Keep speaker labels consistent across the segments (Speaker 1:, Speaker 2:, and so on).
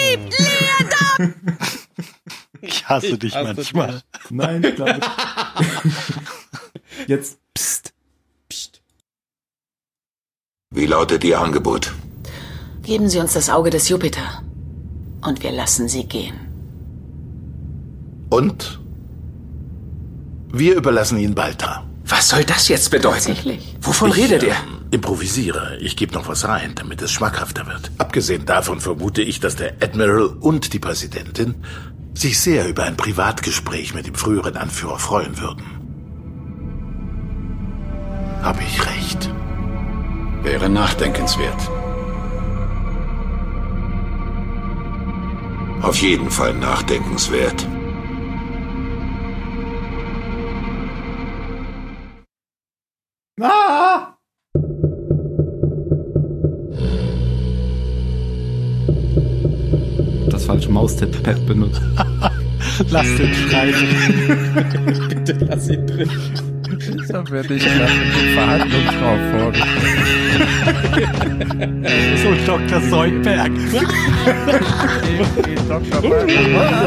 Speaker 1: Gib Leander!
Speaker 2: Ich hasse
Speaker 3: Ich
Speaker 2: dich
Speaker 3: hasse
Speaker 2: manchmal.
Speaker 3: dich.
Speaker 4: Nein, ich glaube. Jetzt, pst.
Speaker 3: Psst.
Speaker 5: Wie lautet Ihr Angebot?
Speaker 6: Geben Sie uns das Auge des Jupiter. Und wir lassen Sie gehen.
Speaker 5: Und? Wir überlassen ihn Balta.
Speaker 7: Was soll das jetzt bedeuten?
Speaker 6: Tatsächlich.
Speaker 7: Wovon
Speaker 5: Ich,
Speaker 7: redet er?
Speaker 5: ähm, Improvisiere. Ich gebe noch was rein, damit es schmackhafter wird. Abgesehen davon vermute ich, dass der Admiral und die Präsidentin sich sehr über ein Privatgespräch mit dem früheren Anführer freuen würden. Habe ich recht?
Speaker 8: Wäre nachdenkenswert.
Speaker 5: Auf jeden Fall nachdenkenswert.
Speaker 4: Ah! Das falsche Maustipp-Pad benutzt.
Speaker 2: Lass den schreiben.
Speaker 3: Bitte lass ihn drin.
Speaker 9: Da werde ich gerade im Verhandlungsraum vorgestellt.
Speaker 2: So, Dr. Soldberg.
Speaker 9: Die Dr. Barker-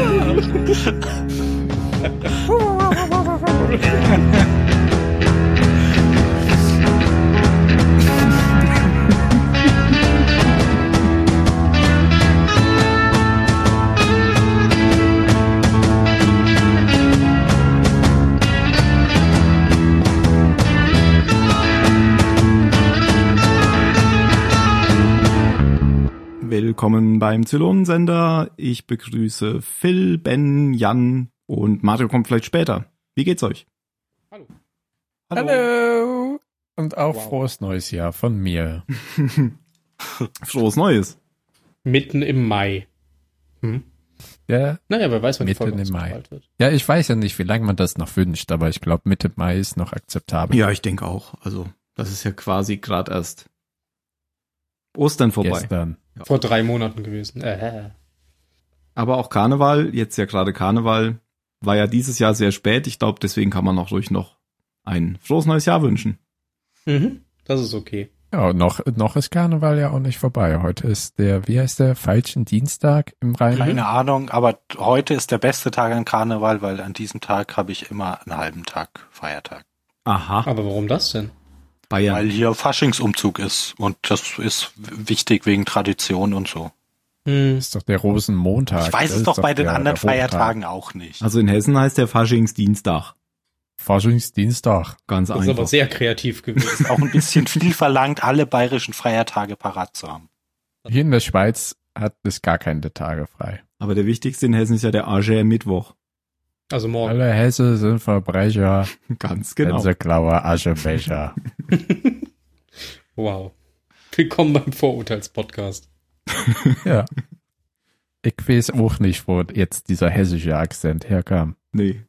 Speaker 4: Willkommen beim Zylonensender. Ich begrüße Phil, Ben, Jan und Mario kommt vielleicht später. Wie geht's euch?
Speaker 9: Hallo. Und auch
Speaker 3: Wow.
Speaker 9: frohes neues Jahr von mir.
Speaker 4: Frohes Neues.
Speaker 3: Mitten im Mai.
Speaker 9: Ja,
Speaker 3: Naja, wer weiß, wann
Speaker 9: Mitten
Speaker 3: die Folge
Speaker 9: im Mai.
Speaker 3: ausgestrahlt wird.
Speaker 9: ja, ich weiß ja nicht, wie lange man das noch wünscht, aber ich glaube, Mitte Mai ist noch akzeptabel.
Speaker 4: Ja, ich denke auch. Also, das ist ja quasi gerade erst Ostern vorbei.
Speaker 9: Gestern.
Speaker 3: Vor drei Monaten gewesen. Äh.
Speaker 4: Aber auch Karneval, jetzt ja gerade Karneval, war ja dieses Jahr sehr spät. Ich glaube, deswegen kann man auch ruhig noch ein frohes neues Jahr wünschen.
Speaker 3: Mhm. Das ist okay.
Speaker 9: Ja, und noch, noch ist Karneval ja auch nicht vorbei. Heute ist der, wie heißt der, falschen Dienstag im Rhein.
Speaker 2: Keine Ahnung, aber heute ist der beste Tag an Karneval, weil an diesem Tag habe ich immer einen halben Tag Feiertag.
Speaker 4: Aha,
Speaker 3: Aber warum das denn?
Speaker 4: Bayern.
Speaker 2: Weil hier Faschingsumzug ist und das ist w- wichtig wegen Tradition und so.
Speaker 3: Hm.
Speaker 9: Ist doch der Rosenmontag.
Speaker 2: Ich weiß
Speaker 9: Das
Speaker 2: es
Speaker 9: ist
Speaker 2: doch bei den
Speaker 9: der-
Speaker 2: anderen
Speaker 9: der Hochtag.
Speaker 2: Feiertagen auch nicht.
Speaker 4: Also in Hessen heißt der Faschingsdienstag.
Speaker 9: Forschungsdienstag.
Speaker 4: Ganz
Speaker 3: Das ist aber
Speaker 4: einfach.
Speaker 3: sehr kreativ gewesen.
Speaker 2: Auch ein bisschen viel verlangt, alle bayerischen Feiertage parat zu haben.
Speaker 9: Hier in der Schweiz hat es gar keine Tage frei.
Speaker 4: aber der wichtigste in Hessen ist ja der AGR Mittwoch.
Speaker 3: Also morgen.
Speaker 9: Alle Hesse sind Verbrecher,
Speaker 4: Ganz
Speaker 9: genau.
Speaker 4: genau.
Speaker 9: Gänseklauer, Aschebecher.
Speaker 3: Wow. Willkommen beim Vorurteils-Podcast.
Speaker 9: ja. Ich weiß auch nicht, wo jetzt dieser hessische Akzent herkam.
Speaker 4: Nee,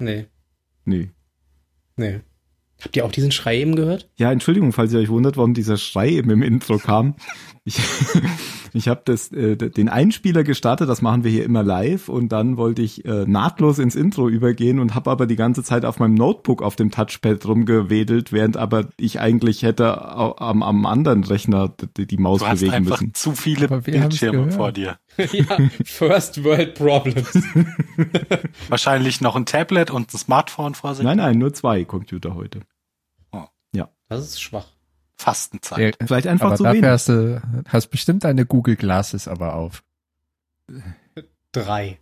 Speaker 3: Nee,
Speaker 4: nee.
Speaker 3: nee. Habt ihr auch diesen Schrei eben gehört?
Speaker 4: Ja, Entschuldigung, falls ihr euch wundert, warum dieser Schrei eben im Intro kam. Ich, ich habe das, äh, den Einspieler gestartet, das machen wir hier immer live und dann wollte ich äh, nahtlos ins Intro übergehen und habe aber die ganze Zeit auf meinem Notebook auf dem Touchpad rumgewedelt, während aber ich eigentlich hätte au- am, am anderen Rechner die, die Maus
Speaker 2: Du hast
Speaker 4: bewegen
Speaker 2: einfach
Speaker 4: müssen.
Speaker 2: zu viele
Speaker 9: Aber wir haben's
Speaker 2: Bildschirme
Speaker 9: gehört.
Speaker 2: vor dir.
Speaker 3: ja, First World Problems.
Speaker 2: Wahrscheinlich noch ein Tablet und ein Smartphone vor sich.
Speaker 4: Nein, nein, nur zwei Computer heute.
Speaker 3: Das ist schwach.
Speaker 2: Fastenzeit.
Speaker 9: Der,
Speaker 4: Vielleicht einfach
Speaker 9: aber
Speaker 4: zu
Speaker 9: dafür
Speaker 4: wenig.
Speaker 9: hast du hast bestimmt deine Google Glasses aber auf.
Speaker 3: Drei.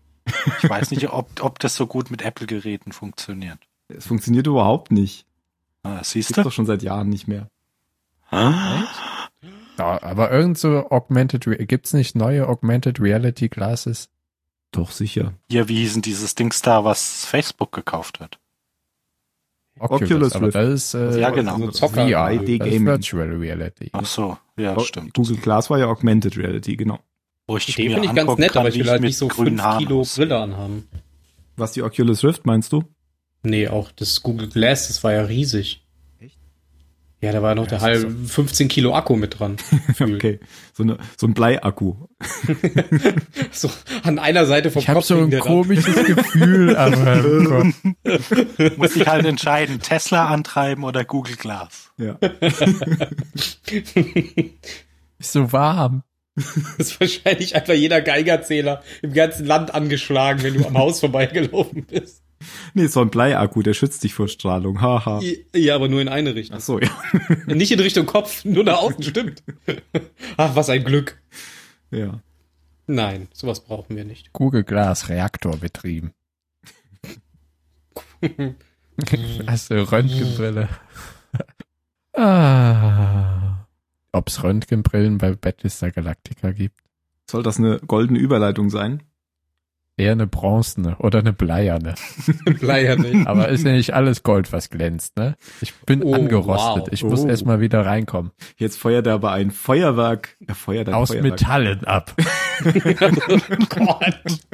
Speaker 2: Ich weiß nicht, ob, ob das so gut mit Apple-Geräten funktioniert.
Speaker 4: Es funktioniert überhaupt nicht.
Speaker 2: Ah,
Speaker 4: Es
Speaker 2: siehst
Speaker 4: gibt
Speaker 2: du? Ah.
Speaker 4: doch schon seit Jahren nicht mehr.
Speaker 9: Ja, aber irgend so Augmented Re gibt's nicht neue Augmented Reality Glasses?
Speaker 4: Doch sicher.
Speaker 2: Hier, wie hießen dieses Dings da, was Facebook gekauft hat?
Speaker 4: Oculus
Speaker 9: aber
Speaker 4: Rift.
Speaker 9: das ist äh,
Speaker 2: Ja, genau.
Speaker 3: So Zocker.
Speaker 9: VR, das
Speaker 4: 3D
Speaker 9: ist
Speaker 4: Gaming.
Speaker 9: Virtual Reality.
Speaker 2: Ach so, ja,
Speaker 4: Oh,
Speaker 2: stimmt.
Speaker 4: Google Glass war ja Augmented Reality, genau.
Speaker 2: Wo
Speaker 3: Die Idee finde ich ganz
Speaker 2: angucken
Speaker 3: nett,
Speaker 2: kann,
Speaker 3: aber ich
Speaker 2: wie
Speaker 3: will halt
Speaker 2: mit
Speaker 3: nicht so
Speaker 2: grünen
Speaker 3: 5
Speaker 2: Haaren
Speaker 3: Kilo
Speaker 2: aussehe.
Speaker 3: Brille anhaben.
Speaker 4: Was die Oculus Rift meinst du?
Speaker 3: Nee, auch das Google Glass, das war ja riesig.
Speaker 4: Echt?
Speaker 3: Ja, da war noch der
Speaker 9: das ist
Speaker 3: halbe 15 Kilo Akku mit dran. gefühlt.
Speaker 4: Okay, so, eine, so ein Bleiakku.
Speaker 3: So, an einer Seite vom
Speaker 9: Ich habe
Speaker 3: Kopf
Speaker 9: so
Speaker 3: hing
Speaker 9: ein
Speaker 3: der da.
Speaker 9: komisches Gefühl, aber
Speaker 2: Muss ich halt entscheiden, Tesla antreiben oder Google Glass.
Speaker 4: Ja.
Speaker 9: ist so warm.
Speaker 3: ist wahrscheinlich einfach jeder Geigerzähler im ganzen Land angeschlagen, wenn du am Haus vorbeigelaufen bist.
Speaker 4: Nee, so ein Bleiakku, der schützt dich vor Strahlung. Haha.
Speaker 3: Ja, aber nur in eine Richtung.
Speaker 4: Ach so, ja.
Speaker 3: Nicht in Richtung Kopf, nur nach außen, stimmt. Ach, was ein Glück.
Speaker 4: ja.
Speaker 3: Nein, sowas brauchen wir nicht.
Speaker 9: Google Glass Reaktor betrieben. Hast du Röntgenbrille? ah. Ob es Röntgenbrillen bei Battlestar Galactica gibt?
Speaker 4: Soll das eine goldene Überleitung sein?
Speaker 9: Eher eine bronzene oder eine bleierne.
Speaker 3: Leider nicht.
Speaker 9: Aber ist ja nicht alles Gold, was glänzt, ne? Ich bin
Speaker 3: Oh,
Speaker 9: angerostet.
Speaker 3: wow.
Speaker 9: Ich muss
Speaker 4: Oh.
Speaker 9: erstmal wieder reinkommen.
Speaker 4: Jetzt feuert er aber ein Feuerwerk. Er feuert ein
Speaker 9: Aus
Speaker 4: Feuerwerk.
Speaker 9: Metallen ab.
Speaker 3: Oh Gott.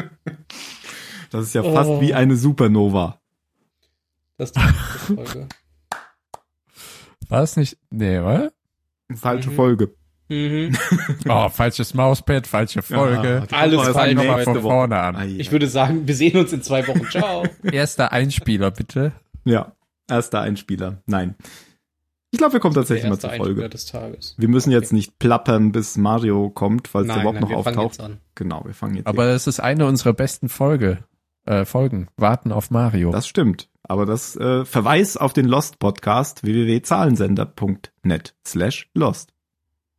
Speaker 4: Das ist ja
Speaker 3: Oh.
Speaker 4: fast wie eine Supernova.
Speaker 3: Das ist die nächste Folge.
Speaker 9: War es nicht? Nee, oder?
Speaker 4: Falsche
Speaker 3: Mhm.
Speaker 4: Folge.
Speaker 3: Mhm.
Speaker 9: Oh, falsches Mauspad, falsche Folge.
Speaker 4: die
Speaker 3: Alles
Speaker 4: Folge
Speaker 3: falsch.
Speaker 9: Fang
Speaker 4: fangen wir
Speaker 9: nochmal
Speaker 3: heute
Speaker 9: von
Speaker 4: nächste Woche.
Speaker 9: vorne an.
Speaker 4: Ah, ja.
Speaker 3: Ich würde sagen, wir sehen uns in zwei Wochen. Ciao.
Speaker 9: Erster Einspieler, bitte.
Speaker 4: ja, erster Einspieler. Nein. Ich glaube, wir kommen tatsächlich mal
Speaker 3: erste
Speaker 4: zur
Speaker 3: Einspieler
Speaker 4: Folge.
Speaker 3: des Tages.
Speaker 4: Wir müssen jetzt nicht plappern, bis Mario kommt, falls der
Speaker 3: Nein,
Speaker 4: überhaupt
Speaker 3: nein,
Speaker 4: noch
Speaker 3: wir fangen
Speaker 4: auftaucht.
Speaker 3: jetzt an.
Speaker 4: Genau, wir fangen jetzt
Speaker 9: Aber
Speaker 4: an.
Speaker 9: es ist eine unserer besten Folge, äh, Folgen. Warten auf Mario.
Speaker 4: Das stimmt. Aber das äh, Verweis auf den Lost Podcast www.zahlensender.net slash Lost.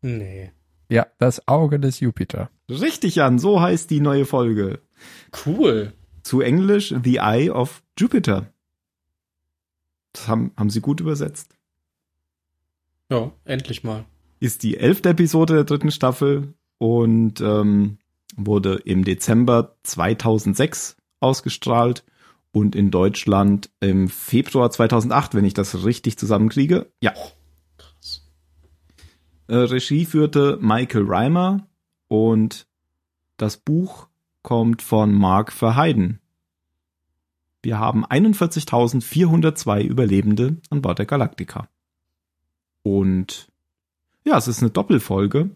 Speaker 3: Nee.
Speaker 9: ja, das Auge des Jupiter.
Speaker 4: Richtig, Jan, so heißt die neue Folge.
Speaker 3: Cool.
Speaker 4: Zu Englisch The Eye of Jupiter. Das haben, haben sie gut übersetzt.
Speaker 3: Ja, endlich mal.
Speaker 4: ist die elfte Episode der dritten Staffel und ähm, wurde im Dezember 2006 ausgestrahlt und in Deutschland im Februar 2008, wenn ich das richtig zusammenkriege. Ja.
Speaker 3: Krass.
Speaker 4: Äh, Regie führte Michael Reimer und das Buch kommt von Mark Verheiden. Wir haben 41.402 Überlebende an Bord der Galactica. Und ja, es ist eine Doppelfolge.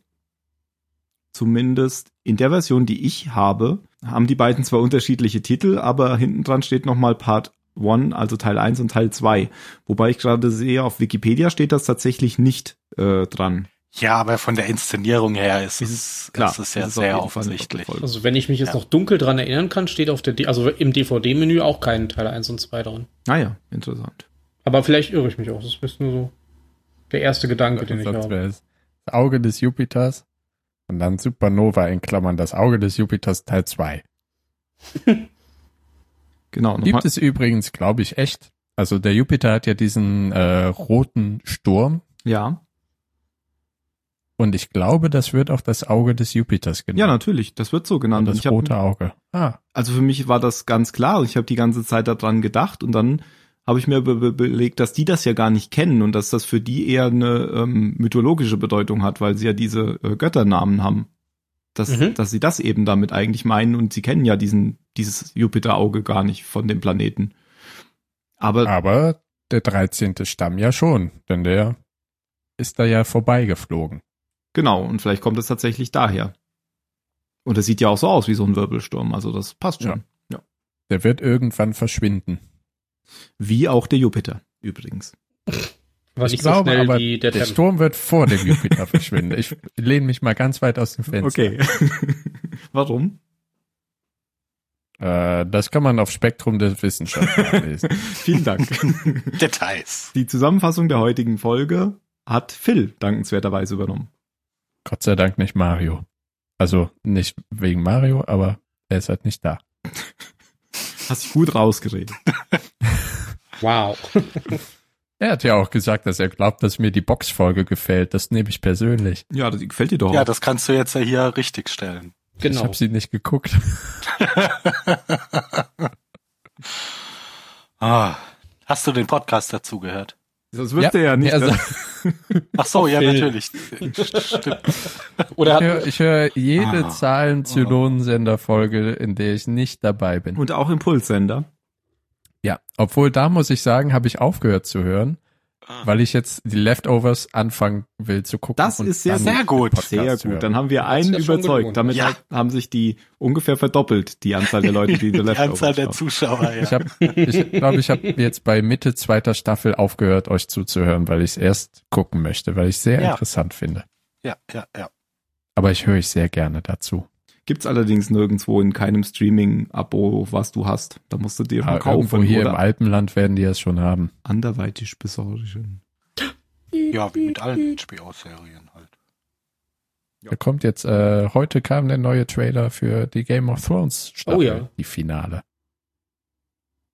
Speaker 4: Zumindest in der Version, die ich habe, haben die beiden zwar unterschiedliche Titel, aber hinten dran steht nochmal Part 1, also Teil 1 und Teil 2. Wobei ich gerade sehe, auf Wikipedia steht das tatsächlich nicht äh, dran.
Speaker 2: Ja, aber von der Inszenierung her ist
Speaker 4: Ist
Speaker 2: es,
Speaker 4: klar,
Speaker 2: das ist ja
Speaker 4: es ist
Speaker 2: sehr
Speaker 4: auf jeden Fall eine
Speaker 2: offensichtlich.
Speaker 4: Doppelfolge.
Speaker 3: Also wenn ich mich jetzt
Speaker 2: Ja.
Speaker 3: noch dunkel dran erinnern kann, steht auf der, D also im DVD-Menü auch kein Teil 1 und 2 dran.
Speaker 4: Naja, Ah interessant.
Speaker 3: Aber vielleicht irre ich mich auch. Das ist nur so der erste Gedanke, den ich
Speaker 9: Sonst
Speaker 3: habe.
Speaker 9: wäre es das Auge des Jupiters und dann Supernova in Klammern, das Auge des Jupiters Teil 2.
Speaker 4: Genau,
Speaker 9: Gibt es übrigens, glaube ich, echt. Also der Jupiter hat ja diesen äh, roten Sturm
Speaker 4: Ja.
Speaker 9: und ich glaube, das wird auch das Auge des Jupiters genannt.
Speaker 4: ja, natürlich, das wird so genannt.
Speaker 9: Genau.
Speaker 4: Und
Speaker 9: Das
Speaker 4: ich hab-
Speaker 9: rote Auge. Ah,
Speaker 4: also für mich war das ganz klar und ich habe die ganze Zeit daran gedacht und dann habe ich mir be be belegt, dass die das ja gar nicht kennen und dass das für die eher eine ähm, mythologische Bedeutung hat, weil sie ja diese äh, Götternamen haben. Dass,
Speaker 3: Mhm.
Speaker 4: dass sie das eben damit eigentlich meinen und sie kennen ja diesen, dieses Jupiterauge gar nicht von dem Planeten.
Speaker 9: Ah.
Speaker 4: Aber
Speaker 9: aber der 13. Stamm ja schon, denn der ist da ja vorbeigeflogen.
Speaker 4: genau, und vielleicht kommt es tatsächlich daher. Und es sieht ja auch so aus wie so ein Wirbelsturm, also das passt schon.
Speaker 9: Der wird irgendwann verschwinden.
Speaker 4: Wie auch der Jupiter übrigens.
Speaker 3: War
Speaker 9: Ich
Speaker 3: nicht so
Speaker 9: glaube
Speaker 3: schnell
Speaker 9: aber,
Speaker 3: wie der,
Speaker 9: der
Speaker 3: Temp.
Speaker 9: Sturm wird vor dem Jupiter verschwinden. Ich lehne mich mal ganz weit aus dem Fenster.
Speaker 4: Okay. Warum?
Speaker 9: Äh, das kann man auf Spektrum der Wissenschaft lesen.
Speaker 4: Vielen Dank.
Speaker 2: Details.
Speaker 4: Die Zusammenfassung der heutigen Folge hat Phil dankenswerterweise übernommen.
Speaker 9: Gott sei Dank nicht Mario. Also nicht wegen Mario, aber er ist halt nicht da.
Speaker 4: Hast dich gut rausgeredet.
Speaker 3: Wow.
Speaker 9: Er hat ja auch gesagt, dass er glaubt, dass mir die Boxfolge gefällt. Das nehme ich persönlich.
Speaker 4: Ja, das gefällt dir doch.
Speaker 2: Ja, das kannst du jetzt ja hier richtig stellen.
Speaker 9: Ich
Speaker 3: Genau.
Speaker 9: habe sie nicht geguckt.
Speaker 2: ah. Hast du den Podcast dazu gehört?
Speaker 4: das wüsste er ja also
Speaker 9: er
Speaker 4: nicht. ne? dass-
Speaker 9: sagt,
Speaker 2: Ach so, ja,
Speaker 3: Phil.
Speaker 2: natürlich. Stimmt.
Speaker 9: ich
Speaker 3: Oder
Speaker 9: höre, ich höre jede
Speaker 2: Ah.
Speaker 9: Zahlen-Zylonensender-Folge, in der ich nicht dabei bin.
Speaker 4: Und auch Impulssender.
Speaker 9: Ja, obwohl da muss ich sagen, habe ich aufgehört zu hören, weil ich jetzt die Leftovers anfangen will zu gucken.
Speaker 4: Das
Speaker 9: und
Speaker 4: ist sehr,
Speaker 9: dann
Speaker 2: Sehr gut.
Speaker 9: Podcast
Speaker 4: Sehr gut.
Speaker 9: hören.
Speaker 4: Dann haben wir einen
Speaker 3: ja schon
Speaker 4: überzeugt.
Speaker 3: gelohnt.
Speaker 4: Damit
Speaker 2: Ja.
Speaker 4: hat- haben sich die ungefähr verdoppelt, die Anzahl der Leute, die,
Speaker 2: Die
Speaker 4: Leftovers
Speaker 2: Anzahl der
Speaker 4: schauen.
Speaker 2: Zuschauer, ja.
Speaker 9: Ich glaube, ich, glaub, ich habe jetzt bei Mitte zweiter Staffel aufgehört, euch zuzuhören, weil ich es erst gucken möchte, weil ich es sehr
Speaker 2: Ja.
Speaker 9: interessant finde.
Speaker 2: ja, ja, ja.
Speaker 9: Aber ich höre ich sehr gerne dazu.
Speaker 4: Gibt's allerdings nirgendwo in keinem Streaming-Abo, was du hast. Da musst du dir schon
Speaker 9: Aber Ah,
Speaker 4: kaufen
Speaker 9: irgendwo hier im
Speaker 4: oder
Speaker 9: Alpenland werden die es schon haben.
Speaker 4: anderweitig besorgen.
Speaker 2: Ja, wie mit allen HBO-Serien halt.
Speaker 9: Da kommt jetzt, äh, heute kam der neue Trailer für die Game of Thrones Staffel,
Speaker 3: Oh ja.
Speaker 9: die Finale.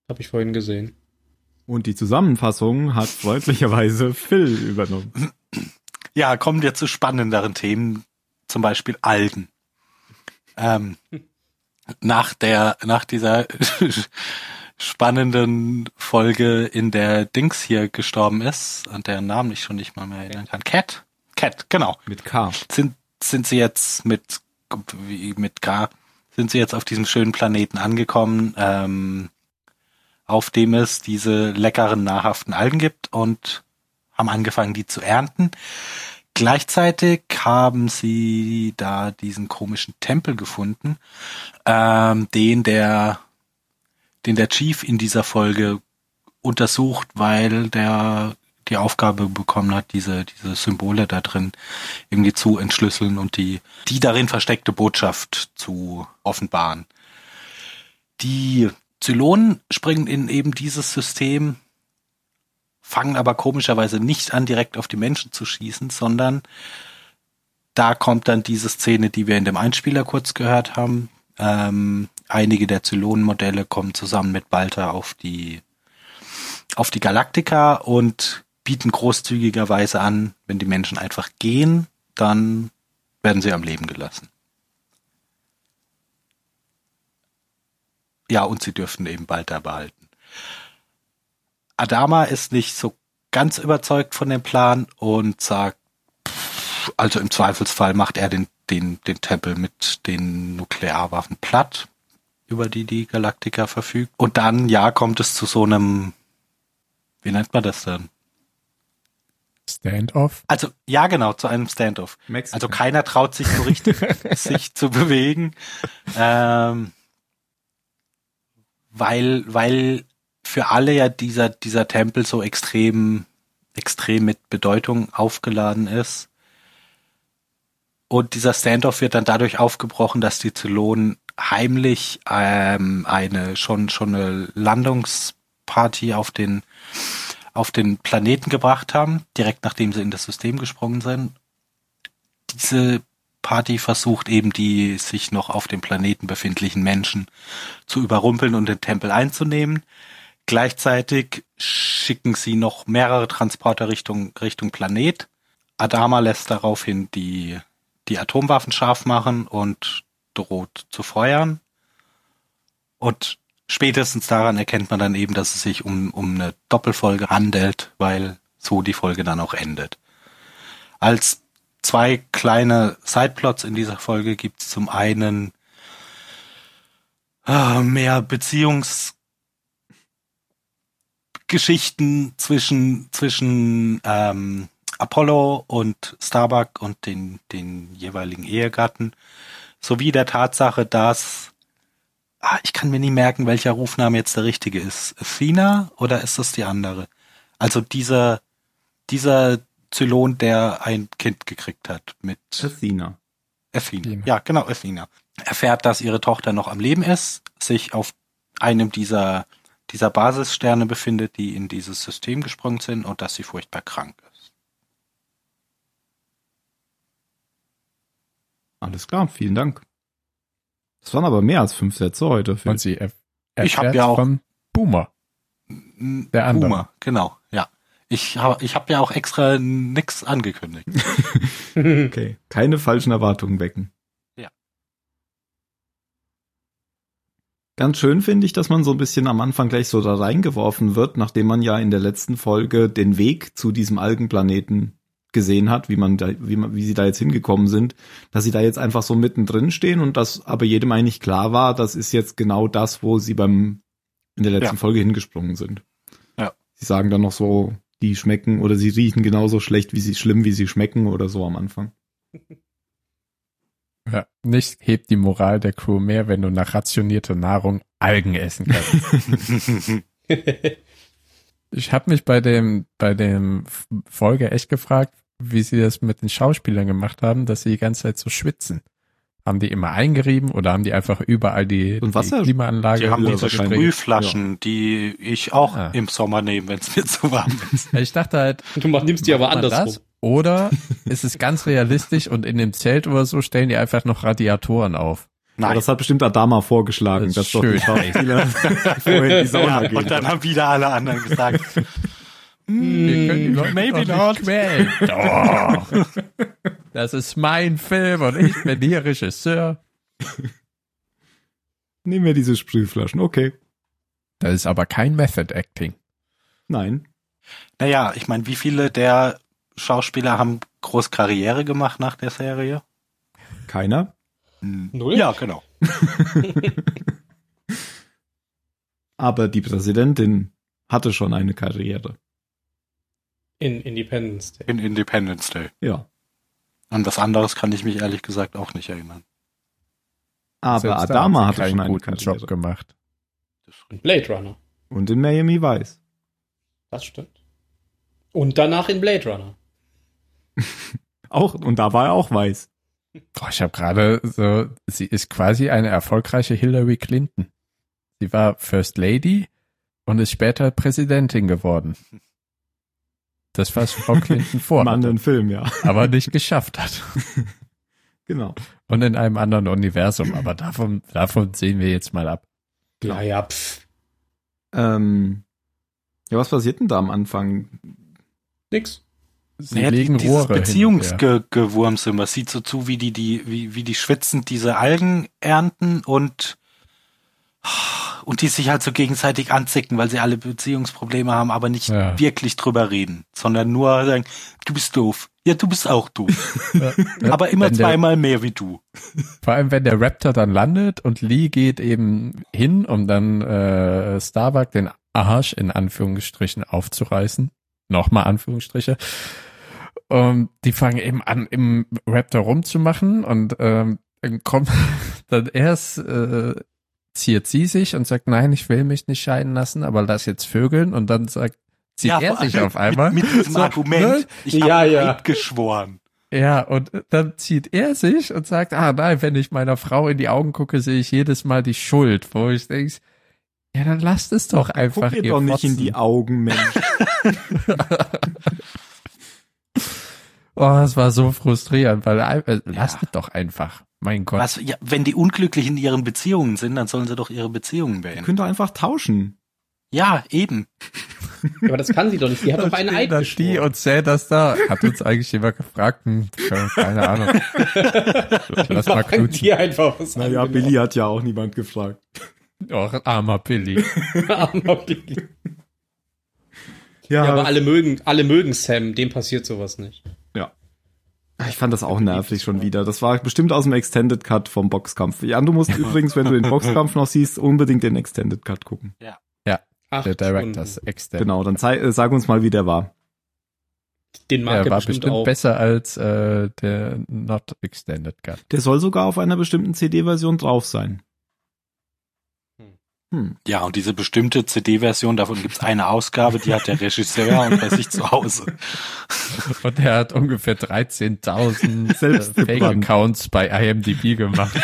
Speaker 3: Hab ich vorhin gesehen.
Speaker 4: Und die Zusammenfassung hat freundlicherweise Phil übernommen.
Speaker 2: Ja, kommen wir zu spannenderen Themen, zum Beispiel Algen. Ähm, nach der, nach dieser spannenden Folge, in der Dings hier gestorben ist, an deren Namen ich schon nicht mal mehr erinnern kann. Cat? Cat, genau.
Speaker 4: Mit K.
Speaker 2: Sind, sind sie jetzt mit, wie mit K, sind sie jetzt auf diesem schönen Planeten angekommen, ähm, auf dem es diese leckeren, nahrhaften Algen gibt und haben angefangen, die zu ernten. Gleichzeitig haben sie da diesen komischen Tempel gefunden, ähm, den der, den der Chief in dieser Folge untersucht, weil der die Aufgabe bekommen hat, diese, diese Symbole da drin irgendwie zu entschlüsseln und die, die darin versteckte Botschaft zu offenbaren. Die Zylonen springen in eben dieses System, fangen aber komischerweise nicht an, direkt auf die Menschen zu schießen, sondern da kommt dann diese Szene, die wir in dem Einspieler kurz gehört haben. Ähm, einige der Zylonen-Modelle kommen zusammen mit Balta auf die, auf die Galaktika und bieten großzügigerweise an, wenn die Menschen einfach gehen, dann werden sie am Leben gelassen. Ja, und sie dürfen eben Balta behalten. Adama ist nicht so ganz überzeugt von dem Plan und sagt, pff, also im Zweifelsfall macht er den, den, den Tempel mit den Nuklearwaffen platt, über die die Galaktika verfügt. Und dann, ja, kommt es zu so einem, wie nennt man das denn?
Speaker 9: Standoff?
Speaker 2: Also, ja, genau, zu einem Standoff.
Speaker 4: Mexiko.
Speaker 2: Also keiner traut sich so richtig, sich zu bewegen. Ähm, weil, weil für alle ja dieser, dieser Tempel so extrem, extrem mit Bedeutung aufgeladen ist. Und dieser Standoff wird dann dadurch aufgebrochen, dass die Zylonen heimlich ähm, eine schon schon eine Landungsparty auf den auf den Planeten gebracht haben, direkt nachdem sie in das System gesprungen sind diese Party versucht eben die sich noch auf dem Planeten befindlichen Menschen zu überrumpeln und den Tempel einzunehmen. Gleichzeitig schicken sie noch mehrere Transporter Richtung, Richtung Planet. Adama lässt daraufhin die, die Atomwaffen scharf machen und droht zu feuern. Und spätestens daran erkennt man dann eben, dass es sich um, um eine Doppelfolge handelt, weil so die Folge dann auch endet. Als zwei kleine Sideplots in dieser Folge gibt es zum einen äh, mehr Beziehungsgeschichten zwischen zwischen ähm, Apollo und Starbuck und den den jeweiligen Ehegatten sowie der Tatsache, dass ah, ich kann mir nie merken, welcher Rufname jetzt der richtige ist. Athena oder ist das die andere? Also dieser dieser Zylon, der ein Kind gekriegt hat mit
Speaker 4: Athena.
Speaker 2: Athena.
Speaker 9: Athena.
Speaker 2: Ja, genau, Athena. Erfährt, dass ihre Tochter noch am Leben ist, sich auf einem dieser, dieser Basissterne befindet, die in dieses System gesprungen sind und dass sie furchtbar krank ist.
Speaker 4: Alles klar, vielen Dank. Das waren aber mehr als fünf Sätze heute. Phil.
Speaker 9: Und sie er
Speaker 2: Ich hab
Speaker 9: erfährt
Speaker 2: ja auch-
Speaker 9: von Boomer. Der andere.
Speaker 2: Boomer, genau, ja. Ich habe ich hab ja auch extra nix angekündigt.
Speaker 3: Mhm.
Speaker 4: Okay. Keine falschen Erwartungen wecken.
Speaker 2: Ja.
Speaker 4: Ganz schön finde ich, dass man so ein bisschen am Anfang gleich so da reingeworfen wird, nachdem man ja in der letzten Folge den Weg zu diesem Algenplaneten gesehen hat, wie man da, wie man, wie sie da jetzt hingekommen sind, dass sie da jetzt einfach so mittendrin stehen und dass aber jedem eigentlich klar war, das ist jetzt genau das, wo sie beim, in der letzten
Speaker 2: Ja.
Speaker 4: Folge hingesprungen sind.
Speaker 2: Ja.
Speaker 4: Sie sagen dann noch so, die schmecken oder sie riechen genauso schlecht, wie sie, schlimm, wie sie schmecken oder so am Anfang.
Speaker 9: Ja, nicht hebt die Moral der Crew mehr, wenn du nach rationierter Nahrung Algen essen kannst. Ich habe mich bei dem bei dem F- Folge echt gefragt, wie sie das mit den Schauspielern gemacht haben, dass sie die ganze Zeit so schwitzen. Haben die immer eingerieben oder haben die einfach überall die,
Speaker 4: Und
Speaker 9: die
Speaker 4: Wasser-
Speaker 9: Klimaanlage?
Speaker 2: Die haben
Speaker 4: ja,
Speaker 2: diese
Speaker 4: wahrscheinlich.
Speaker 2: Sprühflaschen, die ich auch
Speaker 9: Ah.
Speaker 2: im Sommer nehme, wenn es mir zu warm ist.
Speaker 9: Ja, Ich dachte halt,
Speaker 3: Du mach- nimmst die aber
Speaker 9: macht man
Speaker 3: andersrum.
Speaker 9: Oder ist es ganz realistisch und in dem Zelt oder so stellen die einfach noch Radiatoren auf?
Speaker 4: Aber
Speaker 2: Nein.
Speaker 4: das hat bestimmt Adama vorgeschlagen,
Speaker 9: Das
Speaker 4: dass
Speaker 9: ist
Speaker 4: doch die
Speaker 9: schön.
Speaker 4: Schauspieler vorher in die Sauna
Speaker 2: ja, und
Speaker 4: gehen.
Speaker 2: dann haben wieder alle anderen gesagt,
Speaker 9: Wir können die Leute
Speaker 2: maybe
Speaker 9: doch
Speaker 2: not.
Speaker 9: Nicht quälen. Hm. Doch. Das ist mein Film und ich bin hier Regisseur.
Speaker 4: Nehmen wir diese Sprühflaschen. Okay.
Speaker 9: Das ist aber kein Method Acting.
Speaker 4: Nein.
Speaker 2: naja, ich meine, wie viele der Schauspieler haben groß Karriere gemacht nach der Serie?
Speaker 4: Keiner.
Speaker 3: Null?
Speaker 2: Ja, genau.
Speaker 4: Aber die Präsidentin hatte schon eine Karriere.
Speaker 3: In Independence Day.
Speaker 2: In Independence Day.
Speaker 4: Ja.
Speaker 2: An was anderes kann ich mich ehrlich gesagt auch nicht erinnern.
Speaker 4: Aber
Speaker 9: Selbst da
Speaker 4: Adama
Speaker 9: hat sie
Speaker 4: hatte schon
Speaker 9: keinen
Speaker 4: eine
Speaker 9: guten
Speaker 4: Karriere.
Speaker 9: Job gemacht.
Speaker 3: In Blade Runner.
Speaker 4: Und in Miami Vice.
Speaker 3: Das stimmt. Und danach in Blade Runner.
Speaker 4: Auch, und da war er auch weiß.
Speaker 9: Boah, ich habe gerade so, sie ist quasi eine erfolgreiche Hillary Clinton. Sie war First Lady und ist später Präsidentin geworden. Das, was Frau Clinton
Speaker 4: Im
Speaker 9: vorhat,
Speaker 4: anderen Film, ja.
Speaker 9: aber nicht geschafft hat.
Speaker 4: Genau.
Speaker 9: Und in einem anderen Universum, aber davon, davon sehen wir jetzt mal ab.
Speaker 4: Ja.
Speaker 3: Naja, pff.
Speaker 4: Ähm, ja, was passiert denn da am Anfang?
Speaker 3: Nix.
Speaker 9: Sie
Speaker 2: Naja,
Speaker 9: legen
Speaker 2: dieses
Speaker 9: Rohre hin. Ja.
Speaker 2: Beziehungsgewurms immer. Sieht so zu, wie die, die, wie, wie die schwitzend diese Algen ernten und, und die sich halt so gegenseitig anzicken, weil sie alle Beziehungsprobleme haben, aber nicht
Speaker 9: Ja.
Speaker 2: wirklich drüber reden, sondern nur sagen, du bist doof. Ja, du bist auch doof.
Speaker 9: Ja.
Speaker 2: aber immer
Speaker 9: Wenn der-
Speaker 2: zweimal mehr wie du.
Speaker 9: Vor allem, wenn der Raptor dann landet und Lee geht eben hin, um dann äh, Starbuck den Arsch in Anführungsstrichen aufzureißen. Nochmal Anführungsstriche. Und die fangen eben an, im Raptor rumzumachen und ähm, dann kommt dann erst äh, ziert sie sich und sagt, nein, ich will mich nicht scheiden lassen, aber lass jetzt vögeln und dann sagt, zieht
Speaker 2: Ja,
Speaker 9: er
Speaker 2: vor
Speaker 9: sich
Speaker 2: allem
Speaker 9: auf einmal.
Speaker 2: Mit diesem
Speaker 9: So, ne?
Speaker 2: Argument. Ich
Speaker 3: Ja,
Speaker 2: habe
Speaker 3: ja.
Speaker 2: Eid geschworen.
Speaker 9: Ja, und dann zieht er sich und sagt, ah nein, wenn ich meiner Frau in die Augen gucke, sehe ich jedes Mal die Schuld, wo ich denke, ja, dann lasst es doch einfach
Speaker 4: Guck ihr doch nicht in die
Speaker 9: Fotzen.
Speaker 4: Augen, Mensch.
Speaker 9: Oh, es war so frustrierend, weil äh, lasst es doch einfach. Mein Gott.
Speaker 2: Was, ja, wenn die unglücklich in ihren Beziehungen sind, dann sollen sie doch ihre Beziehungen
Speaker 4: Ihr
Speaker 2: beenden.
Speaker 4: könnt doch einfach tauschen.
Speaker 2: Ja, eben.
Speaker 3: Ja, Aber das kann sie doch nicht. Sie hat
Speaker 9: Dann
Speaker 3: doch einen
Speaker 9: stehen
Speaker 3: Eid
Speaker 9: da die
Speaker 3: geschworen.
Speaker 9: und zählt das da. Hat uns eigentlich jemand gefragt? Hm, keine Ahnung. Lass mal
Speaker 3: Fragen
Speaker 9: knutschen.
Speaker 3: die einfach was an,
Speaker 4: Naja,
Speaker 3: genau.
Speaker 4: Billy hat ja auch niemand gefragt.
Speaker 9: Och, armer Billy.
Speaker 3: Armer Billy. Ja, aber alle mögen, alle mögen Sam, dem passiert sowas nicht.
Speaker 4: Ah, Ich fand das auch nervig schon wieder. Das war bestimmt aus dem Extended Cut vom Boxkampf. Jan, du musst übrigens, wenn du den Boxkampf noch siehst, unbedingt den Extended Cut gucken.
Speaker 3: Acht
Speaker 9: Der Directors
Speaker 3: Stunden.
Speaker 9: Extended.
Speaker 4: Genau, dann zei- äh, sag uns mal, wie der war.
Speaker 3: Den mag
Speaker 9: Der
Speaker 3: er
Speaker 9: war
Speaker 3: bestimmt,
Speaker 9: bestimmt
Speaker 3: auch.
Speaker 9: besser als äh, der Not Extended Cut.
Speaker 4: Der soll sogar auf einer bestimmten CD-Version drauf sein.
Speaker 2: Ja, und diese bestimmte CD-Version, davon gibt's eine Ausgabe, die hat der Regisseur und bei sich zu Hause.
Speaker 9: Und er hat ungefähr 13.000 äh,
Speaker 4: Selbstgebrannt.
Speaker 9: Fake-Accounts bei IMDb gemacht.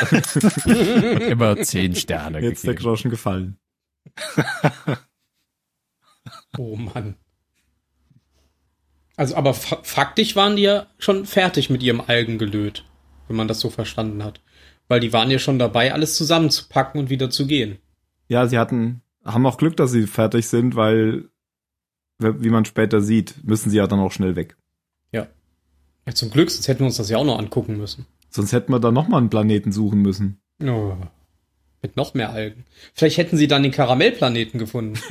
Speaker 9: Und immer 10 Sterne
Speaker 4: Jetzt der
Speaker 9: gegeben.
Speaker 4: Groschen gefallen.
Speaker 3: Oh Mann. Also, aber fa faktisch waren die ja schon fertig mit ihrem Algengelöt, wenn man das so verstanden hat. Weil die waren ja schon dabei, alles zusammenzupacken und wieder zu gehen.
Speaker 4: Ja, sie hatten, haben auch Glück, dass sie fertig sind, weil, wie man später sieht, müssen sie ja dann auch schnell weg.
Speaker 3: Ja, zum Glück, sonst hätten wir uns das ja auch noch angucken müssen.
Speaker 4: Sonst hätten wir dann nochmal einen Planeten suchen müssen.
Speaker 3: Oh. Mit noch mehr Algen. Vielleicht hätten sie dann den Karamellplaneten gefunden.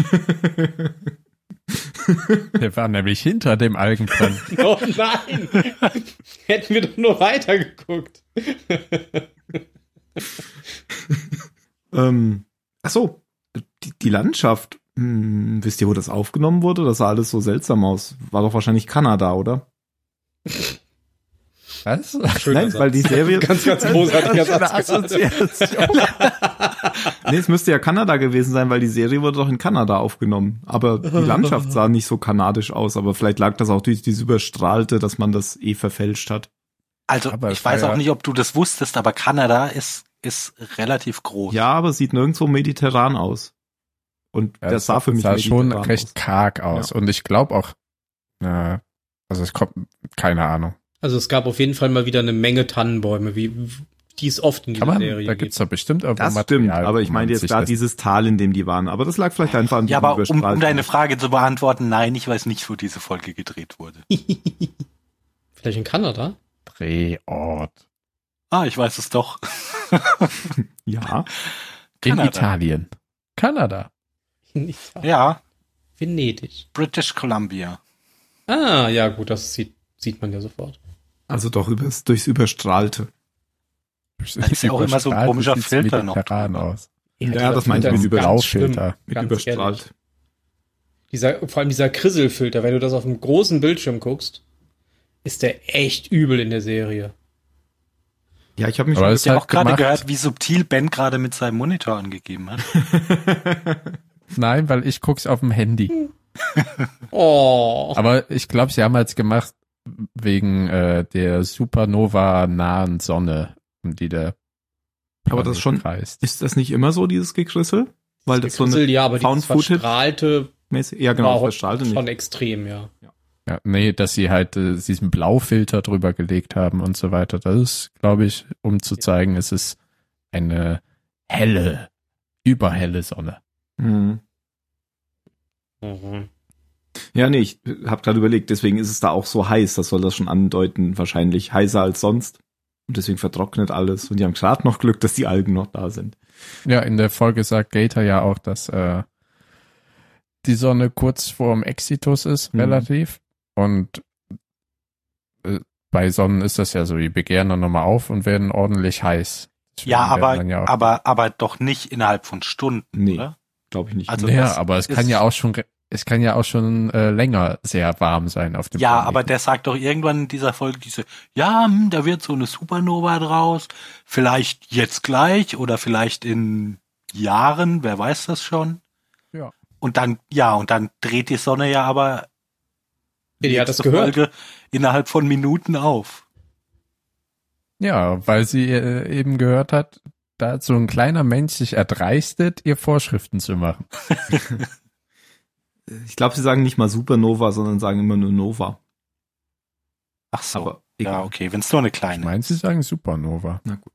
Speaker 9: Der war nämlich hinter dem Algenplan.
Speaker 3: oh nein! hätten wir doch nur weitergeguckt.
Speaker 4: Ähm, ach so, die, die Landschaft. Hm, wisst ihr, wo das aufgenommen wurde? Das sah alles so seltsam aus. War doch wahrscheinlich Kanada, oder?
Speaker 9: Was?
Speaker 3: Schöner
Speaker 4: Nein, weil die Serie,
Speaker 3: Satz. ganz, ganz großartiger Satz. gerade.
Speaker 9: Assoziation.
Speaker 4: Nee, es müsste ja Kanada gewesen sein, weil die Serie wurde doch in Kanada aufgenommen. Aber die Landschaft sah nicht so kanadisch aus. Aber vielleicht lag das auch durch dieses Überstrahlte, dass man das eh verfälscht hat.
Speaker 2: Also
Speaker 9: Aber
Speaker 2: ich
Speaker 9: es war
Speaker 2: weiß auch
Speaker 9: ja-
Speaker 2: nicht, ob du das wusstest, aber Kanada ist, ist relativ groß.
Speaker 4: Ja, aber es sieht nirgendwo mediterran aus. Und
Speaker 9: Ja,
Speaker 4: das sah für mich
Speaker 9: sah schon
Speaker 4: mediterran
Speaker 9: recht karg aus. Und ich glaube auch, äh, also es kommt, keine Ahnung.
Speaker 3: Also es gab auf jeden Fall mal wieder eine Menge Tannenbäume, wie die es oft in dieser
Speaker 9: Kann man,
Speaker 3: Serie
Speaker 9: da
Speaker 3: gibt.
Speaker 9: gibt's doch bestimmt irgendwo
Speaker 4: Das stimmt,
Speaker 9: Material,
Speaker 4: aber ich
Speaker 9: wo
Speaker 4: meine
Speaker 9: man
Speaker 4: jetzt
Speaker 9: sich
Speaker 4: da
Speaker 9: das-
Speaker 4: dieses Tal, in dem die waren. Aber das lag vielleicht einfach an
Speaker 2: Ja,
Speaker 4: diesem
Speaker 2: aber um, um
Speaker 4: Überstrahlten.
Speaker 2: deine Frage zu beantworten, nein, ich weiß nicht, wo diese Folge gedreht wurde.
Speaker 3: Vielleicht in Kanada?
Speaker 9: Drehort.
Speaker 2: Ah, ich weiß es doch.
Speaker 4: Ja,
Speaker 9: In
Speaker 2: Kanada.
Speaker 9: Italien. Kanada.
Speaker 3: ja.
Speaker 2: Ja,
Speaker 3: Venedig.
Speaker 2: British Columbia.
Speaker 3: Ah, ja, gut, das sieht, sieht man ja sofort.
Speaker 4: also doch übers, durchs Überstrahlte.
Speaker 9: Da
Speaker 2: ist ja auch immer so ein komischer Filter noch drüber.
Speaker 9: Aus.
Speaker 4: Ja, das meinte ich mit
Speaker 3: ist ganz
Speaker 9: Überlaufilter.
Speaker 3: schlimm,
Speaker 4: Mit
Speaker 3: ganz
Speaker 4: überstrahlt.
Speaker 3: ehrlich. Dieser, vor allem dieser Krisselfilter, wenn du das auf einem großen Bildschirm guckst, ist der echt übel in der Serie.
Speaker 4: Ja, ich habe mich
Speaker 9: Aber
Speaker 4: schon
Speaker 9: es
Speaker 2: Ich habe
Speaker 9: hat
Speaker 2: auch gerade
Speaker 9: gemacht-
Speaker 2: gehört, wie subtil Ben gerade mit seinem Monitor angegeben hat.
Speaker 9: Nein, weil ich guck's auf dem Handy.
Speaker 3: Oh.
Speaker 9: Aber ich glaube, sie haben jetzt gemacht wegen äh, der Supernova nahen Sonne, um die der
Speaker 4: Aber das ist schon-
Speaker 9: Kreist.
Speaker 4: Ist das nicht immer so, dieses Gekrissel? Weil das halt so eine
Speaker 3: ja, aber
Speaker 4: Found
Speaker 3: dieses
Speaker 4: Footage
Speaker 3: verstrahlte
Speaker 4: mäßig, ja
Speaker 3: war
Speaker 4: genau,
Speaker 3: ho-
Speaker 4: das strahlte
Speaker 3: schon
Speaker 4: nicht.
Speaker 3: extrem, ja.
Speaker 9: Ja, nee, dass sie halt äh, diesen Blaufilter drüber gelegt haben und so weiter. Das ist, glaube ich, um zu zeigen, es ist eine helle, überhelle Sonne.
Speaker 4: Mhm.
Speaker 3: Mhm.
Speaker 4: Ja, nee, ich habe gerade überlegt, deswegen ist es da auch so heiß, das soll das schon andeuten, wahrscheinlich heißer als sonst. Und deswegen vertrocknet alles. Und die haben gerade noch Glück, dass die Algen noch da sind.
Speaker 9: Ja, in der Folge sagt Gator ja auch, dass äh, die Sonne kurz vorm Exitus ist,
Speaker 4: Mhm.
Speaker 9: relativ. Und äh, bei Sonnen ist das ja so, die begehren dann nochmal auf und werden ordentlich heiß. Deswegen
Speaker 2: Ja,
Speaker 9: werden
Speaker 2: aber,
Speaker 9: dann ja auch-
Speaker 2: aber, aber doch nicht innerhalb von Stunden,
Speaker 4: Nee.
Speaker 2: oder?
Speaker 4: Glaube ich nicht.
Speaker 2: Also
Speaker 9: ja,
Speaker 2: das
Speaker 9: aber es kann
Speaker 2: ist-
Speaker 9: ja auch schon, re- es kann ja auch schon äh, länger sehr warm sein auf dem
Speaker 2: Ja,
Speaker 9: Planeten.
Speaker 2: aber der sagt doch irgendwann in dieser Folge diese, ja, hm, da wird so eine Supernova draus, vielleicht jetzt gleich oder vielleicht in Jahren, wer weiß das schon.
Speaker 9: Ja.
Speaker 2: Und dann, ja, und dann dreht die Sonne ja aber
Speaker 3: Ja, die hat das
Speaker 2: nächste
Speaker 3: gehört.
Speaker 2: Folge innerhalb von Minuten auf.
Speaker 9: Ja, weil sie äh, eben gehört hat, da hat so ein kleiner Mensch sich erdreistet, ihr Vorschriften zu machen.
Speaker 4: ich glaube, sie sagen nicht mal Supernova, sondern sagen immer nur Nova.
Speaker 2: Ach so.
Speaker 4: Aber
Speaker 2: ja,
Speaker 4: egal.
Speaker 2: okay, wenn es nur eine
Speaker 9: Ich
Speaker 2: kleine.
Speaker 9: meine, sie sagen Supernova.
Speaker 4: Na gut.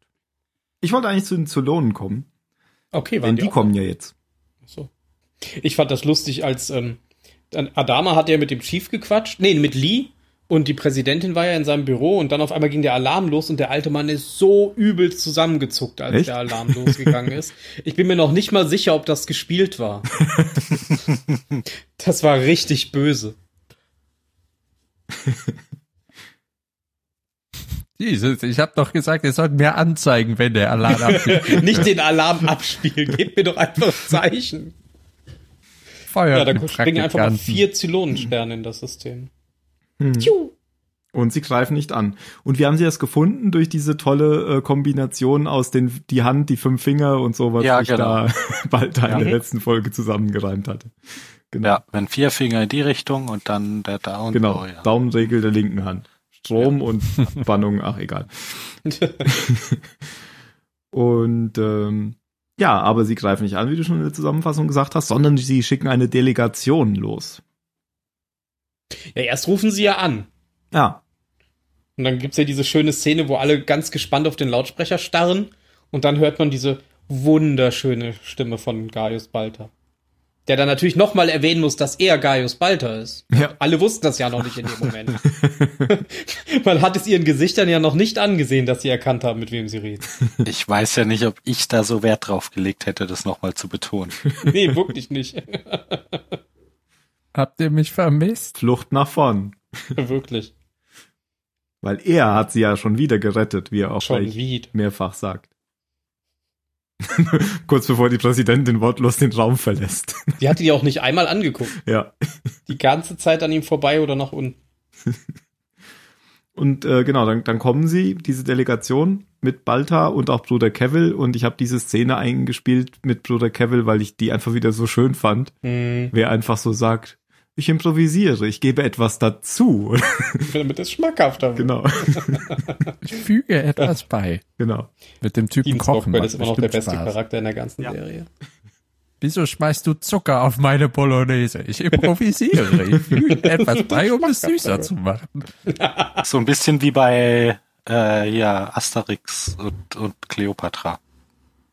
Speaker 4: Ich wollte eigentlich zu den Zylonen kommen,
Speaker 3: Okay, waren
Speaker 4: denn die
Speaker 3: auch-
Speaker 4: kommen ja jetzt.
Speaker 3: So. Ich fand das lustig, als ähm, dann Adama hat ja mit dem Chief gequatscht, nee, mit Lee und die Präsidentin war ja in seinem Büro und dann auf einmal ging der Alarm los und der alte Mann ist so übel zusammengezuckt, als
Speaker 4: Echt?
Speaker 3: der Alarm losgegangen ist. Ich bin mir noch nicht mal sicher, ob das gespielt war. das war richtig böse.
Speaker 9: Jesus, ich habe doch gesagt, ihr sollt mir anzeigen, wenn der Alarm abgeht.
Speaker 3: Nicht den Alarm abspielen, gebt mir doch einfach ein Zeichen.
Speaker 9: Feuer.
Speaker 3: Ja, dann springen einfach mal vier Zylonensterne in das System. Tschu.
Speaker 4: Und sie greifen nicht an. Und wie haben sie das gefunden? Durch diese tolle äh, Kombination aus den, die Hand, die fünf Finger und so, was
Speaker 2: Ja,
Speaker 4: ich
Speaker 2: genau.
Speaker 4: da bald in der
Speaker 3: Ja.
Speaker 4: letzten Folge zusammengereimt hatte. Genau.
Speaker 2: Ja, wenn vier Finger in die Richtung und dann der da und
Speaker 4: Genau,
Speaker 2: so, ja.
Speaker 4: Daumenregel der linken Hand. Strom und Spannung, ach egal. und ähm, ja, aber sie greifen nicht an, wie du schon in der Zusammenfassung gesagt hast, sondern sie schicken eine Delegation los.
Speaker 3: Ja, erst rufen sie ja an.
Speaker 4: Ja,
Speaker 3: Und dann gibt's ja diese schöne Szene, wo alle ganz gespannt auf den Lautsprecher starren. Und dann hört man diese wunderschöne Stimme von Gaius Balter. Der dann natürlich nochmal erwähnen muss, dass er Gaius Balter ist.
Speaker 4: Ja.
Speaker 3: Alle wussten das ja noch nicht in dem Moment. man hat es ihren Gesichtern ja noch nicht angesehen, dass sie erkannt haben, mit wem sie reden.
Speaker 2: Ich weiß ja nicht, ob ich da so Wert drauf gelegt hätte, das nochmal zu betonen.
Speaker 3: Nee, wirklich nicht.
Speaker 9: Habt ihr mich vermisst?
Speaker 4: Flucht nach vorn.
Speaker 3: wirklich.
Speaker 4: Weil er hat sie ja schon wieder gerettet, wie er auch
Speaker 3: Schon
Speaker 4: gleich
Speaker 3: wieder.
Speaker 4: mehrfach sagt. Kurz bevor die Präsidentin wortlos den Raum verlässt.
Speaker 3: Die hatte die auch nicht einmal angeguckt.
Speaker 4: ja.
Speaker 3: Die ganze Zeit an ihm vorbei oder nach unten.
Speaker 4: Und äh, genau, dann, dann kommen sie, diese Delegation mit Balta und auch Bruder Cavill. Und ich habe diese Szene eingespielt mit Bruder Cavill, weil ich die einfach wieder so schön fand.
Speaker 3: Mhm.
Speaker 4: Wer einfach so sagt, ich improvisiere, ich gebe etwas dazu.
Speaker 3: Damit es schmackhafter wird.
Speaker 4: genau,
Speaker 9: Ich füge etwas bei.
Speaker 4: genau.
Speaker 9: Mit dem Typen
Speaker 3: Steven
Speaker 9: kochen.
Speaker 3: Spielberg
Speaker 9: macht
Speaker 3: ist immer noch der
Speaker 9: bestimmt
Speaker 3: beste
Speaker 9: Spaß.
Speaker 3: Charakter in der ganzen Serie.
Speaker 9: Wieso schmeißt du Zucker auf meine Bolognese? Ich improvisiere. Ich füge etwas bei, um es süßer zu machen.
Speaker 2: So ein bisschen wie bei äh, ja, Asterix und, und Cleopatra.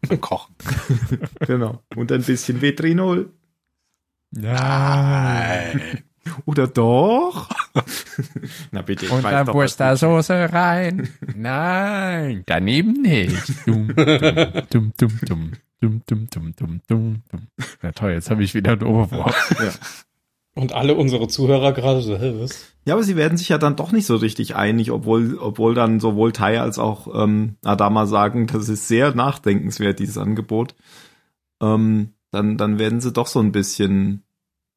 Speaker 2: Beim Kochen.
Speaker 4: genau. Und ein bisschen Vetrinol.
Speaker 9: Nein.
Speaker 4: Oder doch? Na bitte, ich
Speaker 9: Und
Speaker 4: weiß
Speaker 9: dann
Speaker 4: doch, was
Speaker 9: Worcestersoße rein. Nein. Daneben nicht. Dum, dum, dum, dum, dum, dum, dum, dum, dum, dum. Na toll, jetzt habe ich wieder ein Oberwort.
Speaker 3: Und alle unsere Zuhörer gerade so, hä, was?
Speaker 4: Ja, aber sie werden sich ja dann doch nicht so richtig einig, obwohl, obwohl dann sowohl Tai als auch ähm, Adama sagen, das ist sehr nachdenkenswert, dieses Angebot. Ähm, dann, dann werden sie doch so ein bisschen.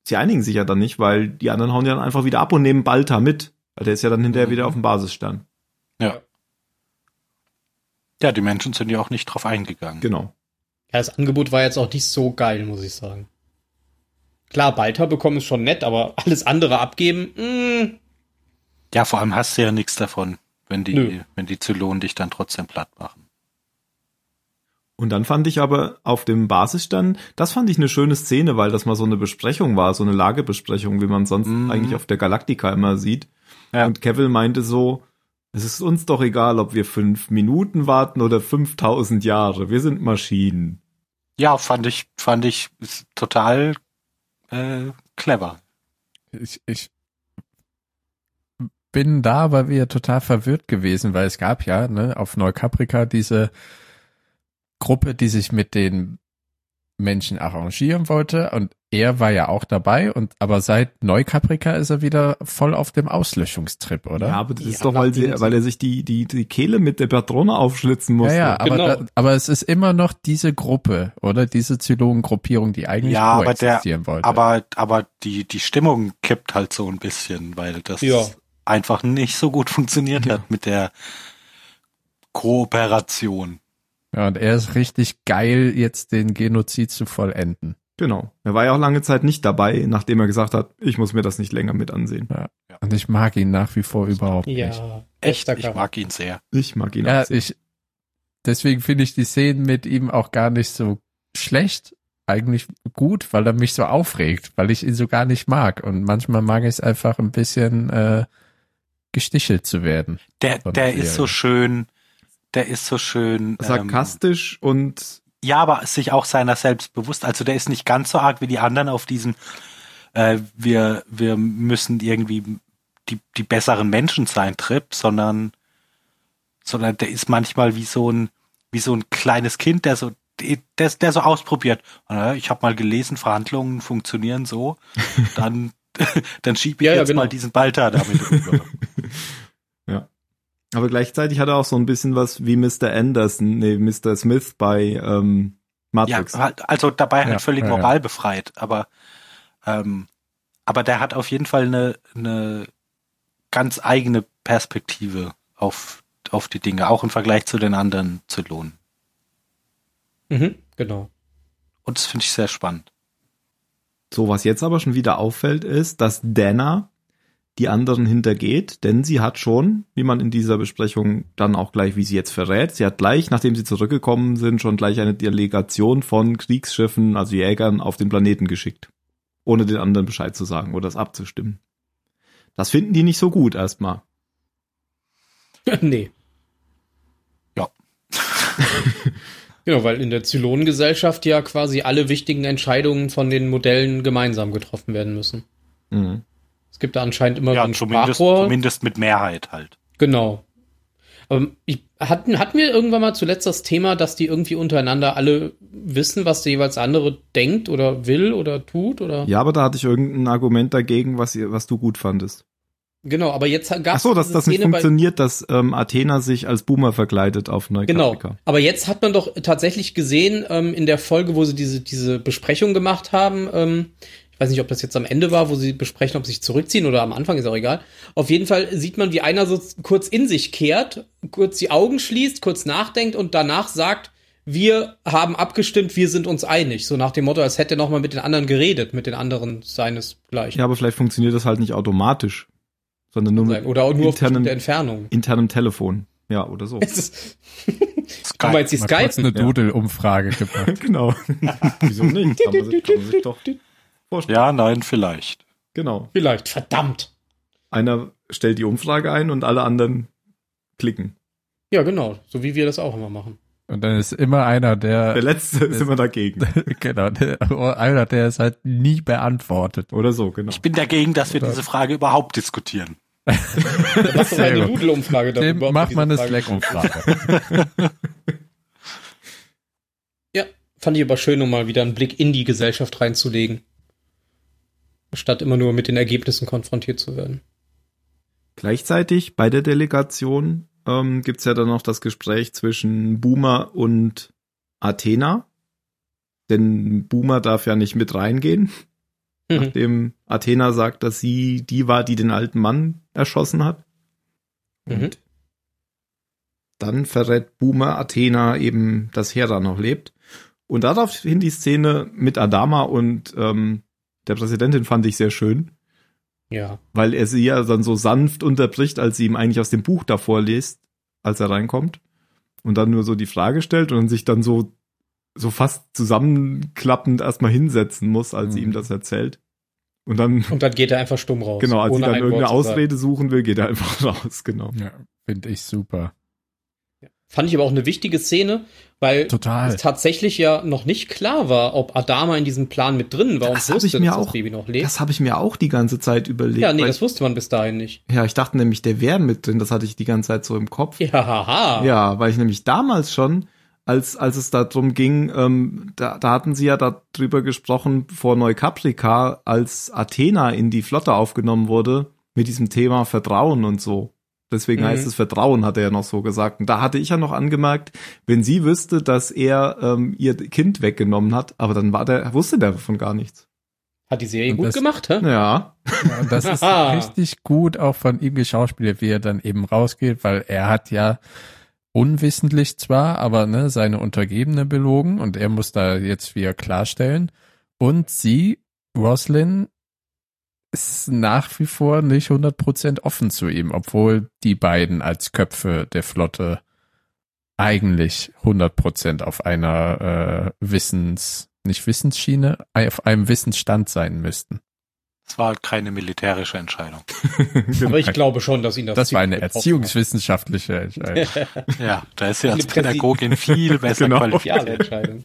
Speaker 4: Sie einigen sich ja dann nicht, weil die anderen hauen ja dann einfach wieder ab und nehmen Balta mit. Weil der ist ja dann hinterher wieder auf dem Basisstern.
Speaker 2: Ja, die Menschen sind ja auch nicht drauf eingegangen.
Speaker 4: Genau.
Speaker 3: Ja, das Angebot war jetzt auch nicht so geil, muss ich sagen. Klar, Balta bekommen ist schon nett, aber alles andere abgeben, mm, mh,
Speaker 2: Ja, vor allem hast du ja nichts davon, wenn die,
Speaker 3: Nö.
Speaker 2: wenn die Zylonen dich dann trotzdem platt machen.
Speaker 4: Und dann fand ich aber auf dem Basisstern, das fand ich eine schöne Szene, weil das mal so eine Besprechung war, so eine Lagebesprechung, wie man sonst
Speaker 2: Mhm.
Speaker 4: eigentlich auf der Galaktika immer sieht.
Speaker 2: Ja.
Speaker 4: Und Cavill meinte so, es ist uns doch egal, ob wir fünf Minuten warten oder 5000 Jahre. Wir sind Maschinen.
Speaker 2: Ja, fand ich, fand ich ist total äh, clever.
Speaker 9: ich, ich bin da, weil wir total verwirrt gewesen, weil es gab ja ne, auf Neukaprika diese Gruppe, die sich mit den Menschen arrangieren wollte und er war ja auch dabei und aber seit Neukaprika ist er wieder voll auf dem Auslöschungstrip, oder?
Speaker 4: Ja, aber das
Speaker 3: Ja,
Speaker 4: ist doch, weil,
Speaker 3: nachdem
Speaker 4: sie,
Speaker 3: sie-
Speaker 4: weil er sich die, die, die Kehle mit der Patrone aufschlitzen musste.
Speaker 9: ja, ja, aber,
Speaker 3: Genau.
Speaker 9: da, aber es ist immer noch diese Gruppe, oder? Diese Zylogengruppierung, die eigentlich
Speaker 2: Ja, aber der-
Speaker 9: koexistieren wollte.
Speaker 2: Aber, aber die, die Stimmung kippt halt so ein bisschen, weil das
Speaker 3: Ja.
Speaker 2: einfach nicht so gut funktioniert hat mit der Kooperation.
Speaker 9: ja, und er ist richtig geil, jetzt den Genozid zu vollenden.
Speaker 4: Genau. Er war ja auch lange Zeit nicht dabei, nachdem er gesagt hat, ich muss mir das nicht länger mit ansehen.
Speaker 9: Und ich mag ihn nach wie vor überhaupt nicht.
Speaker 3: ja.
Speaker 2: Echt,
Speaker 3: bester
Speaker 2: ich
Speaker 3: Charakter.
Speaker 2: mag ihn sehr.
Speaker 4: Ich mag ihn
Speaker 9: Ja,
Speaker 4: auch sehr.
Speaker 9: ich, deswegen finde ich die Szenen mit ihm auch gar nicht so schlecht. Eigentlich gut, weil er mich so aufregt, weil ich ihn so gar nicht mag. Und manchmal mag ich es einfach ein bisschen äh, gestichelt zu werden.
Speaker 2: Der,
Speaker 9: Von
Speaker 2: der
Speaker 9: der
Speaker 2: ist so
Speaker 9: Serie.
Speaker 2: schön, der ist so schön. Ähm,
Speaker 4: Sarkastisch und
Speaker 2: ja, aber sich auch seiner selbst bewusst. Also der ist nicht ganz so arg wie die anderen auf diesen, äh, wir, wir müssen irgendwie die, die besseren Menschen sein Trip, sondern, sondern der ist manchmal wie so ein, wie so ein kleines Kind, der so, der, der so ausprobiert. Äh, Ich habe mal gelesen, Verhandlungen funktionieren so, dann, dann schiebe ich
Speaker 3: Ja, ja,
Speaker 2: jetzt
Speaker 3: genau.
Speaker 2: mal diesen Balter damit rüber.
Speaker 4: Aber gleichzeitig hat er auch so ein bisschen was wie Mr. Anderson, nee, Mr. Smith bei ähm,
Speaker 2: Ja,
Speaker 4: Matrix.
Speaker 2: halt- also dabei halt
Speaker 9: Ja,
Speaker 2: völlig
Speaker 9: ja, ja.
Speaker 2: moral befreit, aber ähm, aber der hat auf jeden Fall eine, eine ganz eigene Perspektive auf auf die Dinge, auch im Vergleich zu den anderen zu lohnen.
Speaker 3: Mhm, genau.
Speaker 2: Und das finde ich sehr spannend.
Speaker 4: So, was jetzt aber schon wieder auffällt, ist, dass Dana die anderen hintergeht, denn sie hat schon, wie man in dieser Besprechung dann auch gleich, wie sie jetzt verrät, sie hat gleich, nachdem sie zurückgekommen sind, schon gleich eine Delegation von Kriegsschiffen, also Jägern, auf den Planeten geschickt. Ohne den anderen Bescheid zu sagen oder es abzustimmen. Das finden die nicht so gut erstmal.
Speaker 3: nee.
Speaker 2: Ja.
Speaker 3: Genau, weil in der Zylonengesellschaft ja quasi alle wichtigen Entscheidungen von den Modellen gemeinsam getroffen werden müssen.
Speaker 4: Mhm.
Speaker 3: Es gibt da anscheinend immer
Speaker 2: Ja,
Speaker 3: ein
Speaker 2: zumindest,
Speaker 3: Sprachrohr.
Speaker 2: zumindest mit Mehrheit halt.
Speaker 3: Genau. Aber ich, hatten, hatten wir irgendwann mal zuletzt das Thema, dass die irgendwie untereinander alle wissen, was der jeweils andere denkt oder will oder tut oder?
Speaker 4: Ja, aber da hatte ich irgendein Argument dagegen, was, ihr- was du gut fandest.
Speaker 3: Genau, aber jetzt gab
Speaker 4: Ach so, dass das nicht funktioniert, dass ähm, Athena sich als Boomer verkleidet auf
Speaker 3: Genau.
Speaker 4: Neukaprika.
Speaker 3: Aber jetzt hat man doch tatsächlich gesehen, ähm, in der Folge, wo sie diese, diese Besprechung gemacht haben, ähm, ich weiß nicht, ob das jetzt am Ende war, wo sie besprechen, ob sie sich zurückziehen oder am Anfang, ist auch egal. Auf jeden Fall sieht man, wie einer so kurz in sich kehrt, kurz die Augen schließt, kurz nachdenkt und danach sagt, wir haben abgestimmt, wir sind uns einig. So nach dem Motto, als hätte er nochmal mit den anderen geredet, mit den anderen seinesgleichen.
Speaker 4: Ja, aber vielleicht funktioniert das halt nicht automatisch, sondern nur mit
Speaker 3: Oder auch nur auf
Speaker 4: internem,
Speaker 3: bestimmte Entfernung.
Speaker 4: internem Telefon. Ja, oder so.
Speaker 3: Es ist, guck mal, jetzt die
Speaker 9: Mal kurz
Speaker 3: Skype.
Speaker 9: eine Doodle-Umfrage gemacht.
Speaker 4: genau.
Speaker 1: Wieso nicht? Kann man sich, kann man sich doch vorstellen.
Speaker 2: Ja, nein, vielleicht.
Speaker 4: Genau.
Speaker 3: Vielleicht, verdammt.
Speaker 4: Einer stellt die Umfrage ein und alle anderen klicken.
Speaker 3: Ja, genau. So wie wir das auch immer machen.
Speaker 9: Und dann ist immer einer,
Speaker 4: Der
Speaker 9: der,
Speaker 4: letzte ist immer dagegen.
Speaker 9: genau, der, einer, der es halt nie beantwortet.
Speaker 4: Oder so, genau.
Speaker 2: Ich bin dagegen, dass wir diese Frage überhaupt diskutieren.
Speaker 3: Mach doch mal eine
Speaker 9: Sehr gut.
Speaker 3: Doodle-Umfrage
Speaker 9: Dem
Speaker 3: darüber. ob
Speaker 9: macht
Speaker 3: diese
Speaker 9: man eine
Speaker 3: Frage-
Speaker 9: Slack-Umfrage.
Speaker 3: Ja, fand ich aber schön, um mal wieder einen Blick in die Gesellschaft reinzulegen. Statt immer nur mit den Ergebnissen konfrontiert zu werden.
Speaker 4: Gleichzeitig bei der Delegation ähm, gibt's ja dann noch das Gespräch zwischen Boomer und Athena. Denn Boomer darf ja nicht mit reingehen,
Speaker 3: Mhm.
Speaker 4: nachdem Athena sagt, dass sie die war, die den alten Mann erschossen hat.
Speaker 3: Mhm.
Speaker 4: Dann verrät Boomer Athena eben, dass Hera noch lebt. Und daraufhin die Szene mit Adama und ähm, der Präsidentin fand ich sehr schön.
Speaker 3: Ja.
Speaker 4: weil er sie ja dann so sanft unterbricht, als sie ihm eigentlich aus dem Buch davor liest, als er reinkommt und dann nur so die Frage stellt und sich dann so so fast zusammenklappend erstmal hinsetzen muss, als sie
Speaker 9: Mhm.
Speaker 4: ihm das erzählt. Und dann
Speaker 3: Und dann geht er einfach stumm raus.
Speaker 4: genau, als
Speaker 3: Also
Speaker 4: sie
Speaker 3: ohne
Speaker 4: dann
Speaker 3: ein Wort
Speaker 4: irgendeine
Speaker 3: zu sagen.
Speaker 4: Ausrede suchen will, geht er einfach raus, genau.
Speaker 9: ja, finde ich super.
Speaker 3: Fand ich aber auch eine wichtige Szene, weil
Speaker 9: Total.
Speaker 3: es tatsächlich ja noch nicht klar war, ob Adama in diesem Plan mit drin war und
Speaker 4: Das hab
Speaker 3: wusste,
Speaker 4: ich mir
Speaker 3: dass
Speaker 4: auch-
Speaker 3: das Baby noch lebt.
Speaker 4: Das habe ich mir auch die ganze Zeit überlegt.
Speaker 3: Ja, nee,
Speaker 4: weil-
Speaker 3: das wusste man bis dahin nicht.
Speaker 4: ja, ich dachte nämlich, der wäre mit drin, das hatte ich die ganze Zeit so im Kopf.
Speaker 3: Ja, haha.
Speaker 4: Ja, weil ich nämlich damals schon, als, als es darum ging, ähm, da, da hatten sie ja darüber gesprochen, vor Neukaprika, als Athena in die Flotte aufgenommen wurde, mit diesem Thema Vertrauen und so. Deswegen
Speaker 3: Mhm.
Speaker 4: heißt es Vertrauen, hat er ja noch so gesagt. Und da hatte ich ja noch angemerkt, wenn sie wüsste, dass er ähm, ihr Kind weggenommen hat, aber dann war der, wusste der davon gar nichts.
Speaker 3: Hat die Serie
Speaker 9: Und
Speaker 3: gut
Speaker 9: das-
Speaker 3: gemacht, hä?
Speaker 4: Ja,
Speaker 9: Ja, und das ist
Speaker 3: Aha.
Speaker 9: richtig gut auch von ihm geschauspielt, wie er dann eben rausgeht, weil er hat ja unwissentlich zwar, aber ne, seine Untergebene belogen und er muss da jetzt wieder klarstellen. Und sie, Roslyn, ist nach wie vor nicht 100% offen zu ihm, obwohl die beiden als Köpfe der Flotte eigentlich 100% auf einer äh, Wissens, nicht Wissensschiene, auf einem Wissensstand sein müssten.
Speaker 2: Es war halt keine militärische Entscheidung.
Speaker 3: Aber ich glaube schon, dass ihn das.
Speaker 9: Das war eine
Speaker 3: ziemlich getroffen
Speaker 9: erziehungswissenschaftliche Entscheidung.
Speaker 2: Ja, da ist sie
Speaker 3: Eine
Speaker 2: als
Speaker 3: Präsi-
Speaker 2: Pädagogin viel besser
Speaker 4: Genau.
Speaker 3: hat. Ja,
Speaker 2: qualifiziert.
Speaker 3: eine Entscheidung.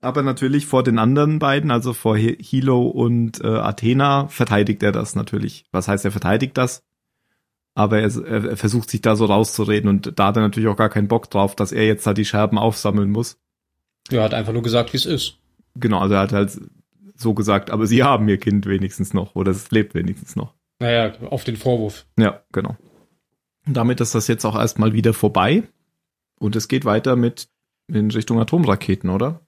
Speaker 4: aber natürlich vor den anderen beiden, also vor Hi- Hilo und äh, Athena, verteidigt er das natürlich. Was heißt, er verteidigt das? Aber er, er er versucht sich da so rauszureden und da hat er natürlich auch gar keinen Bock drauf, dass er jetzt da die Scherben aufsammeln muss.
Speaker 3: Er hat einfach nur gesagt, wie es ist.
Speaker 4: Genau, also er hat halt so gesagt, aber sie haben ihr Kind wenigstens noch oder es lebt wenigstens noch.
Speaker 3: Naja, auf den Vorwurf.
Speaker 4: Ja, genau. Und damit ist das jetzt auch erstmal wieder vorbei und es geht weiter mit in Richtung Atomraketen, oder?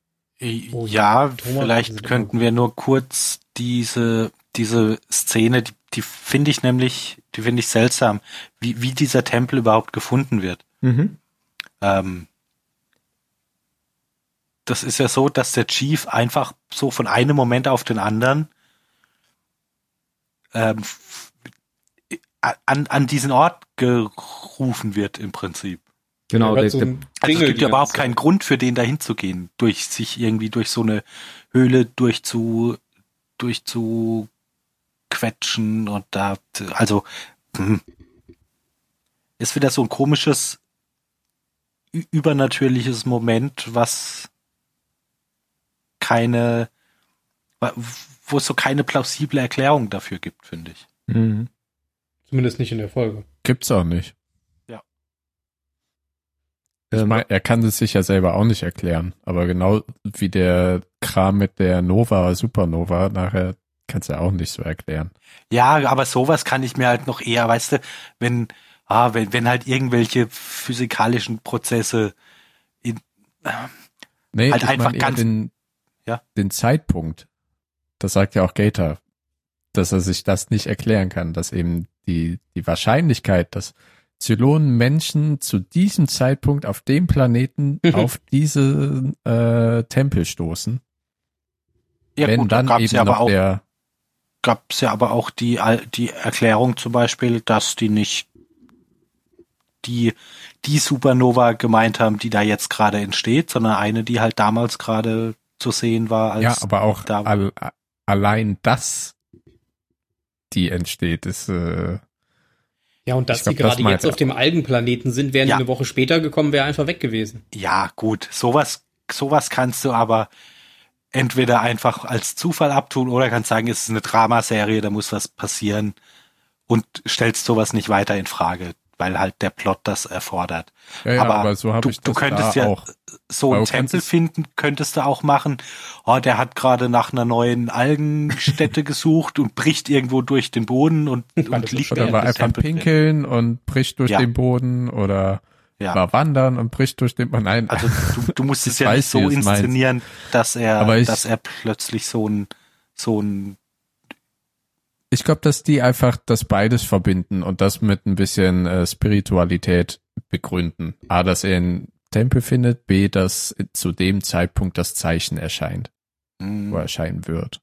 Speaker 3: Oh ja,
Speaker 2: ja,
Speaker 3: Tomaten sind
Speaker 2: vielleicht
Speaker 3: immer
Speaker 2: könnten
Speaker 3: gut.
Speaker 2: wir nur kurz diese, diese Szene, die, die finde ich nämlich, die finde ich seltsam, wie, wie dieser Tempel überhaupt gefunden wird.
Speaker 4: Mhm.
Speaker 2: Ähm, das ist ja so, dass der Chief einfach so von einem Moment auf den anderen ähm, f- an, an diesen Ort gerufen wird im Prinzip.
Speaker 4: Genau,
Speaker 3: Er
Speaker 4: der,
Speaker 3: hört so
Speaker 4: der,
Speaker 3: ein
Speaker 2: Also es
Speaker 3: Klingel
Speaker 2: gibt
Speaker 3: die
Speaker 2: ja überhaupt
Speaker 3: ganze Zeit.
Speaker 2: keinen Grund für den dahin zu gehen, durch sich irgendwie durch so eine Höhle durch zu, durch zu quetschen und da, also hm. ist wieder so ein komisches ü- übernatürliches Moment, was keine, wa- wo es so keine plausible Erklärung dafür gibt, finde ich.
Speaker 4: mhm.
Speaker 3: Zumindest nicht in der Folge.
Speaker 9: Gibt's auch nicht.
Speaker 2: Ja.
Speaker 9: Ich mein, er kann es sich ja selber auch nicht erklären, aber genau wie der Kram mit der Nova Supernova nachher kannst du ja auch nicht so erklären.
Speaker 2: Ja, aber sowas kann ich mir halt noch eher, weißt du, wenn, ah, wenn, wenn halt irgendwelche physikalischen Prozesse in,
Speaker 9: Nee,
Speaker 2: Halt
Speaker 9: ich mein
Speaker 2: einfach
Speaker 9: eher
Speaker 2: ganz-
Speaker 9: den,
Speaker 2: Ja.
Speaker 9: den Zeitpunkt. Das sagt ja auch Gator, dass er sich das nicht erklären kann, dass eben die, die Wahrscheinlichkeit, dass Zylonen Menschen zu diesem Zeitpunkt auf dem Planeten auf diese äh, Tempel stoßen.
Speaker 2: Ja,
Speaker 9: wenn
Speaker 2: gut, da
Speaker 9: dann
Speaker 2: gab's
Speaker 9: eben
Speaker 2: ja aber
Speaker 9: noch
Speaker 2: auch,
Speaker 9: der
Speaker 2: gab es ja aber auch die, Al- die Erklärung zum Beispiel, dass die nicht die, die Supernova gemeint haben, die da jetzt gerade entsteht, sondern eine, die halt damals gerade zu sehen war als
Speaker 9: ja, aber auch
Speaker 2: da-
Speaker 9: al allein das, die entsteht, ist äh,
Speaker 3: Ja, und
Speaker 9: Ich
Speaker 3: dass
Speaker 9: glaub,
Speaker 3: die gerade
Speaker 9: das meint
Speaker 3: jetzt
Speaker 9: er.
Speaker 3: auf dem Algenplaneten sind, wären
Speaker 2: Ja.
Speaker 3: die eine Woche später gekommen, wäre einfach weg gewesen.
Speaker 2: Ja, gut, sowas, sowas kannst du aber entweder einfach als Zufall abtun oder kannst sagen, es ist eine Dramaserie, da muss was passieren und stellst sowas nicht weiter in Frage, weil halt der Plot das erfordert.
Speaker 9: ja, ja,
Speaker 2: Aber
Speaker 9: aber, so
Speaker 2: du-
Speaker 9: habe ich
Speaker 2: du
Speaker 9: das
Speaker 2: könntest
Speaker 9: da
Speaker 2: ja-
Speaker 9: auch.
Speaker 2: So
Speaker 9: Aber
Speaker 2: einen
Speaker 9: du kannst
Speaker 2: Tempel
Speaker 9: es-
Speaker 2: finden könntest du auch machen. Oh, der hat gerade nach einer neuen Algenstätte gesucht und bricht irgendwo durch den Boden und, und
Speaker 3: Alles
Speaker 2: liegt
Speaker 9: Oder
Speaker 2: in
Speaker 9: war
Speaker 2: dem
Speaker 9: einfach
Speaker 2: Tempel drin.
Speaker 9: pinkeln und bricht durch
Speaker 2: Ja.
Speaker 9: den Boden oder
Speaker 2: Ja.
Speaker 9: war wandern und bricht durch den Boden. Nein,
Speaker 2: Also du, du musst
Speaker 9: Ich
Speaker 2: es ja nicht
Speaker 9: weiß, wie
Speaker 2: so
Speaker 9: du es meinst.
Speaker 2: inszenieren, dass er,
Speaker 9: Aber ich-
Speaker 2: dass er plötzlich so ein, so ein
Speaker 9: ich glaube, dass die einfach das beides verbinden und das mit ein bisschen äh, Spiritualität begründen. A, dass er einen Tempel findet, B, dass zu dem Zeitpunkt das Zeichen erscheint,
Speaker 2: Mm.
Speaker 9: wo er erscheinen wird.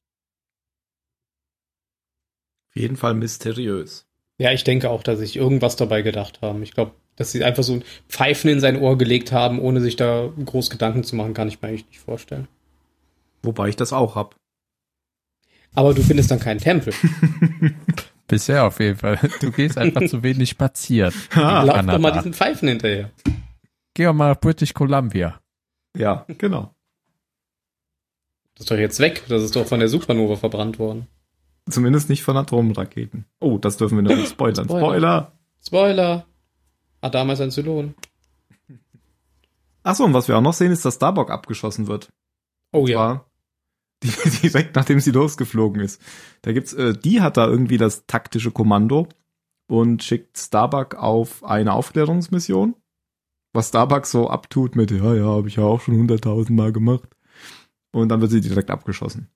Speaker 1: Auf jeden Fall mysteriös.
Speaker 3: Ja, ich denke auch, dass sich irgendwas dabei gedacht haben. Ich glaube, dass sie einfach so ein Pfeifen in sein Ohr gelegt haben, ohne sich da groß Gedanken zu machen, kann ich mir eigentlich nicht vorstellen.
Speaker 1: Wobei ich das auch hab.
Speaker 3: Aber du findest dann keinen Tempel.
Speaker 9: Bisher auf jeden Fall. Du gehst einfach zu wenig spazieren.
Speaker 3: Lauf doch mal
Speaker 9: Kanada.
Speaker 3: diesen Pfeifen hinterher.
Speaker 9: Geh doch mal nach British Columbia.
Speaker 4: Ja, genau.
Speaker 3: Das ist doch jetzt weg. Das ist doch von der Supernova verbrannt worden.
Speaker 4: Zumindest nicht von Atomraketen. Oh, das dürfen wir noch nicht spoilern.
Speaker 3: Spoiler.
Speaker 4: Spoiler!
Speaker 3: Spoiler. Adama ist ein Zylon.
Speaker 4: Achso, und was wir auch noch sehen, ist, dass Starbuck abgeschossen wird.
Speaker 3: Oh ja.
Speaker 4: War die, direkt nachdem sie losgeflogen ist. Da gibt's, äh, die hat da irgendwie das taktische Kommando und schickt Starbuck auf eine Aufklärungsmission. Was Starbuck so abtut mit, ja, ja, habe ich ja auch schon hunderttausend Mal gemacht. Und dann wird sie direkt abgeschossen.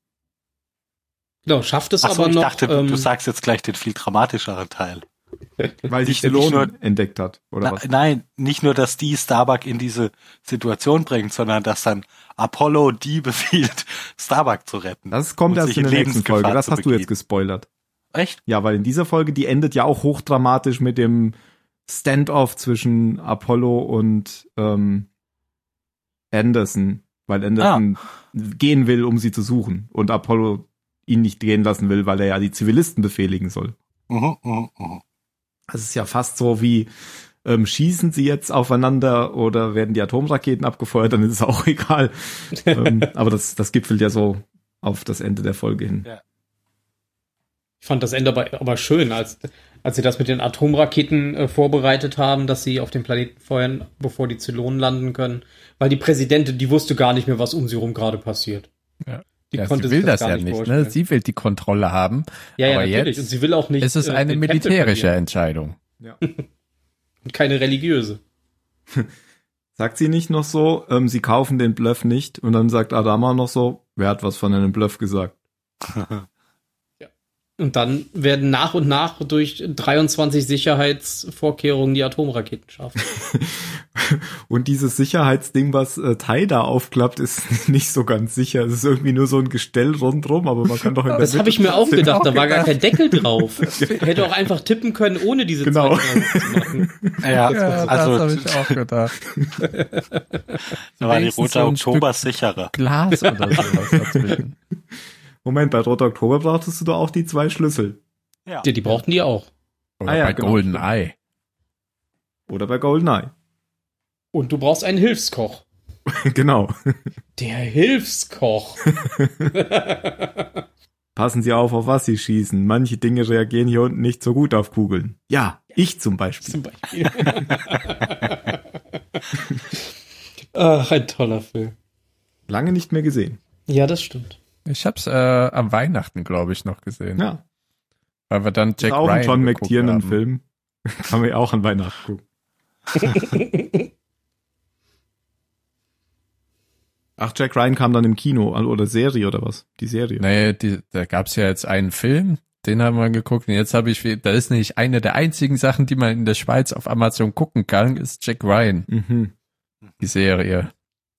Speaker 3: Genau, schafft es
Speaker 2: Achso,
Speaker 3: aber
Speaker 2: ich
Speaker 3: noch.
Speaker 2: dachte,
Speaker 3: ähm,
Speaker 2: du sagst jetzt gleich den viel dramatischeren Teil.
Speaker 4: Weil sie
Speaker 2: Nicht- nicht
Speaker 4: Stellonen entdeckt hat, oder
Speaker 2: Na,
Speaker 4: was?
Speaker 2: nein, nicht nur, dass die Starbuck in diese Situation bringt, sondern dass dann Apollo die befiehlt, Starbuck zu retten.
Speaker 4: Das kommt
Speaker 2: Und
Speaker 4: erst
Speaker 2: sich
Speaker 4: in
Speaker 2: in
Speaker 4: der nächsten
Speaker 2: Lebensgefahr
Speaker 4: Folge. Das
Speaker 2: zu
Speaker 4: hast du jetzt
Speaker 2: begeben.
Speaker 4: gespoilert.
Speaker 2: Echt?
Speaker 4: Ja, weil in dieser Folge, die endet ja auch hochdramatisch mit dem Standoff zwischen Apollo und ähm, Anderson, weil Anderson
Speaker 2: Ah.
Speaker 4: gehen will, um sie zu suchen und Apollo ihn nicht gehen lassen will, weil er ja die Zivilisten befehligen soll.
Speaker 2: Mhm, mhm, mhm.
Speaker 4: Das ist ja fast so wie ähm, schießen sie jetzt aufeinander oder werden die Atomraketen abgefeuert, dann ist es auch egal. ähm, aber das, das gipfelt ja so auf das Ende der Folge hin.
Speaker 3: Ich fand das Ende aber, aber schön, als, als sie das mit den Atomraketen äh, vorbereitet haben, dass sie auf den Planeten feuern, bevor die Zylonen landen können. Weil die Präsidentin, die wusste gar nicht mehr, was um sie rum gerade passiert.
Speaker 9: Ja.
Speaker 3: Die
Speaker 9: ja,
Speaker 3: konnte
Speaker 9: sie will
Speaker 3: sich das,
Speaker 9: das,
Speaker 3: gar
Speaker 9: ja
Speaker 3: nicht,
Speaker 9: nicht.
Speaker 3: vorstellen.
Speaker 9: Ne? Sie will die Kontrolle haben.
Speaker 3: ja, ja,
Speaker 9: aber
Speaker 3: natürlich. Und
Speaker 9: jetzt
Speaker 3: sie will auch nicht.
Speaker 9: es ist
Speaker 3: äh,
Speaker 9: eine
Speaker 3: den Tempel
Speaker 9: militärische
Speaker 3: verlieren.
Speaker 9: Entscheidung.
Speaker 3: Und keine religiöse.
Speaker 4: Sagt sie nicht noch so, ähm, sie kaufen den Bluff nicht? Und dann sagt Adama noch so, wer hat was von einem Bluff gesagt?
Speaker 3: Und dann werden nach und nach durch 23 Sicherheitsvorkehrungen die Atomraketen schaffen.
Speaker 4: Und dieses Sicherheitsding, was äh, Tai da aufklappt, ist nicht so ganz sicher. Es ist irgendwie nur so ein Gestell rundrum, aber man kann doch in der
Speaker 3: Das
Speaker 4: Mitte-
Speaker 3: habe ich mir auch
Speaker 4: den
Speaker 3: gedacht,
Speaker 4: auch
Speaker 3: da war gar kein Deckel drauf. Hätte auch einfach tippen können, ohne diese
Speaker 4: Genau.
Speaker 3: zwei Knöpfe zu machen.
Speaker 2: Ja,
Speaker 9: Ja, das
Speaker 2: also
Speaker 9: habe ich auch gedacht.
Speaker 2: da war die
Speaker 9: Wenigstens
Speaker 2: rote
Speaker 9: so ein
Speaker 2: Oktober sicherer.
Speaker 9: Glas oder sowas dazwischen.
Speaker 4: Moment, bei Roter Oktober brauchtest du doch auch die zwei Schlüssel.
Speaker 2: Ja.
Speaker 3: Die, die brauchten die auch.
Speaker 9: Oder
Speaker 4: Ah ja,
Speaker 9: bei
Speaker 4: genau.
Speaker 9: Golden Eye.
Speaker 4: Oder bei Goldeneye.
Speaker 3: Und du brauchst einen Hilfskoch.
Speaker 4: genau.
Speaker 3: Der Hilfskoch.
Speaker 4: Passen Sie auf, auf was Sie schießen. Manche Dinge reagieren hier unten nicht so gut auf Kugeln. Ja, ich zum Beispiel.
Speaker 3: Zum Beispiel. Ach, ein toller Film.
Speaker 4: Lange nicht mehr gesehen.
Speaker 3: Ja, das stimmt.
Speaker 9: Ich hab's äh, am Weihnachten, glaube ich, noch gesehen.
Speaker 4: Ja,
Speaker 9: Weil wir dann Jack
Speaker 4: auch
Speaker 9: Ryan
Speaker 4: ein John
Speaker 9: geguckt haben.
Speaker 4: McTiernan-Film. Kann man ja auch an Weihnachten gucken. Ach, Jack Ryan kam dann im Kino also- oder Serie oder was? Die Serie.
Speaker 9: Nee, die, da gab's ja jetzt einen Film, den haben wir geguckt. Und jetzt habe ich, da ist nicht eine der einzigen Sachen, die man in der Schweiz auf Amazon gucken kann, ist Jack Ryan,
Speaker 4: Mhm.
Speaker 9: die Serie.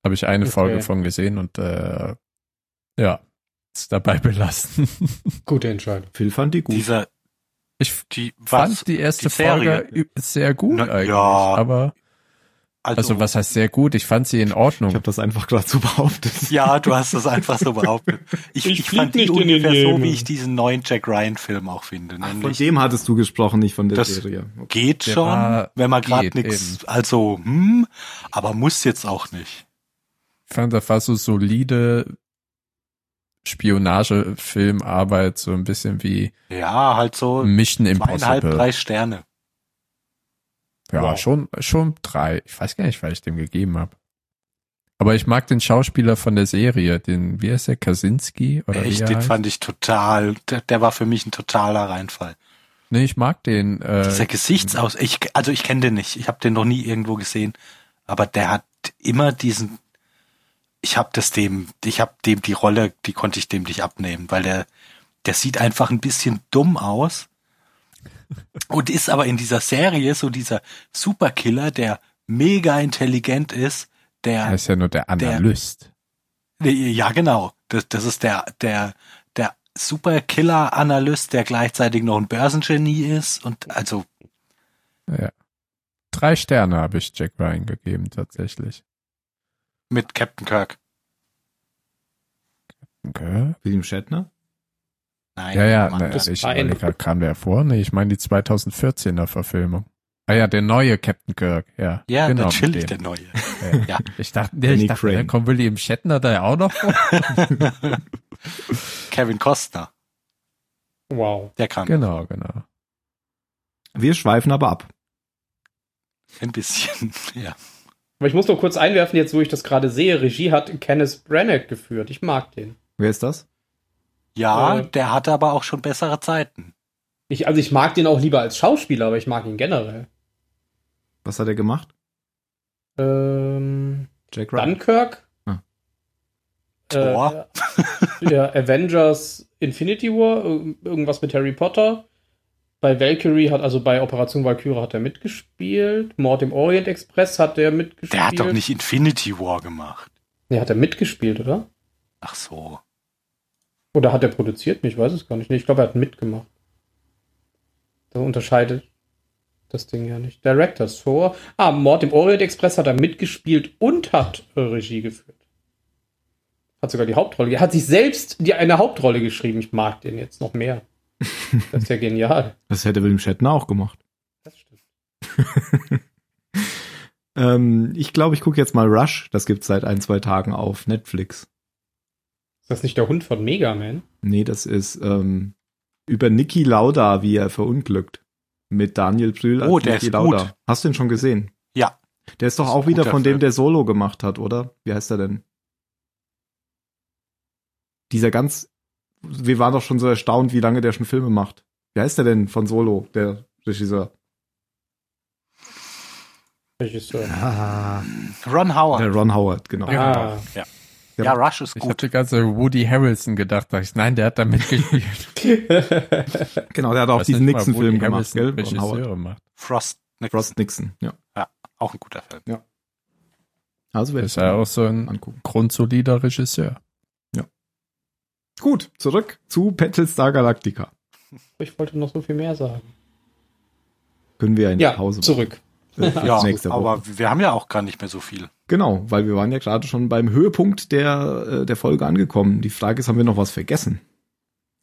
Speaker 9: Habe ich eine
Speaker 3: Okay.
Speaker 9: Folge von gesehen und äh, ja, ist dabei belassen.
Speaker 3: Gute Entscheidung.
Speaker 4: Phil fand die gut.
Speaker 2: Dieser,
Speaker 9: Ich
Speaker 2: die, was?
Speaker 9: fand die erste
Speaker 2: Die Serie?
Speaker 9: Folge ü- sehr gut
Speaker 2: Na,
Speaker 9: eigentlich.
Speaker 2: ja.
Speaker 9: Aber also was heißt sehr gut? Ich fand sie in Ordnung.
Speaker 4: ich habe das einfach gerade so behauptet.
Speaker 2: Ja, du hast das einfach so behauptet. Ich,
Speaker 3: Ich
Speaker 2: ich,
Speaker 3: flieg
Speaker 2: fand die
Speaker 3: nicht in den
Speaker 2: ungefähr so,
Speaker 3: Himmel.
Speaker 2: wie ich diesen neuen Jack Ryan-Film auch finde.
Speaker 4: Ach, von
Speaker 2: Nämlich,
Speaker 4: dem hattest du gesprochen, nicht von der
Speaker 2: Das-
Speaker 4: Serie. Okay.
Speaker 2: geht
Speaker 9: Der
Speaker 2: schon,
Speaker 9: war-
Speaker 2: wenn man gerade
Speaker 9: geht,
Speaker 2: nichts, also, hm, aber muss jetzt auch nicht.
Speaker 9: Ich fand, das war so solide Spionagefilmarbeit, so ein bisschen wie
Speaker 2: Ja, halt so
Speaker 9: Mission
Speaker 2: zweieinhalb,
Speaker 9: Impossible.
Speaker 2: drei Sterne.
Speaker 9: Ja,
Speaker 3: Wow.
Speaker 9: schon, schon drei. Ich weiß gar nicht, weil ich dem gegeben habe. Aber ich mag den Schauspieler von der Serie, den, wie heißt der, Kaczynski? Oder
Speaker 2: Echt,
Speaker 9: wie er
Speaker 2: den
Speaker 9: heißt?
Speaker 2: fand ich total, der, der war für mich ein totaler Reinfall.
Speaker 9: Nee, ich mag den. Äh,
Speaker 2: Dieser Gesichtsaus, ich, also ich kenne den nicht, ich habe den noch nie irgendwo gesehen, aber der hat immer diesen, ich habe das dem, ich habe dem die Rolle, die konnte ich dem nicht abnehmen, weil der, der sieht einfach ein bisschen dumm aus und ist aber in dieser Serie so dieser Superkiller, der mega intelligent ist, der
Speaker 9: er ist ja nur der Analyst.
Speaker 2: Nee, Ja, genau. Das, das ist der, der, der Superkiller-Analyst, der gleichzeitig noch ein Börsengenie ist und also
Speaker 9: Drei Sterne habe ich Jack Ryan gegeben, tatsächlich.
Speaker 2: mit Captain Kirk.
Speaker 9: Okay.
Speaker 4: William Shatner?
Speaker 2: Nein,
Speaker 9: Ja, ja,
Speaker 2: Mann.
Speaker 9: ne,
Speaker 3: das
Speaker 9: ich
Speaker 3: war ein-
Speaker 9: überleg grad, kam der vor? Nee, ich meine die 2014er Verfilmung. Ah ja, der neue Captain Kirk, ja.
Speaker 2: ja
Speaker 9: Genau, mit
Speaker 2: natürlich
Speaker 9: dem.
Speaker 2: der neue.
Speaker 9: Ja.
Speaker 2: Ja.
Speaker 9: Ich dachte, nee, ich
Speaker 4: Danny
Speaker 9: dachte,
Speaker 4: Crane.
Speaker 9: dann kommt William Shatner da ja auch noch vor.
Speaker 2: Kevin Costner,
Speaker 3: Wow.
Speaker 2: der kam
Speaker 9: genau, genau.
Speaker 4: Wir schweifen aber ab.
Speaker 2: ein bisschen. Ja.
Speaker 3: Aber ich muss nur kurz einwerfen, jetzt wo ich das gerade sehe, Regie hat Kenneth Branagh geführt. Ich mag den.
Speaker 4: Wer ist das?
Speaker 2: ja,
Speaker 3: Äh.
Speaker 2: der hatte aber auch schon bessere Zeiten.
Speaker 3: Ich, also ich mag den auch lieber als Schauspieler, aber ich mag ihn generell.
Speaker 4: Was hat er gemacht?
Speaker 3: Ähm,
Speaker 4: Jack Ryan.
Speaker 3: Dunkirk.
Speaker 4: Ah.
Speaker 2: Thor.
Speaker 3: Äh, ja, Avengers Infinity War, ir- irgendwas mit Harry Potter. Bei Valkyrie hat, also bei Operation Valkyrie hat er mitgespielt. Mord im Orient Express hat er mitgespielt.
Speaker 2: Der hat doch nicht Infinity War gemacht.
Speaker 3: Nee, hat er mitgespielt, oder?
Speaker 2: Ach so.
Speaker 3: Oder hat er produziert? Ich weiß es gar nicht. Nee, ich glaube, er hat mitgemacht. Da unterscheidet das Ding ja nicht. Directors vor. Ah, Mord im Orient Express hat er mitgespielt und hat äh, Regie geführt. Hat sogar die Hauptrolle. ge- Hat sich selbst die, eine Hauptrolle geschrieben. Ich mag den jetzt noch mehr. Das ist ja genial.
Speaker 4: Das hätte William Shatner auch gemacht.
Speaker 3: Das stimmt.
Speaker 4: Ähm, ich glaube, ich gucke jetzt mal Rush. Das gibt's seit ein, zwei Tagen auf Netflix.
Speaker 3: Ist das nicht der Hund von Mega Man?
Speaker 4: Nee, das ist ähm, über Niki Lauda, wie er verunglückt. Mit Daniel Brühl
Speaker 2: Oh, der ist gut.
Speaker 4: Hast du ihn schon gesehen?
Speaker 2: Ja.
Speaker 4: Der ist doch
Speaker 2: Das ist
Speaker 4: auch
Speaker 2: ein
Speaker 4: wieder
Speaker 2: guter
Speaker 4: von dem,
Speaker 2: Film.
Speaker 4: der Solo gemacht hat, oder? Wie heißt er denn? Dieser ganz. Wir waren doch schon so erstaunt, wie lange der schon Filme macht. Wie heißt der denn von Solo, der Regisseur?
Speaker 3: Regisseur.
Speaker 4: Ah,
Speaker 2: Ron Howard.
Speaker 4: der Ron Howard, genau.
Speaker 3: Ah,
Speaker 2: Ja, Rush ist
Speaker 9: genau. Ich habe
Speaker 2: gut.
Speaker 9: die ganze Woody Harrelson gedacht, dachte ich, nein, der hat da mitgespielt.
Speaker 3: Ah.
Speaker 4: Genau, der hat auch
Speaker 9: Weiß
Speaker 4: diesen
Speaker 9: nicht mal, Woody
Speaker 4: Nixon-Film
Speaker 9: Harrelson
Speaker 4: gemacht, gell? Ron Howard.
Speaker 9: Regisseure macht.
Speaker 2: Frost, Nixon,
Speaker 4: Frost Nixon, ja.
Speaker 2: auch ein guter Film.
Speaker 4: Also werde
Speaker 9: Das ist
Speaker 4: ich
Speaker 9: ja
Speaker 4: mir
Speaker 9: auch so ein
Speaker 4: angucken.
Speaker 9: grundsolider Regisseur.
Speaker 4: Gut, zurück zu Battlestar Galactica.
Speaker 3: ich wollte noch so viel mehr sagen.
Speaker 4: Können wir ja in der
Speaker 3: Ja,
Speaker 4: Pause
Speaker 3: zurück.
Speaker 4: machen. Äh,
Speaker 2: Ja,
Speaker 4: nächste Woche.
Speaker 2: aber wir haben ja auch gar nicht mehr so viel.
Speaker 4: Genau, weil wir waren ja gerade schon beim Höhepunkt der, äh, der Folge angekommen. Die Frage ist, haben wir noch was vergessen?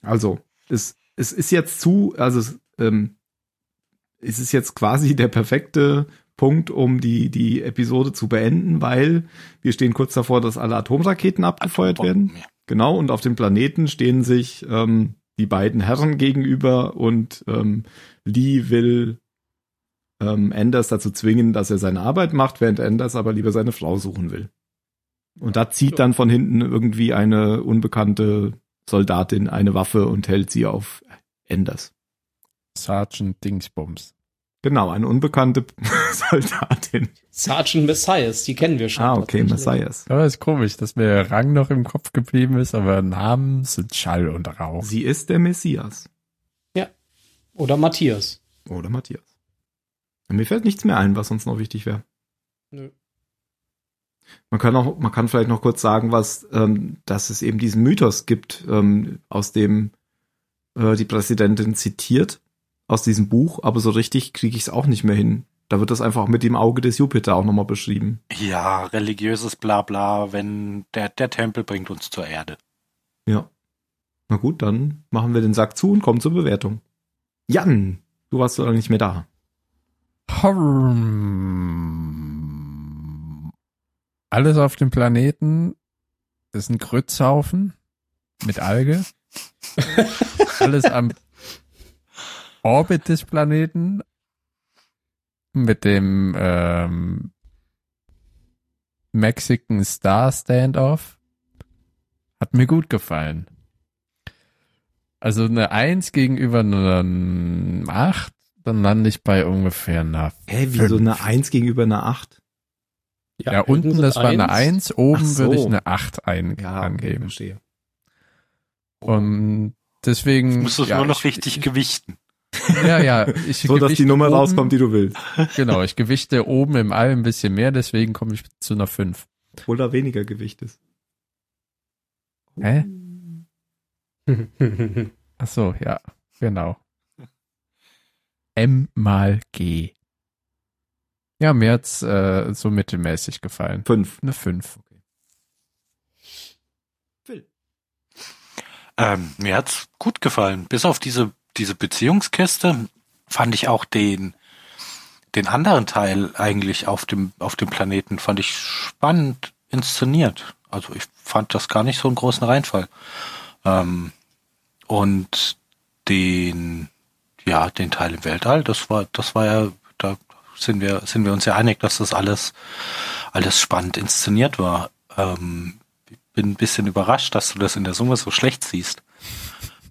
Speaker 4: Also, es, es ist jetzt zu, also es, ähm, es ist jetzt quasi der perfekte Punkt, um die, die Episode zu beenden, weil wir stehen kurz davor, dass alle Atomraketen abgefeuert werden. Genau, und auf dem Planeten stehen sich ähm, die beiden Herren gegenüber und ähm, Lee will ähm, Anders dazu zwingen, dass er seine Arbeit macht, während Anders aber lieber seine Frau suchen will. Und da zieht dann von hinten irgendwie eine unbekannte Soldatin eine Waffe und hält sie auf Anders.
Speaker 9: Sergeant Dingsbums.
Speaker 4: Genau, eine unbekannte Soldatin.
Speaker 3: Sergeant Messias, die kennen wir schon.
Speaker 4: Ah, okay,
Speaker 3: tatsächlich.
Speaker 4: Messias.
Speaker 9: Aber ist komisch, dass mir der Rang noch im Kopf geblieben ist, aber Namen sind Schall und Rauch.
Speaker 4: Sie ist der Messias.
Speaker 3: Oder Matthias.
Speaker 4: Oder Matthias. Mir fällt nichts mehr ein, was sonst noch wichtig wäre.
Speaker 3: Nö.
Speaker 4: Man kann auch, man kann vielleicht noch kurz sagen, was, ähm, dass es eben diesen Mythos gibt, ähm, aus dem äh, die Präsidentin zitiert, aus diesem Buch, aber so richtig kriege ich es auch nicht mehr hin. Da wird das einfach mit dem Auge des Jupiter auch nochmal beschrieben.
Speaker 2: Ja, religiöses Blabla, wenn der, der Tempel bringt uns zur Erde.
Speaker 4: Ja. Na gut, dann machen wir den Sack zu und kommen zur Bewertung. Jan, du warst so lange nicht mehr da.
Speaker 9: Horm. Alles auf dem Planeten ist ein Grützhaufen mit Alge. Alles am Orbit des Planeten mit dem ähm, Mexican Star Standoff hat mir gut gefallen. Also eine 1 gegenüber einer 8, dann lande ich bei ungefähr einer
Speaker 4: Hä, wie so
Speaker 9: Fünf.
Speaker 4: eine Eins gegenüber einer Acht?
Speaker 9: Ja, unten, das war eine 1, oben
Speaker 4: Ach so.
Speaker 9: würde ich eine 8 ein, angeben.
Speaker 4: verstehe.
Speaker 9: Und deswegen.
Speaker 2: Musst du es
Speaker 9: Hm, ja,
Speaker 2: nur noch
Speaker 9: ich,
Speaker 2: richtig
Speaker 9: Ich,
Speaker 2: gewichten.
Speaker 9: ja, ja. Ich
Speaker 4: So, dass
Speaker 9: gewichte
Speaker 4: die Nummer
Speaker 9: oben,
Speaker 4: rauskommt, die du willst.
Speaker 9: Genau, ich gewichte oben im All ein bisschen mehr, deswegen komme ich zu einer 5.
Speaker 4: Obwohl da weniger Gewicht ist.
Speaker 9: Hä?
Speaker 3: Hm.
Speaker 9: Ach so, ja, genau. M mal G. Ja, mir hat's äh, so mittelmäßig gefallen.
Speaker 4: Fünf.
Speaker 9: Eine 5.
Speaker 2: Ähm, mir hat's gut gefallen. Bis auf diese, diese Beziehungskiste fand ich auch den, den anderen Teil eigentlich auf dem, auf dem Planeten fand ich spannend inszeniert. Also ich fand das gar nicht so einen großen Reinfall. Ähm, und den, ja, den Teil im Weltall, das war, das war ja, da sind wir, sind wir uns ja einig, dass das alles, alles spannend inszeniert war. Ähm, bin ein bisschen überrascht, dass du das in der Summe so schlecht siehst.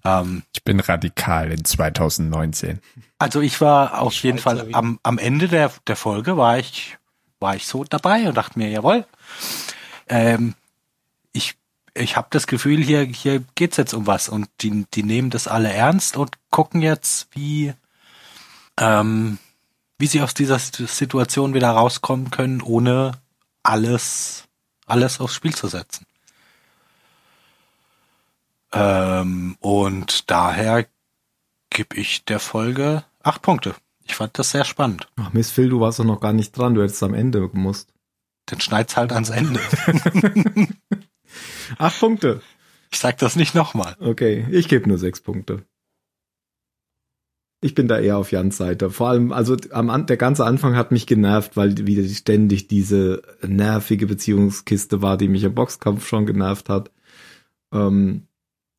Speaker 2: Ähm,
Speaker 9: Ich bin radikal in 2019.
Speaker 2: also ich war auf jeden
Speaker 3: Schweizer
Speaker 2: Fall
Speaker 3: Wien.
Speaker 2: am, am Ende der, der Folge war ich, war ich so dabei und dachte mir, jawohl, ähm, ich, ich habe das Gefühl, hier, hier geht's jetzt um was und die, die nehmen das alle ernst und gucken jetzt, wie, ähm, wie sie aus dieser S- Situation wieder rauskommen können, ohne alles, alles aufs Spiel zu setzen. Ähm, und daher gebe ich der Folge acht Punkte. Ich fand das sehr spannend.
Speaker 4: Ach, Miss Phil, du warst doch noch gar nicht dran. Du hättest am Ende gemusst.
Speaker 2: Dann schneid's halt ans Ende.
Speaker 4: Acht Punkte.
Speaker 2: Ich sag das nicht nochmal.
Speaker 4: Okay, ich gebe nur sechs Punkte. Ich bin da eher auf Jans Seite. Vor allem, also am, An- der ganze Anfang hat mich genervt, weil wieder ständig diese nervige Beziehungskiste war, die mich im Boxkampf schon genervt hat. Ähm,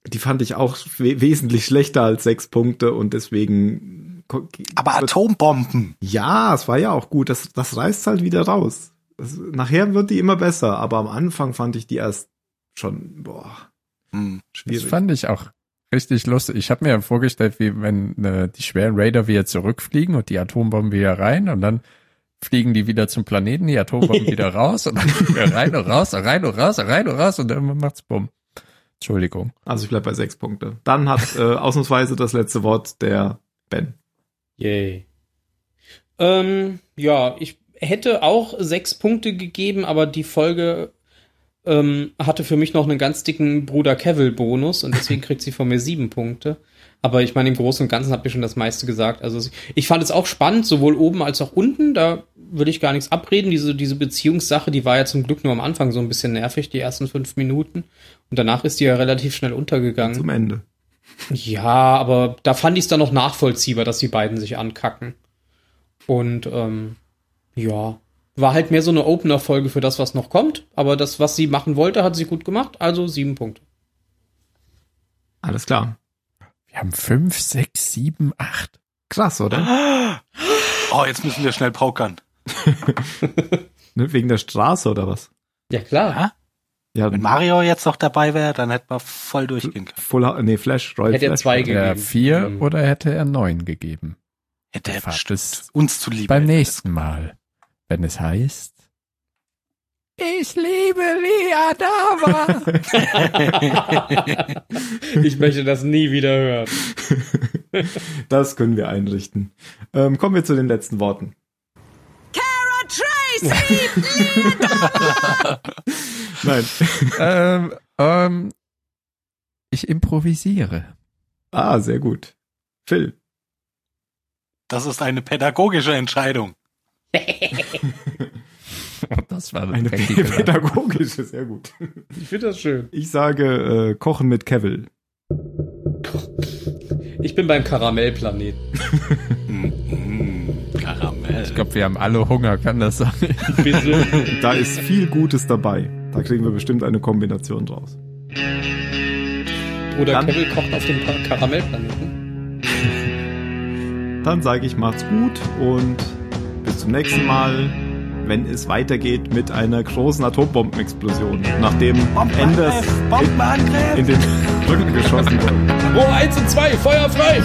Speaker 4: die fand ich auch we wesentlich schlechter als sechs Punkte und deswegen. ko-
Speaker 2: Aber Atombomben.
Speaker 4: Ja, es war ja auch gut. Das, das reißt halt wieder raus. Das, nachher wird die immer besser, aber am Anfang fand ich die erst schon, boah,
Speaker 2: Hm.
Speaker 9: Das
Speaker 4: schwierig.
Speaker 9: fand ich auch richtig lustig. Ich habe mir vorgestellt, wie wenn äh, die schweren Raider wieder zurückfliegen und die Atombomben wieder rein und dann fliegen die wieder zum Planeten, die Atombomben wieder raus und dann wieder rein und raus und rein und raus und rein und raus und dann macht's bumm. Entschuldigung.
Speaker 4: Also ich bleib bei sechs Punkte. Dann hat äh, ausnahmsweise das letzte Wort der
Speaker 3: Hm?
Speaker 4: Ben.
Speaker 3: Yay. Ähm, ja, ich hätte auch sechs Punkte gegeben, aber die Folge ähm, hatte für mich noch einen ganz dicken Bruder Cavill-Bonus und deswegen kriegt sie von mir sieben Punkte. Aber ich meine, im Großen und Ganzen habt ihr schon das meiste gesagt. Also es- ich fand es auch spannend, sowohl oben als auch unten. Da würde ich gar nichts abreden. Diese, diese Beziehungssache, die war ja zum Glück nur am Anfang so ein bisschen nervig, die ersten fünf Minuten. Und danach ist die ja relativ schnell untergegangen.
Speaker 4: Zum Ende.
Speaker 3: Ja, aber da fand ich es dann noch nachvollziehbar, dass die beiden sich ankacken. Und ähm, ja, war halt mehr so eine Opener-Folge für das, was noch kommt. Aber das, was sie machen wollte, hat sie gut gemacht. Also sieben Punkte.
Speaker 4: Alles klar.
Speaker 9: Wir haben fünf, sechs, sieben, acht.
Speaker 4: Krass,
Speaker 3: Ah.
Speaker 4: oder?
Speaker 2: Oh, jetzt müssen wir schnell pokern.
Speaker 4: Ne, wegen der Straße oder was?
Speaker 3: Ja, klar.
Speaker 9: Ähm,
Speaker 4: Ja,
Speaker 2: Wenn Mario jetzt noch dabei wäre, dann hätten wir voll durchgehen können.
Speaker 4: Full House, nee, Flash, Roy
Speaker 3: Hätte er
Speaker 4: Flash.
Speaker 3: zwei
Speaker 9: Hätte er
Speaker 3: gegeben.
Speaker 9: Äh, vier
Speaker 3: Mhm.
Speaker 9: oder hätte er neun gegeben?
Speaker 2: Hätte er
Speaker 9: Erfahrt
Speaker 2: bestimmt
Speaker 9: es
Speaker 2: uns zuliebe.
Speaker 9: beim
Speaker 2: hätte er das
Speaker 9: nächsten Mal, wenn es heißt Ich liebe Liadava.
Speaker 3: Ich möchte das nie wieder hören.
Speaker 4: Das können wir einrichten. Ähm, kommen wir zu den letzten Worten.
Speaker 6: Kara Tracy!
Speaker 4: Nein.
Speaker 9: ähm, ähm, ich improvisiere.
Speaker 4: ah, sehr gut. Phil.
Speaker 2: Das ist eine pädagogische Entscheidung.
Speaker 9: Das war
Speaker 4: Eine pädagogische, sehr gut.
Speaker 3: Ich finde das schön.
Speaker 4: Ich sage äh, Kochen mit Kevil.
Speaker 3: Ich bin beim Karamellplanet.
Speaker 2: Mhm.
Speaker 9: Ich
Speaker 2: Karamell.
Speaker 9: glaube, wir haben alle Hunger, kann das sein?
Speaker 3: Bisschen.
Speaker 4: Da ist viel Gutes dabei. Da kriegen wir bestimmt eine Kombination draus.
Speaker 3: Oder
Speaker 4: Dann-
Speaker 3: Kevin kocht auf dem Kar- Karamellplaneten.
Speaker 4: Dann sage ich, macht's gut und bis zum nächsten Mal, wenn es weitergeht mit einer großen Atombombenexplosion, nachdem Enders in, in den Rücken geschossen wurde.
Speaker 3: Rohr 1 und 2, Feuer frei!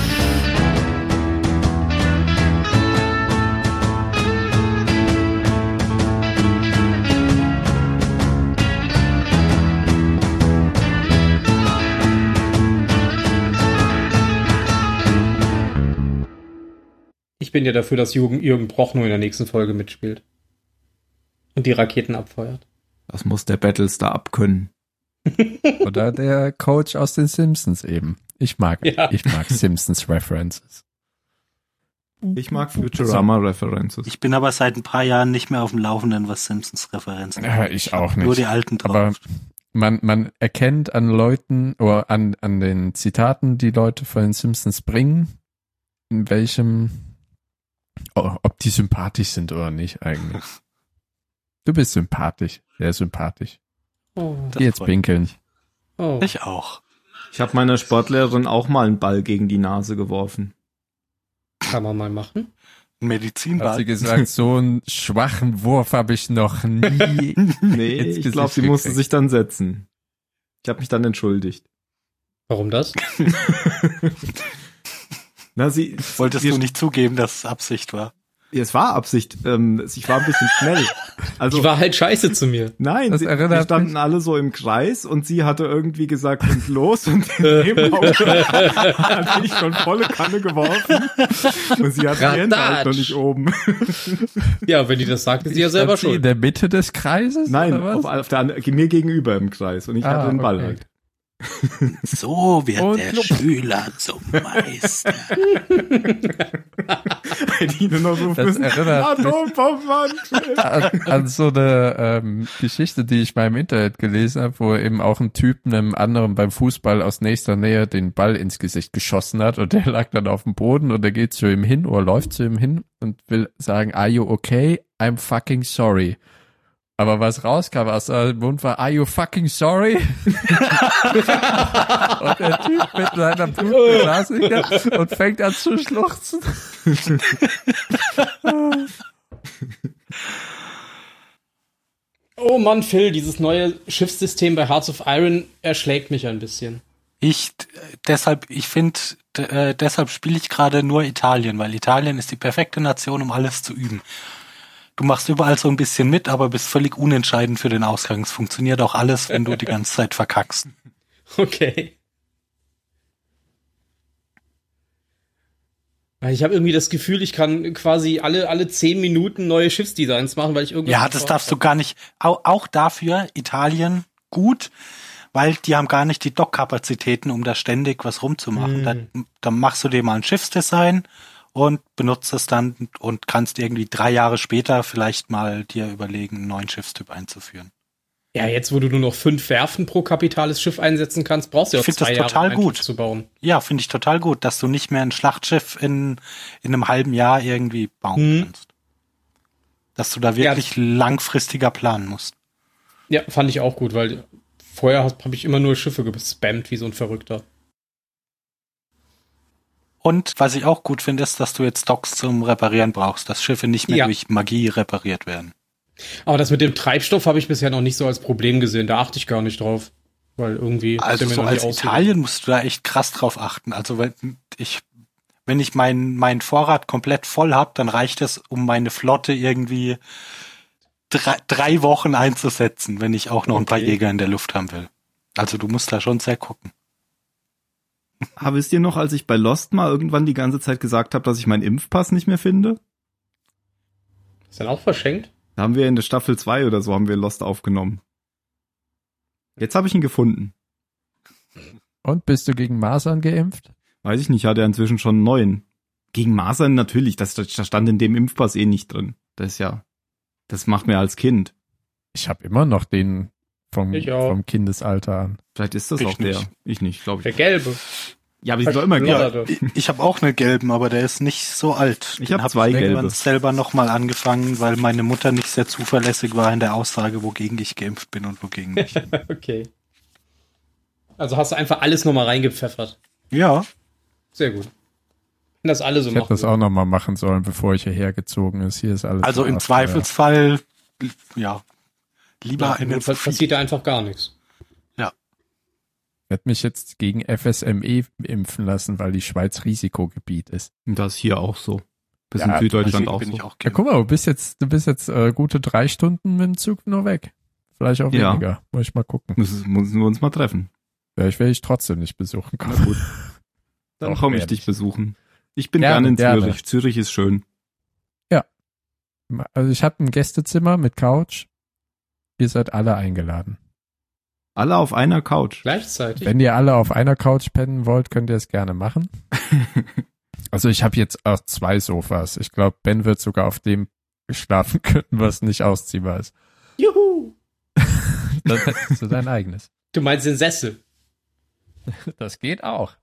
Speaker 3: Ich bin ja dafür, dass Jürgen, Jürgen Prochnow in der nächsten Folge mitspielt. Und die Raketen abfeuert.
Speaker 4: Das muss der Battlestar abkönnen.
Speaker 9: Oder der Coach aus den Simpsons eben. Ich mag,
Speaker 3: Ja.
Speaker 9: ich mag Simpsons References.
Speaker 4: Ich mag Futurama-References.
Speaker 2: Ich bin aber seit ein paar Jahren nicht mehr auf dem Laufenden, was Simpsons Referenzen
Speaker 9: Ja, ich
Speaker 2: hab
Speaker 9: auch
Speaker 2: Nur
Speaker 9: nicht.
Speaker 2: die alten drauf.
Speaker 9: Aber man, man erkennt an Leuten oder an, an den Zitaten, die Leute von den Simpsons bringen, in welchem, oh, ob die sympathisch sind oder nicht eigentlich. Du bist sympathisch, sehr sympathisch.
Speaker 3: Oh,
Speaker 2: Das
Speaker 9: Geh jetzt
Speaker 2: freut
Speaker 9: pinkeln.
Speaker 3: oh.
Speaker 2: mich auch.
Speaker 4: Ich habe meiner Sportlehrerin auch mal einen Ball gegen die Nase geworfen.
Speaker 3: Kann man mal machen.
Speaker 2: Ein
Speaker 9: Hat sie
Speaker 2: Medizinbad.
Speaker 9: gesagt, so einen schwachen Wurf habe ich noch nie.
Speaker 4: Nee,
Speaker 9: Ins
Speaker 4: ich
Speaker 9: Gesicht
Speaker 4: glaube, sie musste
Speaker 9: gekriegt.
Speaker 4: sich dann setzen. Ich habe mich dann entschuldigt.
Speaker 3: Warum das?
Speaker 4: Na, sie,
Speaker 2: Wolltest
Speaker 4: wir-
Speaker 2: du nicht zugeben, dass es Absicht war?
Speaker 4: Es war Absicht. Ähm, ich war ein bisschen schnell. Also
Speaker 3: Die war halt scheiße zu mir.
Speaker 4: Nein,
Speaker 9: Das
Speaker 4: sie,
Speaker 9: erinnert
Speaker 4: wir
Speaker 9: mich-
Speaker 4: standen alle so im Kreis und sie hatte irgendwie gesagt, und los und
Speaker 9: Äh.
Speaker 4: in dem Augenblick hat mich schon volle Kanne geworfen und sie hat die Hände halt noch
Speaker 3: Radatsch.
Speaker 4: nicht oben.
Speaker 3: Ja, wenn die das sagt, ist sie ja selber
Speaker 9: Stand sie In
Speaker 3: schuld.
Speaker 9: der Mitte des Kreises?
Speaker 4: Nein,
Speaker 9: oder was? Ah,
Speaker 4: auf, auf der, an- mir gegenüber im Kreis und ich hatte den Ball
Speaker 9: okay.
Speaker 4: halt.
Speaker 2: So wird
Speaker 9: Und
Speaker 2: der
Speaker 9: klopf.
Speaker 2: Schüler zum Meister.
Speaker 4: Hätte ich nur noch rufen
Speaker 9: Das
Speaker 4: müssen.
Speaker 9: erinnert mich
Speaker 4: Atombombenangriff.
Speaker 9: an, an so eine ähm, Geschichte, die ich mal im Internet gelesen habe, wo eben auch ein Typ einem anderen beim Fußball aus nächster Nähe den Ball ins Gesicht geschossen hat und der lag dann auf dem Boden und er geht zu ihm hin oder läuft zu ihm hin und will sagen, are you okay? I'm fucking sorry. Aber was rauskam aus seinem Mund war, are you fucking sorry? und der Typ mit seiner blutigen Nase und fängt an zu schluchzen.
Speaker 3: Oh Mann, Phil, dieses neue Schiffssystem bei Hearts of Iron erschlägt mich ein bisschen.
Speaker 2: Ich äh, deshalb, ich finde, äh, deshalb spiele ich gerade nur Italien, weil Italien ist die perfekte Nation, um alles zu üben. Du machst überall so ein bisschen mit, aber bist völlig unentscheidend für den Ausgang. Es funktioniert auch alles, wenn du die ganze Zeit verkackst.
Speaker 3: Okay. Weil Ich habe irgendwie das Gefühl, ich kann quasi alle, alle zehn Minuten neue Schiffsdesigns machen, weil ich irgendwas.
Speaker 2: Ja, das darfst du gar nicht. Auch, auch dafür Italien gut, weil die haben gar nicht die Dockkapazitäten, um da ständig was rumzumachen.
Speaker 3: Hm.
Speaker 2: Dann, dann machst du dir mal ein Schiffsdesign und benutzt es dann und kannst irgendwie drei Jahre später vielleicht mal dir überlegen, einen neuen Schiffstyp einzuführen.
Speaker 3: Ja, jetzt, wo du nur noch fünf Werfen pro kapitales Schiff einsetzen kannst, brauchst du ja
Speaker 2: Ich
Speaker 3: auch
Speaker 2: find
Speaker 3: zwei
Speaker 2: das
Speaker 3: Jahre,
Speaker 2: total
Speaker 3: um ein Schiff
Speaker 2: gut.
Speaker 3: zu bauen.
Speaker 2: Ja, finde ich total gut, dass du nicht mehr ein Schlachtschiff in, in einem halben Jahr irgendwie bauen
Speaker 3: Hm.
Speaker 2: kannst. Dass du da
Speaker 3: Ja,
Speaker 2: wirklich langfristiger planen musst.
Speaker 3: Ja, fand ich auch gut, weil vorher habe ich immer nur Schiffe gespammt wie so ein Verrückter.
Speaker 2: Und was ich auch gut finde, ist, dass du jetzt Docks zum Reparieren brauchst, dass Schiffe nicht mehr
Speaker 3: Ja.
Speaker 2: durch Magie repariert werden.
Speaker 3: Aber das mit dem Treibstoff habe ich bisher noch nicht so als Problem gesehen. Da achte ich gar nicht drauf. Weil irgendwie. hat
Speaker 2: Also
Speaker 3: der mir
Speaker 2: so
Speaker 3: noch nicht
Speaker 2: als
Speaker 3: ausgedacht.
Speaker 2: Italien musst du da echt krass drauf achten. Also wenn ich wenn ich meinen meinen Vorrat komplett voll habe, dann reicht es, um meine Flotte irgendwie drei, drei Wochen einzusetzen, wenn ich auch noch ein paar
Speaker 3: Okay.
Speaker 2: Jäger in der Luft haben will. Also du musst da schon sehr gucken.
Speaker 4: Aber wisst ihr noch, als ich bei Lost mal irgendwann die ganze Zeit gesagt habe, dass ich meinen Impfpass nicht mehr finde?
Speaker 3: Ist dann auch verschenkt?
Speaker 4: Da haben wir in der Staffel 2 oder so haben wir Lost aufgenommen. Jetzt habe ich ihn gefunden.
Speaker 9: Und bist du gegen Masern geimpft?
Speaker 4: Weiß ich nicht, hat er inzwischen schon einen neuen. Gegen Masern natürlich, das, das stand in dem Impfpass eh nicht drin. Das ist ja, das macht mir als Kind.
Speaker 9: Ich habe immer noch den vom,
Speaker 3: Ich auch. Also
Speaker 9: vom Kindesalter an.
Speaker 4: Vielleicht ist das
Speaker 2: Ich
Speaker 4: auch der.
Speaker 2: nicht.
Speaker 4: Ich nicht, glaube
Speaker 3: Der
Speaker 4: ich.
Speaker 3: gelbe.
Speaker 4: Ja, aber die sind doch immer
Speaker 3: Ja,
Speaker 4: gelb.
Speaker 3: da-
Speaker 2: Ich, ich habe auch einen gelben, aber der ist nicht so alt.
Speaker 4: Ich
Speaker 2: Den
Speaker 4: hab zwei
Speaker 2: irgendwann
Speaker 4: gelbe.
Speaker 2: selber nochmal angefangen, weil meine Mutter nicht sehr zuverlässig war in der Aussage, wogegen ich geimpft bin und wogegen nicht.
Speaker 3: Okay. Also hast du einfach alles nochmal reingepfeffert.
Speaker 2: ja,
Speaker 3: Sehr gut. Wenn das alle so
Speaker 9: Ich hätte
Speaker 3: machen.
Speaker 9: das auch nochmal machen sollen, bevor ich hierher gezogen ist. Hier ist alles.
Speaker 2: also im
Speaker 9: verarscht,
Speaker 2: Zweifelsfall, ja, lieber
Speaker 3: würden.
Speaker 2: eine
Speaker 3: Im
Speaker 2: zu
Speaker 3: Notfall
Speaker 2: viel.
Speaker 3: passiert da einfach gar nichts.
Speaker 9: ja. Ich hätte mich jetzt gegen FSME E impfen lassen, weil die Schweiz Risikogebiet ist.
Speaker 4: Das ist hier auch so. Bis
Speaker 9: Ja,
Speaker 4: in Süddeutschland
Speaker 2: Deswegen
Speaker 4: auch
Speaker 2: bin
Speaker 4: so.
Speaker 2: ich auch
Speaker 9: Ja,
Speaker 2: geimpft.
Speaker 9: guck mal, du bist jetzt, du bist jetzt äh, gute drei Stunden mit dem Zug nur weg. Vielleicht auch
Speaker 4: Ja.
Speaker 9: weniger. Muss ich mal gucken.
Speaker 4: Müssen, müssen wir uns mal treffen.
Speaker 9: Vielleicht werde ich trotzdem nicht besuchen
Speaker 4: Na
Speaker 9: kommen.
Speaker 4: gut. Dann
Speaker 9: Doch,
Speaker 4: komme ich
Speaker 9: werde
Speaker 4: dich besuchen. Ich bin
Speaker 9: Gerne,
Speaker 4: gerne, in
Speaker 9: gerne.
Speaker 4: Zürich. Zürich ist schön.
Speaker 9: Also ich habe ein Gästezimmer mit Couch. Ihr seid alle eingeladen.
Speaker 4: Alle auf einer Couch.
Speaker 3: Gleichzeitig.
Speaker 9: Wenn ihr alle auf einer Couch pennen wollt, könnt ihr es gerne machen. Also ich habe jetzt auch zwei Sofas. Ich glaube, Ben wird sogar auf dem schlafen können, was nicht ausziehbar ist.
Speaker 3: Juhu!
Speaker 9: Dann hättest du dein eigenes.
Speaker 3: Du meinst den Sessel.
Speaker 9: Das geht auch.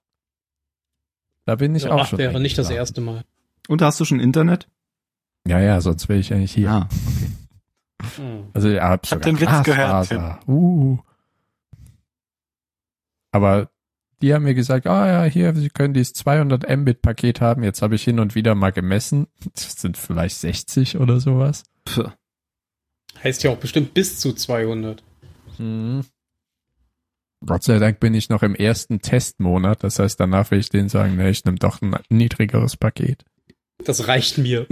Speaker 9: Da bin ich
Speaker 3: Ja,
Speaker 9: auch
Speaker 3: ach,
Speaker 9: schon.
Speaker 3: wäre nicht das
Speaker 9: eingeschlafen.
Speaker 3: erste Mal.
Speaker 4: Und hast du schon Internet?
Speaker 9: Ja, ja, sonst wäre ich eigentlich hier.
Speaker 4: Ja.
Speaker 3: Hm.
Speaker 9: Also ja, hab
Speaker 2: Ich hab
Speaker 9: sogar
Speaker 2: den Witz
Speaker 9: Glasfaser.
Speaker 2: gehört,
Speaker 9: Uh. Aber die haben mir gesagt, ah ja, hier, sie können dieses 200 Mbit Paket haben. Jetzt habe ich hin und wieder mal gemessen. Das sind vielleicht 60 oder sowas.
Speaker 4: Pff.
Speaker 3: Heißt ja auch bestimmt bis zu 200.
Speaker 2: Mhm.
Speaker 9: Gott sei Dank bin ich noch im ersten Testmonat. Das heißt, danach will ich denen sagen, nee, ich nehme doch ein niedrigeres Paket.
Speaker 3: Das reicht mir.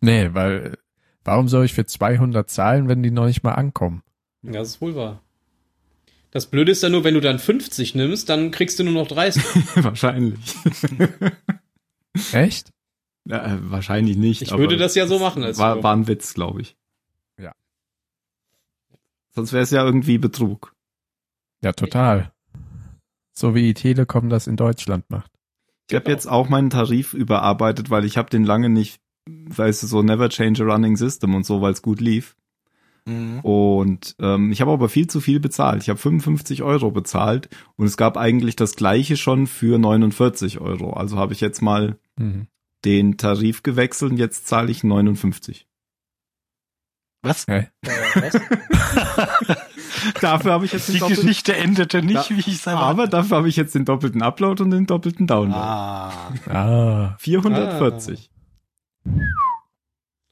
Speaker 9: Nee, weil, warum soll ich für 200 zahlen, wenn die noch nicht mal ankommen?
Speaker 3: Ja, das ist wohl wahr. Das Blöde ist ja nur, wenn du dann 50 nimmst, dann kriegst du nur noch 30.
Speaker 4: wahrscheinlich.
Speaker 9: Echt?
Speaker 4: ja, äh, wahrscheinlich nicht.
Speaker 3: Ich
Speaker 4: aber
Speaker 3: würde das ja so machen als
Speaker 4: War,
Speaker 3: Job.
Speaker 4: war ein Witz, glaube ich.
Speaker 9: Ja.
Speaker 4: Sonst wäre es ja irgendwie Betrug.
Speaker 9: Ja, total. So wie die Telekom das in Deutschland macht.
Speaker 4: Ich
Speaker 3: Genau.
Speaker 4: habe jetzt auch meinen Tarif überarbeitet, weil ich habe den lange nicht, weißt du, so Never Change a Running System und so, weil es gut lief.
Speaker 2: Mhm.
Speaker 4: Und ähm, ich habe aber viel zu viel bezahlt. Ich habe 55 Euro bezahlt und es gab eigentlich das gleiche schon für 49 Euro. Also habe ich jetzt mal
Speaker 9: Mhm.
Speaker 4: den Tarif gewechselt und jetzt zahle ich 59.
Speaker 2: Was?
Speaker 4: Äh, Dafür habe ich jetzt den
Speaker 2: Die
Speaker 4: doppelten,
Speaker 2: Geschichte endete nicht,
Speaker 4: Ja,
Speaker 2: wie ich es
Speaker 4: aber dafür habe ich jetzt den doppelten Upload und den doppelten Download.
Speaker 2: Ah,
Speaker 9: Ah,
Speaker 4: 440.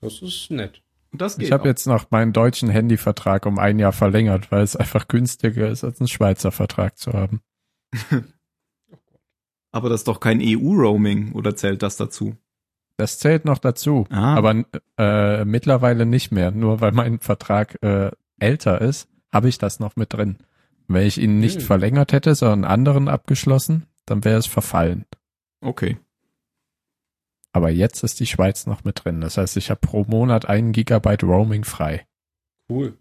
Speaker 3: Das ist nett.
Speaker 4: Und das geht.
Speaker 9: ich habe
Speaker 4: auch.
Speaker 9: jetzt noch meinen deutschen Handyvertrag um ein Jahr verlängert, weil es einfach günstiger ist, als einen Schweizer Vertrag zu haben.
Speaker 4: aber das ist doch kein EU-Roaming oder zählt das dazu?
Speaker 9: Das zählt noch dazu,
Speaker 4: Ah.
Speaker 9: aber äh, mittlerweile nicht mehr. Nur weil mein Vertrag äh, älter ist, habe ich das noch mit drin. Wenn ich ihn nicht
Speaker 3: Hm.
Speaker 9: verlängert hätte, sondern einen anderen abgeschlossen, dann wäre es verfallen.
Speaker 4: Okay.
Speaker 9: Aber jetzt ist die Schweiz noch mit drin. Das heißt, ich habe pro Monat einen Gigabyte Roaming frei.
Speaker 3: Cool.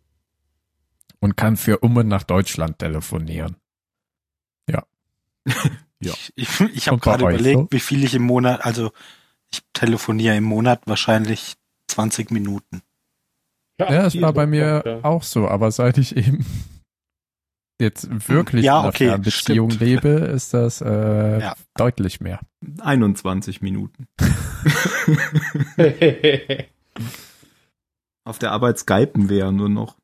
Speaker 9: und kann für Umme nach Deutschland telefonieren. Ja.
Speaker 2: ich, ich, ich habe
Speaker 9: Und bei
Speaker 2: gerade
Speaker 9: euch
Speaker 2: überlegt,
Speaker 9: so?
Speaker 2: wie viel ich im Monat, also ich telefoniere im Monat wahrscheinlich 20 Minuten.
Speaker 9: Ja, es
Speaker 4: hier
Speaker 9: war
Speaker 4: so,
Speaker 9: bei mir
Speaker 3: ja.
Speaker 9: auch so, aber seit ich eben jetzt wirklich
Speaker 2: Ja,
Speaker 9: in einer
Speaker 2: okay,
Speaker 9: Fernbeziehung
Speaker 2: stimmt.
Speaker 9: lebe, ist das äh,
Speaker 2: Ja.
Speaker 9: deutlich mehr.
Speaker 4: 21 Minuten. Auf der Arbeit skypen wir ja nur noch.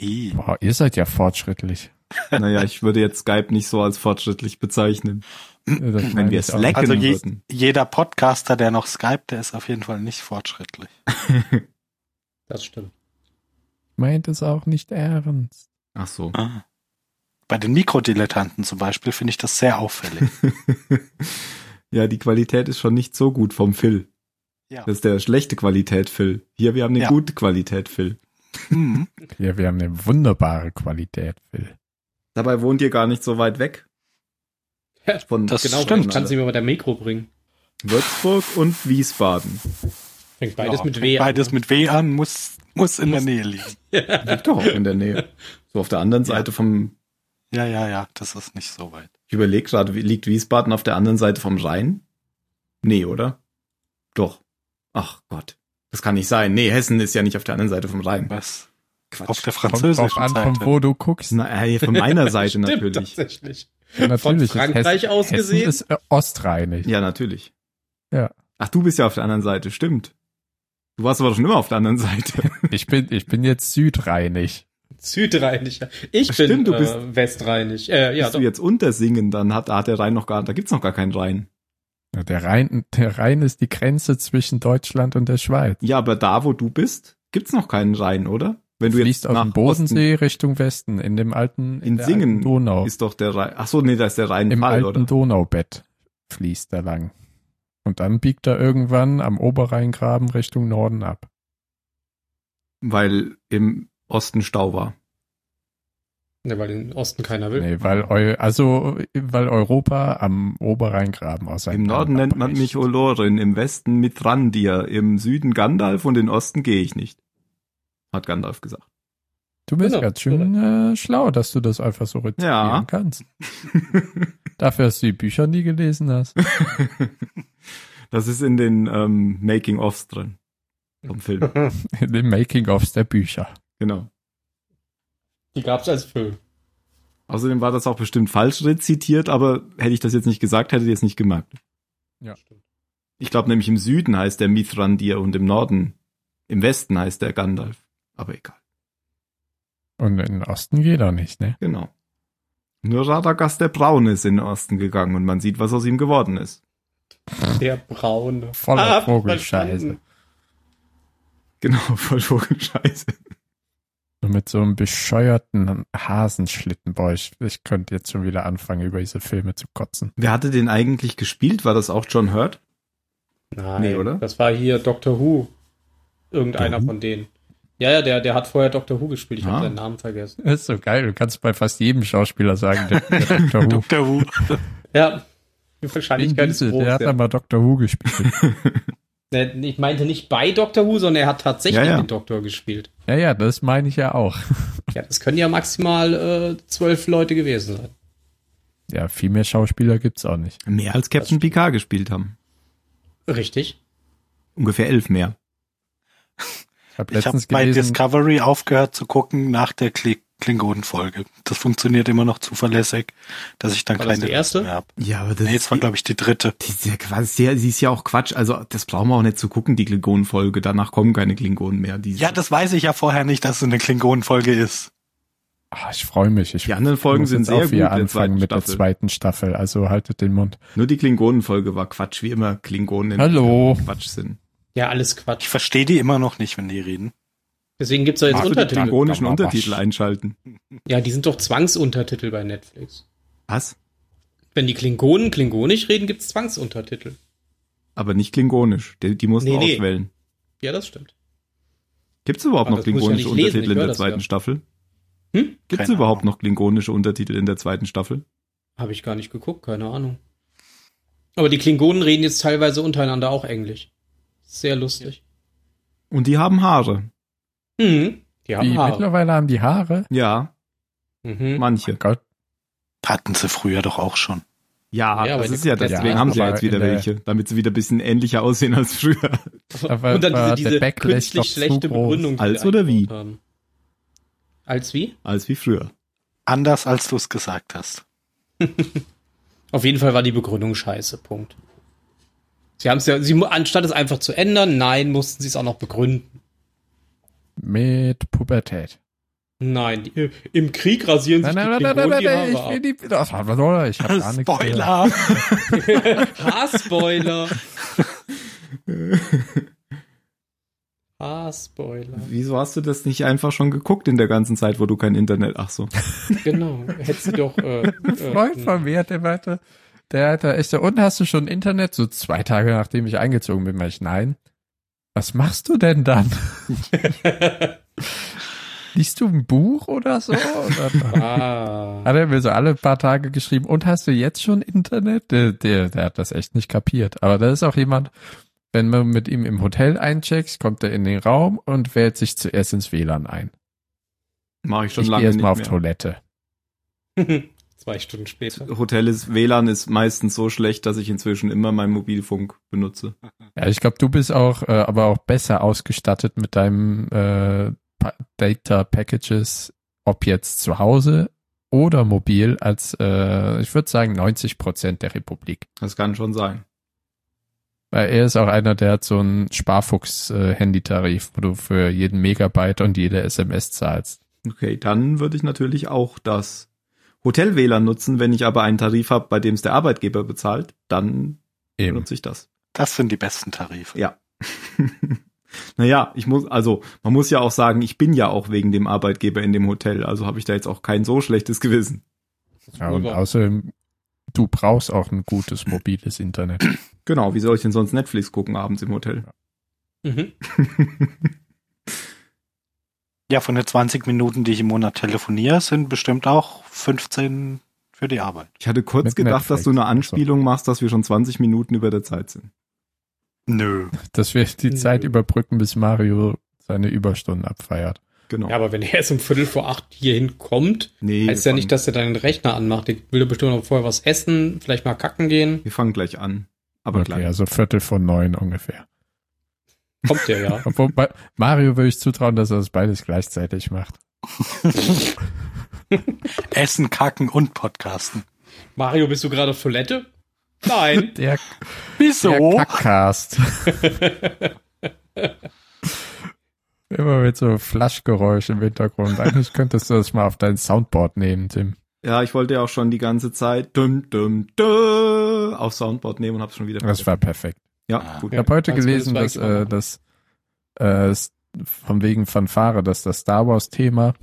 Speaker 2: Ih.
Speaker 9: Boah, ihr seid ja fortschrittlich.
Speaker 4: Naja, ich würde jetzt Skype nicht so als fortschrittlich bezeichnen.
Speaker 9: Das meine
Speaker 4: Wenn wir
Speaker 9: ich
Speaker 4: es
Speaker 9: auch.
Speaker 4: lecken
Speaker 2: Also je-
Speaker 4: würden.
Speaker 2: Jeder Podcaster, der noch Skype, der ist auf jeden Fall nicht fortschrittlich.
Speaker 3: Das stimmt.
Speaker 9: Meint es auch nicht ernst.
Speaker 4: Ach so.
Speaker 2: Ah. bei den Mikrodilettanten zum Beispiel finde ich das sehr auffällig.
Speaker 4: ja, die Qualität ist schon nicht so gut vom Phil.
Speaker 2: Ja.
Speaker 4: Das ist der schlechte Qualität Phil. Hier, wir haben eine
Speaker 2: Ja.
Speaker 4: gute Qualität Phil.
Speaker 2: Mhm.
Speaker 9: Ja, wir haben eine wunderbare Qualität, Phil.
Speaker 4: Dabei wohnt ihr gar nicht so weit weg.
Speaker 3: Ja,
Speaker 4: Von
Speaker 2: das
Speaker 3: Genau,
Speaker 2: Stimmt.
Speaker 3: ich kann sie mir mit der Mikro bringen.
Speaker 4: Würzburg und Wiesbaden.
Speaker 3: Fängt beides
Speaker 2: Ja,
Speaker 3: mit
Speaker 2: fängt
Speaker 3: W an. ne?
Speaker 2: Beides mit W an, muss, muss in der Nähe liegen.
Speaker 4: Liegt doch auch in der Nähe. So auf der anderen Seite vom,
Speaker 2: Ja, ja, ja, das ist nicht so weit.
Speaker 4: ich überlege gerade, wie- liegt Wiesbaden auf der anderen Seite vom Rhein? Nee, oder? Doch. Ach Gott. Das kann nicht sein. Nee, Hessen ist ja nicht auf der anderen Seite vom Rhein.
Speaker 2: Was?
Speaker 4: Quatsch.
Speaker 2: Auf der
Speaker 9: Kommt drauf
Speaker 2: französischen
Speaker 9: an, von
Speaker 2: Seite.
Speaker 9: wo du guckst.
Speaker 4: Na, ey, von meiner Seite
Speaker 3: Stimmt,
Speaker 4: natürlich.
Speaker 3: tatsächlich.
Speaker 9: Ja, natürlich.
Speaker 3: Von
Speaker 9: ist
Speaker 3: Frankreich
Speaker 9: Hessen,
Speaker 3: aus
Speaker 9: Hessen
Speaker 3: gesehen?
Speaker 9: ist äh, ostrheinig.
Speaker 4: Ja, natürlich.
Speaker 9: Ja.
Speaker 4: Ach, du bist ja auf der anderen Seite, stimmt. Du warst aber schon immer auf der anderen Seite.
Speaker 9: Ich bin, ich bin jetzt südrheinig.
Speaker 3: Südrheinisch. Ich bin
Speaker 4: Stimmt, du bist-
Speaker 3: äh, Westrheinisch. Äh, ja,
Speaker 4: Bist
Speaker 3: doch.
Speaker 4: du jetzt untersingen, dann hat, da hat der Rhein noch gar, da gibt's noch gar keinen Rhein.
Speaker 9: Na, Der Rhein, der Rhein ist die Grenze zwischen Deutschland und der Schweiz.
Speaker 4: Ja, aber da, wo du bist, gibt's noch keinen Rhein, oder? Wenn du
Speaker 9: Fließt
Speaker 4: jetzt
Speaker 9: aus
Speaker 4: nach
Speaker 9: dem Bodensee Richtung Westen, in dem alten,
Speaker 4: In
Speaker 9: der
Speaker 4: Singen
Speaker 9: alten Donau.
Speaker 4: Osten ist doch der Rhein. Ach so, nee, da ist der Rhein
Speaker 9: Im
Speaker 4: Fall,
Speaker 9: alten
Speaker 4: oder?
Speaker 9: Donaubett fließt er lang. Und dann biegt er irgendwann am Oberrheingraben Richtung Norden ab.
Speaker 4: Weil im Osten Stau war.
Speaker 3: Ne, weil den Osten keiner will.
Speaker 9: Nee, weil, eu, also, weil Europa am Oberrheingraben aus seinem
Speaker 4: Im Norden
Speaker 9: Plan
Speaker 4: nennt man
Speaker 9: abweicht.
Speaker 4: mich Olorin, im Westen Mithrandir, im Süden Gandalf und in Osten gehe ich nicht. Hat Gandalf gesagt.
Speaker 9: Du bist
Speaker 3: Genau,
Speaker 9: ganz schön äh, schlau, dass du das einfach so rezitieren
Speaker 4: Ja.
Speaker 9: kannst. Dafür, dass du die Bücher nie gelesen hast.
Speaker 4: Das ist in den ähm, Making-ofs drin. Vom Film.
Speaker 9: In den Making-ofs der Bücher.
Speaker 4: Genau.
Speaker 3: Die gab's als Film.
Speaker 4: Außerdem war das auch bestimmt falsch rezitiert, aber hätte ich das jetzt nicht gesagt, hättet ihr es nicht gemerkt.
Speaker 9: Ja.
Speaker 4: Ich glaube nämlich im Süden heißt der Mithrandir und im Norden, im Westen heißt der Gandalf. Aber egal.
Speaker 9: Und in den Osten geht er nicht, ne?
Speaker 4: Genau. Nur Radagast der Braune ist in den Osten gegangen und man sieht, was aus ihm geworden ist.
Speaker 3: Der braune.
Speaker 9: Voller
Speaker 4: Ah,
Speaker 3: hab
Speaker 9: Vogelscheiße.
Speaker 3: verstanden.
Speaker 4: Genau, voll Vogelscheiße.
Speaker 9: Nur mit so einem bescheuerten Hasenschlitten. Boah, ich, ich könnte jetzt schon wieder anfangen, über diese Filme zu kotzen.
Speaker 4: Wer hatte den eigentlich gespielt? War das auch John Hurt?
Speaker 3: Nein,
Speaker 4: Nee, oder? Mhm.
Speaker 3: das war hier Doctor Who. Irgendeiner von denen. Ja, ja, der, der hat vorher Doctor Who gespielt. Ich
Speaker 4: Ah.
Speaker 3: habe seinen Namen vergessen.
Speaker 9: Das ist so geil. Du kannst bei fast jedem Schauspieler sagen, der, der Dr. Who.
Speaker 2: Dr. Who.
Speaker 3: Ja, die
Speaker 9: Vin
Speaker 3: Wahrscheinlichkeit ist
Speaker 9: Diesel,
Speaker 3: groß.
Speaker 9: der hat
Speaker 3: Ja.
Speaker 9: einmal Dr. Who gespielt.
Speaker 3: Nee, Ich meinte nicht bei Doctor Who, sondern er hat tatsächlich
Speaker 4: Ja, ja.
Speaker 3: den Doktor gespielt.
Speaker 9: Ja, ja, das meine ich ja auch.
Speaker 3: Ja, das können ja maximal äh, zwölf Leute gewesen sein.
Speaker 9: Ja, viel mehr Schauspieler gibt's auch nicht.
Speaker 4: Mehr als Captain Picard gespielt haben.
Speaker 3: Richtig.
Speaker 4: Ungefähr elf mehr.
Speaker 9: Ich habe
Speaker 2: Ich habe
Speaker 9: letztens
Speaker 2: bei
Speaker 9: gelesen,
Speaker 2: Discovery aufgehört zu gucken nach der Kli- Klingonenfolge. Das funktioniert immer noch zuverlässig, dass ich dann
Speaker 3: War das
Speaker 2: keine
Speaker 3: die erste?
Speaker 2: Lust mehr hab.
Speaker 4: Ja, aber das
Speaker 2: Nee, jetzt war, glaube ich, die dritte.
Speaker 4: Die ist ja quasi, sie ist ja auch Quatsch. Also, das brauchen wir auch nicht zu gucken, die Klingonenfolge. Danach kommen keine Klingonen mehr. Die,
Speaker 2: Ja, das weiß ich ja vorher nicht, dass es eine Klingonenfolge ist.
Speaker 9: Ah, ich freue mich. Ich
Speaker 4: die anderen Folgen
Speaker 9: muss
Speaker 4: sind
Speaker 9: jetzt
Speaker 4: sehr
Speaker 9: auch
Speaker 4: gut.
Speaker 9: wieder
Speaker 4: der
Speaker 9: anfangen
Speaker 4: zweiten
Speaker 9: mit der
Speaker 4: Staffel.
Speaker 9: zweiten Staffel. Also haltet den Mund.
Speaker 4: Nur die Klingonenfolge war Quatsch, wie immer Klingonen
Speaker 9: Hallo.
Speaker 4: Quatsch sind.
Speaker 3: Ja, alles
Speaker 2: Ich
Speaker 3: Quatsch.
Speaker 2: verstehe die immer noch nicht, wenn die reden.
Speaker 3: Deswegen gibt's doch jetzt
Speaker 4: Magst du die
Speaker 3: Untertitel.
Speaker 4: klingonischen
Speaker 9: Gabba
Speaker 4: Untertitel
Speaker 9: Wasch.
Speaker 4: einschalten?
Speaker 3: Ja, die sind doch Zwangsuntertitel bei Netflix.
Speaker 4: Was?
Speaker 3: Wenn die Klingonen klingonisch reden, gibt's Zwangsuntertitel.
Speaker 4: Aber nicht klingonisch. Die, die mussten
Speaker 3: Nee, nee.
Speaker 4: auswählen.
Speaker 3: Ja, das stimmt.
Speaker 4: Gibt es überhaupt
Speaker 3: Aber
Speaker 4: noch
Speaker 3: das muss ich ja
Speaker 4: klingonische
Speaker 3: nicht lesen,
Speaker 4: Untertitel
Speaker 3: ich
Speaker 4: in
Speaker 3: höre
Speaker 4: der
Speaker 3: das
Speaker 4: zweiten
Speaker 3: ja.
Speaker 4: Staffel?
Speaker 3: Hm?
Speaker 4: Gibt es
Speaker 2: Keine
Speaker 4: überhaupt
Speaker 2: Ahnung.
Speaker 4: noch klingonische Untertitel in der zweiten Staffel?
Speaker 3: Habe ich gar nicht geguckt, keine Ahnung. Aber die Klingonen reden jetzt teilweise untereinander auch Englisch. Sehr lustig.
Speaker 4: Und die haben Haare.
Speaker 3: Mhm. Die haben
Speaker 9: Die,
Speaker 3: Haare.
Speaker 9: mittlerweile haben die Haare.
Speaker 4: Ja,
Speaker 3: Mhm.
Speaker 9: Mein
Speaker 4: manche.
Speaker 9: Gott,
Speaker 2: Hatten sie früher doch auch schon.
Speaker 4: Ja,
Speaker 3: Ja, aber
Speaker 4: das
Speaker 3: die-
Speaker 4: ist ja, deswegen
Speaker 9: Ja,
Speaker 4: haben sie ja
Speaker 9: aber
Speaker 4: jetzt wieder
Speaker 9: in der-
Speaker 4: welche, damit sie wieder ein bisschen ähnlicher aussehen als früher.
Speaker 9: aber
Speaker 3: Und
Speaker 9: war
Speaker 3: dann
Speaker 9: äh, der
Speaker 3: diese, diese
Speaker 9: Backlash doch
Speaker 3: künstlich
Speaker 9: zu
Speaker 3: schlechte
Speaker 9: groß.
Speaker 3: Begründung. die
Speaker 4: Als
Speaker 3: wir
Speaker 4: oder wie?
Speaker 3: eingebaut Haben. Als wie?
Speaker 4: Als wie früher.
Speaker 2: Anders, als du es gesagt hast.
Speaker 3: Auf jeden Fall war die Begründung scheiße, Punkt. Sie haben es ja, sie, mu- anstatt es einfach zu ändern, nein, mussten sie es auch noch begründen.
Speaker 9: mit Pubertät.
Speaker 3: Nein, die, im Krieg rasieren sich
Speaker 9: Nein, nein,
Speaker 3: die
Speaker 9: nein, nein, nein,
Speaker 3: Klingonen die Haare
Speaker 9: nein, nein, ich
Speaker 3: ab.
Speaker 9: will die. Das war doch, ich habe gar nichts. gesagt.
Speaker 2: Spoiler!
Speaker 3: Haarspoiler. Ah, Spoiler.
Speaker 4: Wieso hast du das nicht einfach schon geguckt in der ganzen Zeit, wo du kein Internet? Ach so.
Speaker 3: Genau. Hättest du doch. Äh,
Speaker 9: Ein Freund von mir, der meinte, der hat da echt so, und hast du schon Internet? So zwei Tage nachdem ich eingezogen bin, meinte ich, nein. Was machst du denn dann?
Speaker 3: äh,
Speaker 9: Liest du ein Buch oder so? Oder?
Speaker 3: ah.
Speaker 9: hat er mir so alle paar Tage geschrieben, und hast du jetzt schon Internet? Der, der, der hat das echt nicht kapiert. Aber da ist auch jemand, wenn man mit ihm im Hotel eincheckt, kommt er in den Raum und wählt sich zuerst ins WLAN ein.
Speaker 4: Mache ich schon
Speaker 9: ich gehe
Speaker 4: lange nicht
Speaker 9: erstmal auf
Speaker 4: mehr.
Speaker 9: Toilette.
Speaker 3: Zwei Stunden später.
Speaker 4: Hotel ist WLAN ist meistens so schlecht, dass ich inzwischen immer meinen Mobilfunk benutze.
Speaker 9: Ja, ich glaube, du bist auch, äh, aber auch besser ausgestattet mit deinem äh, Pa- Data Packages, ob jetzt zu Hause oder mobil, als äh, ich würde sagen 90 Prozent der Republik.
Speaker 4: Das kann schon sein.
Speaker 9: Weil er ist auch einer, der hat so einen Sparfuchs-Handytarif, wo du für jeden Megabyte und jede SMS zahlst.
Speaker 4: Okay, dann würde ich natürlich auch das Hotel WLAN nutzen, wenn ich aber einen Tarif habe, bei dem es der Arbeitgeber bezahlt, dann
Speaker 9: Eben.
Speaker 4: benutze ich das.
Speaker 2: Das sind die besten Tarife.
Speaker 4: Ja. naja, ich muss, also man muss ja auch sagen, ich bin ja auch wegen dem Arbeitgeber in dem Hotel, also habe ich da jetzt auch kein so schlechtes Gewissen.
Speaker 9: Ja, und außerdem, du brauchst auch ein gutes mobiles Internet.
Speaker 4: Genau, wie soll ich denn sonst Netflix gucken abends im Hotel?
Speaker 3: Mhm.
Speaker 2: Ja, von den 20 Minuten, die ich im Monat telefoniere, sind bestimmt auch 15 für die Arbeit.
Speaker 4: Ich hatte kurz
Speaker 9: Mit
Speaker 4: gedacht,
Speaker 9: Netflix.
Speaker 4: dass du eine Anspielung machst, dass wir schon 20 Minuten über der Zeit sind.
Speaker 2: Nö.
Speaker 9: Dass wir die
Speaker 3: Mhm.
Speaker 9: Zeit überbrücken, bis Mario seine Überstunden abfeiert.
Speaker 4: Genau.
Speaker 3: Ja, aber wenn er erst um Viertel vor acht hierhin kommt,
Speaker 4: nee,
Speaker 3: heißt ja
Speaker 4: wir
Speaker 3: nicht,
Speaker 4: fangen-
Speaker 3: dass er deinen Rechner anmacht. Ich will ja bestimmt noch vorher was essen, vielleicht mal kacken gehen.
Speaker 4: wir fangen gleich an. Aber
Speaker 9: okay,
Speaker 4: gleich.
Speaker 9: also Viertel von neun ungefähr.
Speaker 3: Kommt der ja.
Speaker 9: Obwohl, bei Mario würde ich zutrauen, dass er das beides gleichzeitig macht.
Speaker 2: Essen, Kacken und Podcasten.
Speaker 3: Mario, bist du gerade auf Toilette? Nein.
Speaker 9: Der, der
Speaker 2: Wieso?
Speaker 9: Kackcast. Immer mit so Flaschgeräusch im Hintergrund. Eigentlich könntest du das mal auf dein Soundboard nehmen, Tim.
Speaker 4: Ja, ich wollte ja auch schon die ganze Zeit dum, dum, dum, auf Soundboard nehmen und hab's schon wieder
Speaker 9: Das war Ah. perfekt.
Speaker 4: Ja, gut.
Speaker 9: Ich habe heute
Speaker 3: Kannst du mir das
Speaker 9: gelesen, dass, äh,
Speaker 3: beigebracht
Speaker 9: dass äh, s- von wegen Fanfare, dass das Star Wars Thema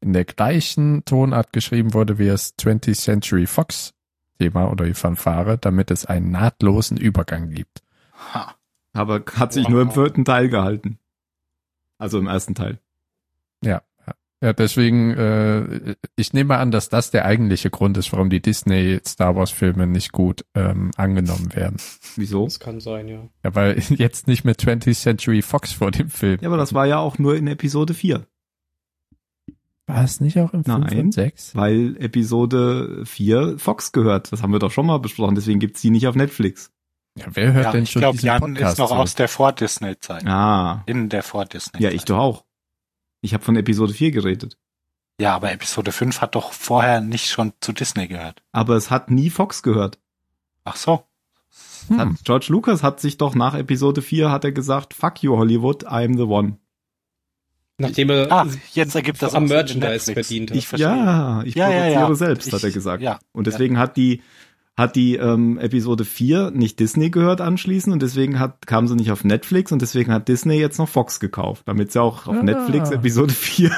Speaker 9: in der gleichen Tonart geschrieben wurde wie das 20th Century Fox Thema oder die Fanfare, damit es einen nahtlosen Übergang gibt.
Speaker 2: Ha.
Speaker 4: Aber hat sich nur im
Speaker 3: Wow.
Speaker 4: vierten Teil gehalten. Also im ersten Teil.
Speaker 9: Ja. ja. Ja, deswegen, äh, ich nehme mal an, dass das der eigentliche Grund ist, warum die Disney-Star Wars-Filme nicht gut ähm, angenommen werden.
Speaker 4: Wieso?
Speaker 3: Das kann sein, ja.
Speaker 9: Ja, weil jetzt nicht mehr 20th Century Fox vor dem Film.
Speaker 4: Ja, aber das war ja auch nur in Episode 4.
Speaker 9: War es nicht auch im fünf
Speaker 4: Nein.
Speaker 9: und sechs?
Speaker 4: Weil Episode 4 Fox gehört. Das haben wir doch schon mal besprochen. Deswegen gibt's die nicht auf Netflix.
Speaker 9: Ja, wer hört
Speaker 2: Ja,
Speaker 9: denn
Speaker 2: ich
Speaker 9: schon
Speaker 2: glaube,
Speaker 9: diesen
Speaker 2: Jan
Speaker 9: Podcast?
Speaker 2: ist noch
Speaker 9: so?
Speaker 2: aus der Vor-Disney-Zeit.
Speaker 4: Ah.
Speaker 2: In der Vor-Disney-Zeit.
Speaker 4: Ja, ich doch auch. Ich habe von Episode 4 geredet.
Speaker 2: Ja, aber Episode 5 hat doch vorher nicht schon zu Disney gehört.
Speaker 4: Aber es hat nie Fox gehört.
Speaker 2: Ach so. Hm.
Speaker 4: Es Hat, George Lucas hat sich doch nach Episode 4 hat er gesagt, fuck you Hollywood, I'm the one.
Speaker 3: Nachdem er
Speaker 2: Ah, jetzt ergibt das
Speaker 3: Äh, am
Speaker 2: auch Sinn mit
Speaker 3: Merchandise
Speaker 2: Netflix.
Speaker 3: verdient hat.
Speaker 2: Ich verstehe.
Speaker 4: ja, ich
Speaker 2: Ja, ja,
Speaker 4: produziere
Speaker 2: ja.
Speaker 4: selbst, hat
Speaker 2: Ich-
Speaker 4: er gesagt.
Speaker 2: ja.
Speaker 4: Und deswegen hat die hat die ähm, Episode 4 nicht Disney gehört anschließend und deswegen hat, kam sie nicht auf Netflix und deswegen hat Disney jetzt noch Fox gekauft, damit sie auch auf
Speaker 9: Ah.
Speaker 4: Netflix Episode 4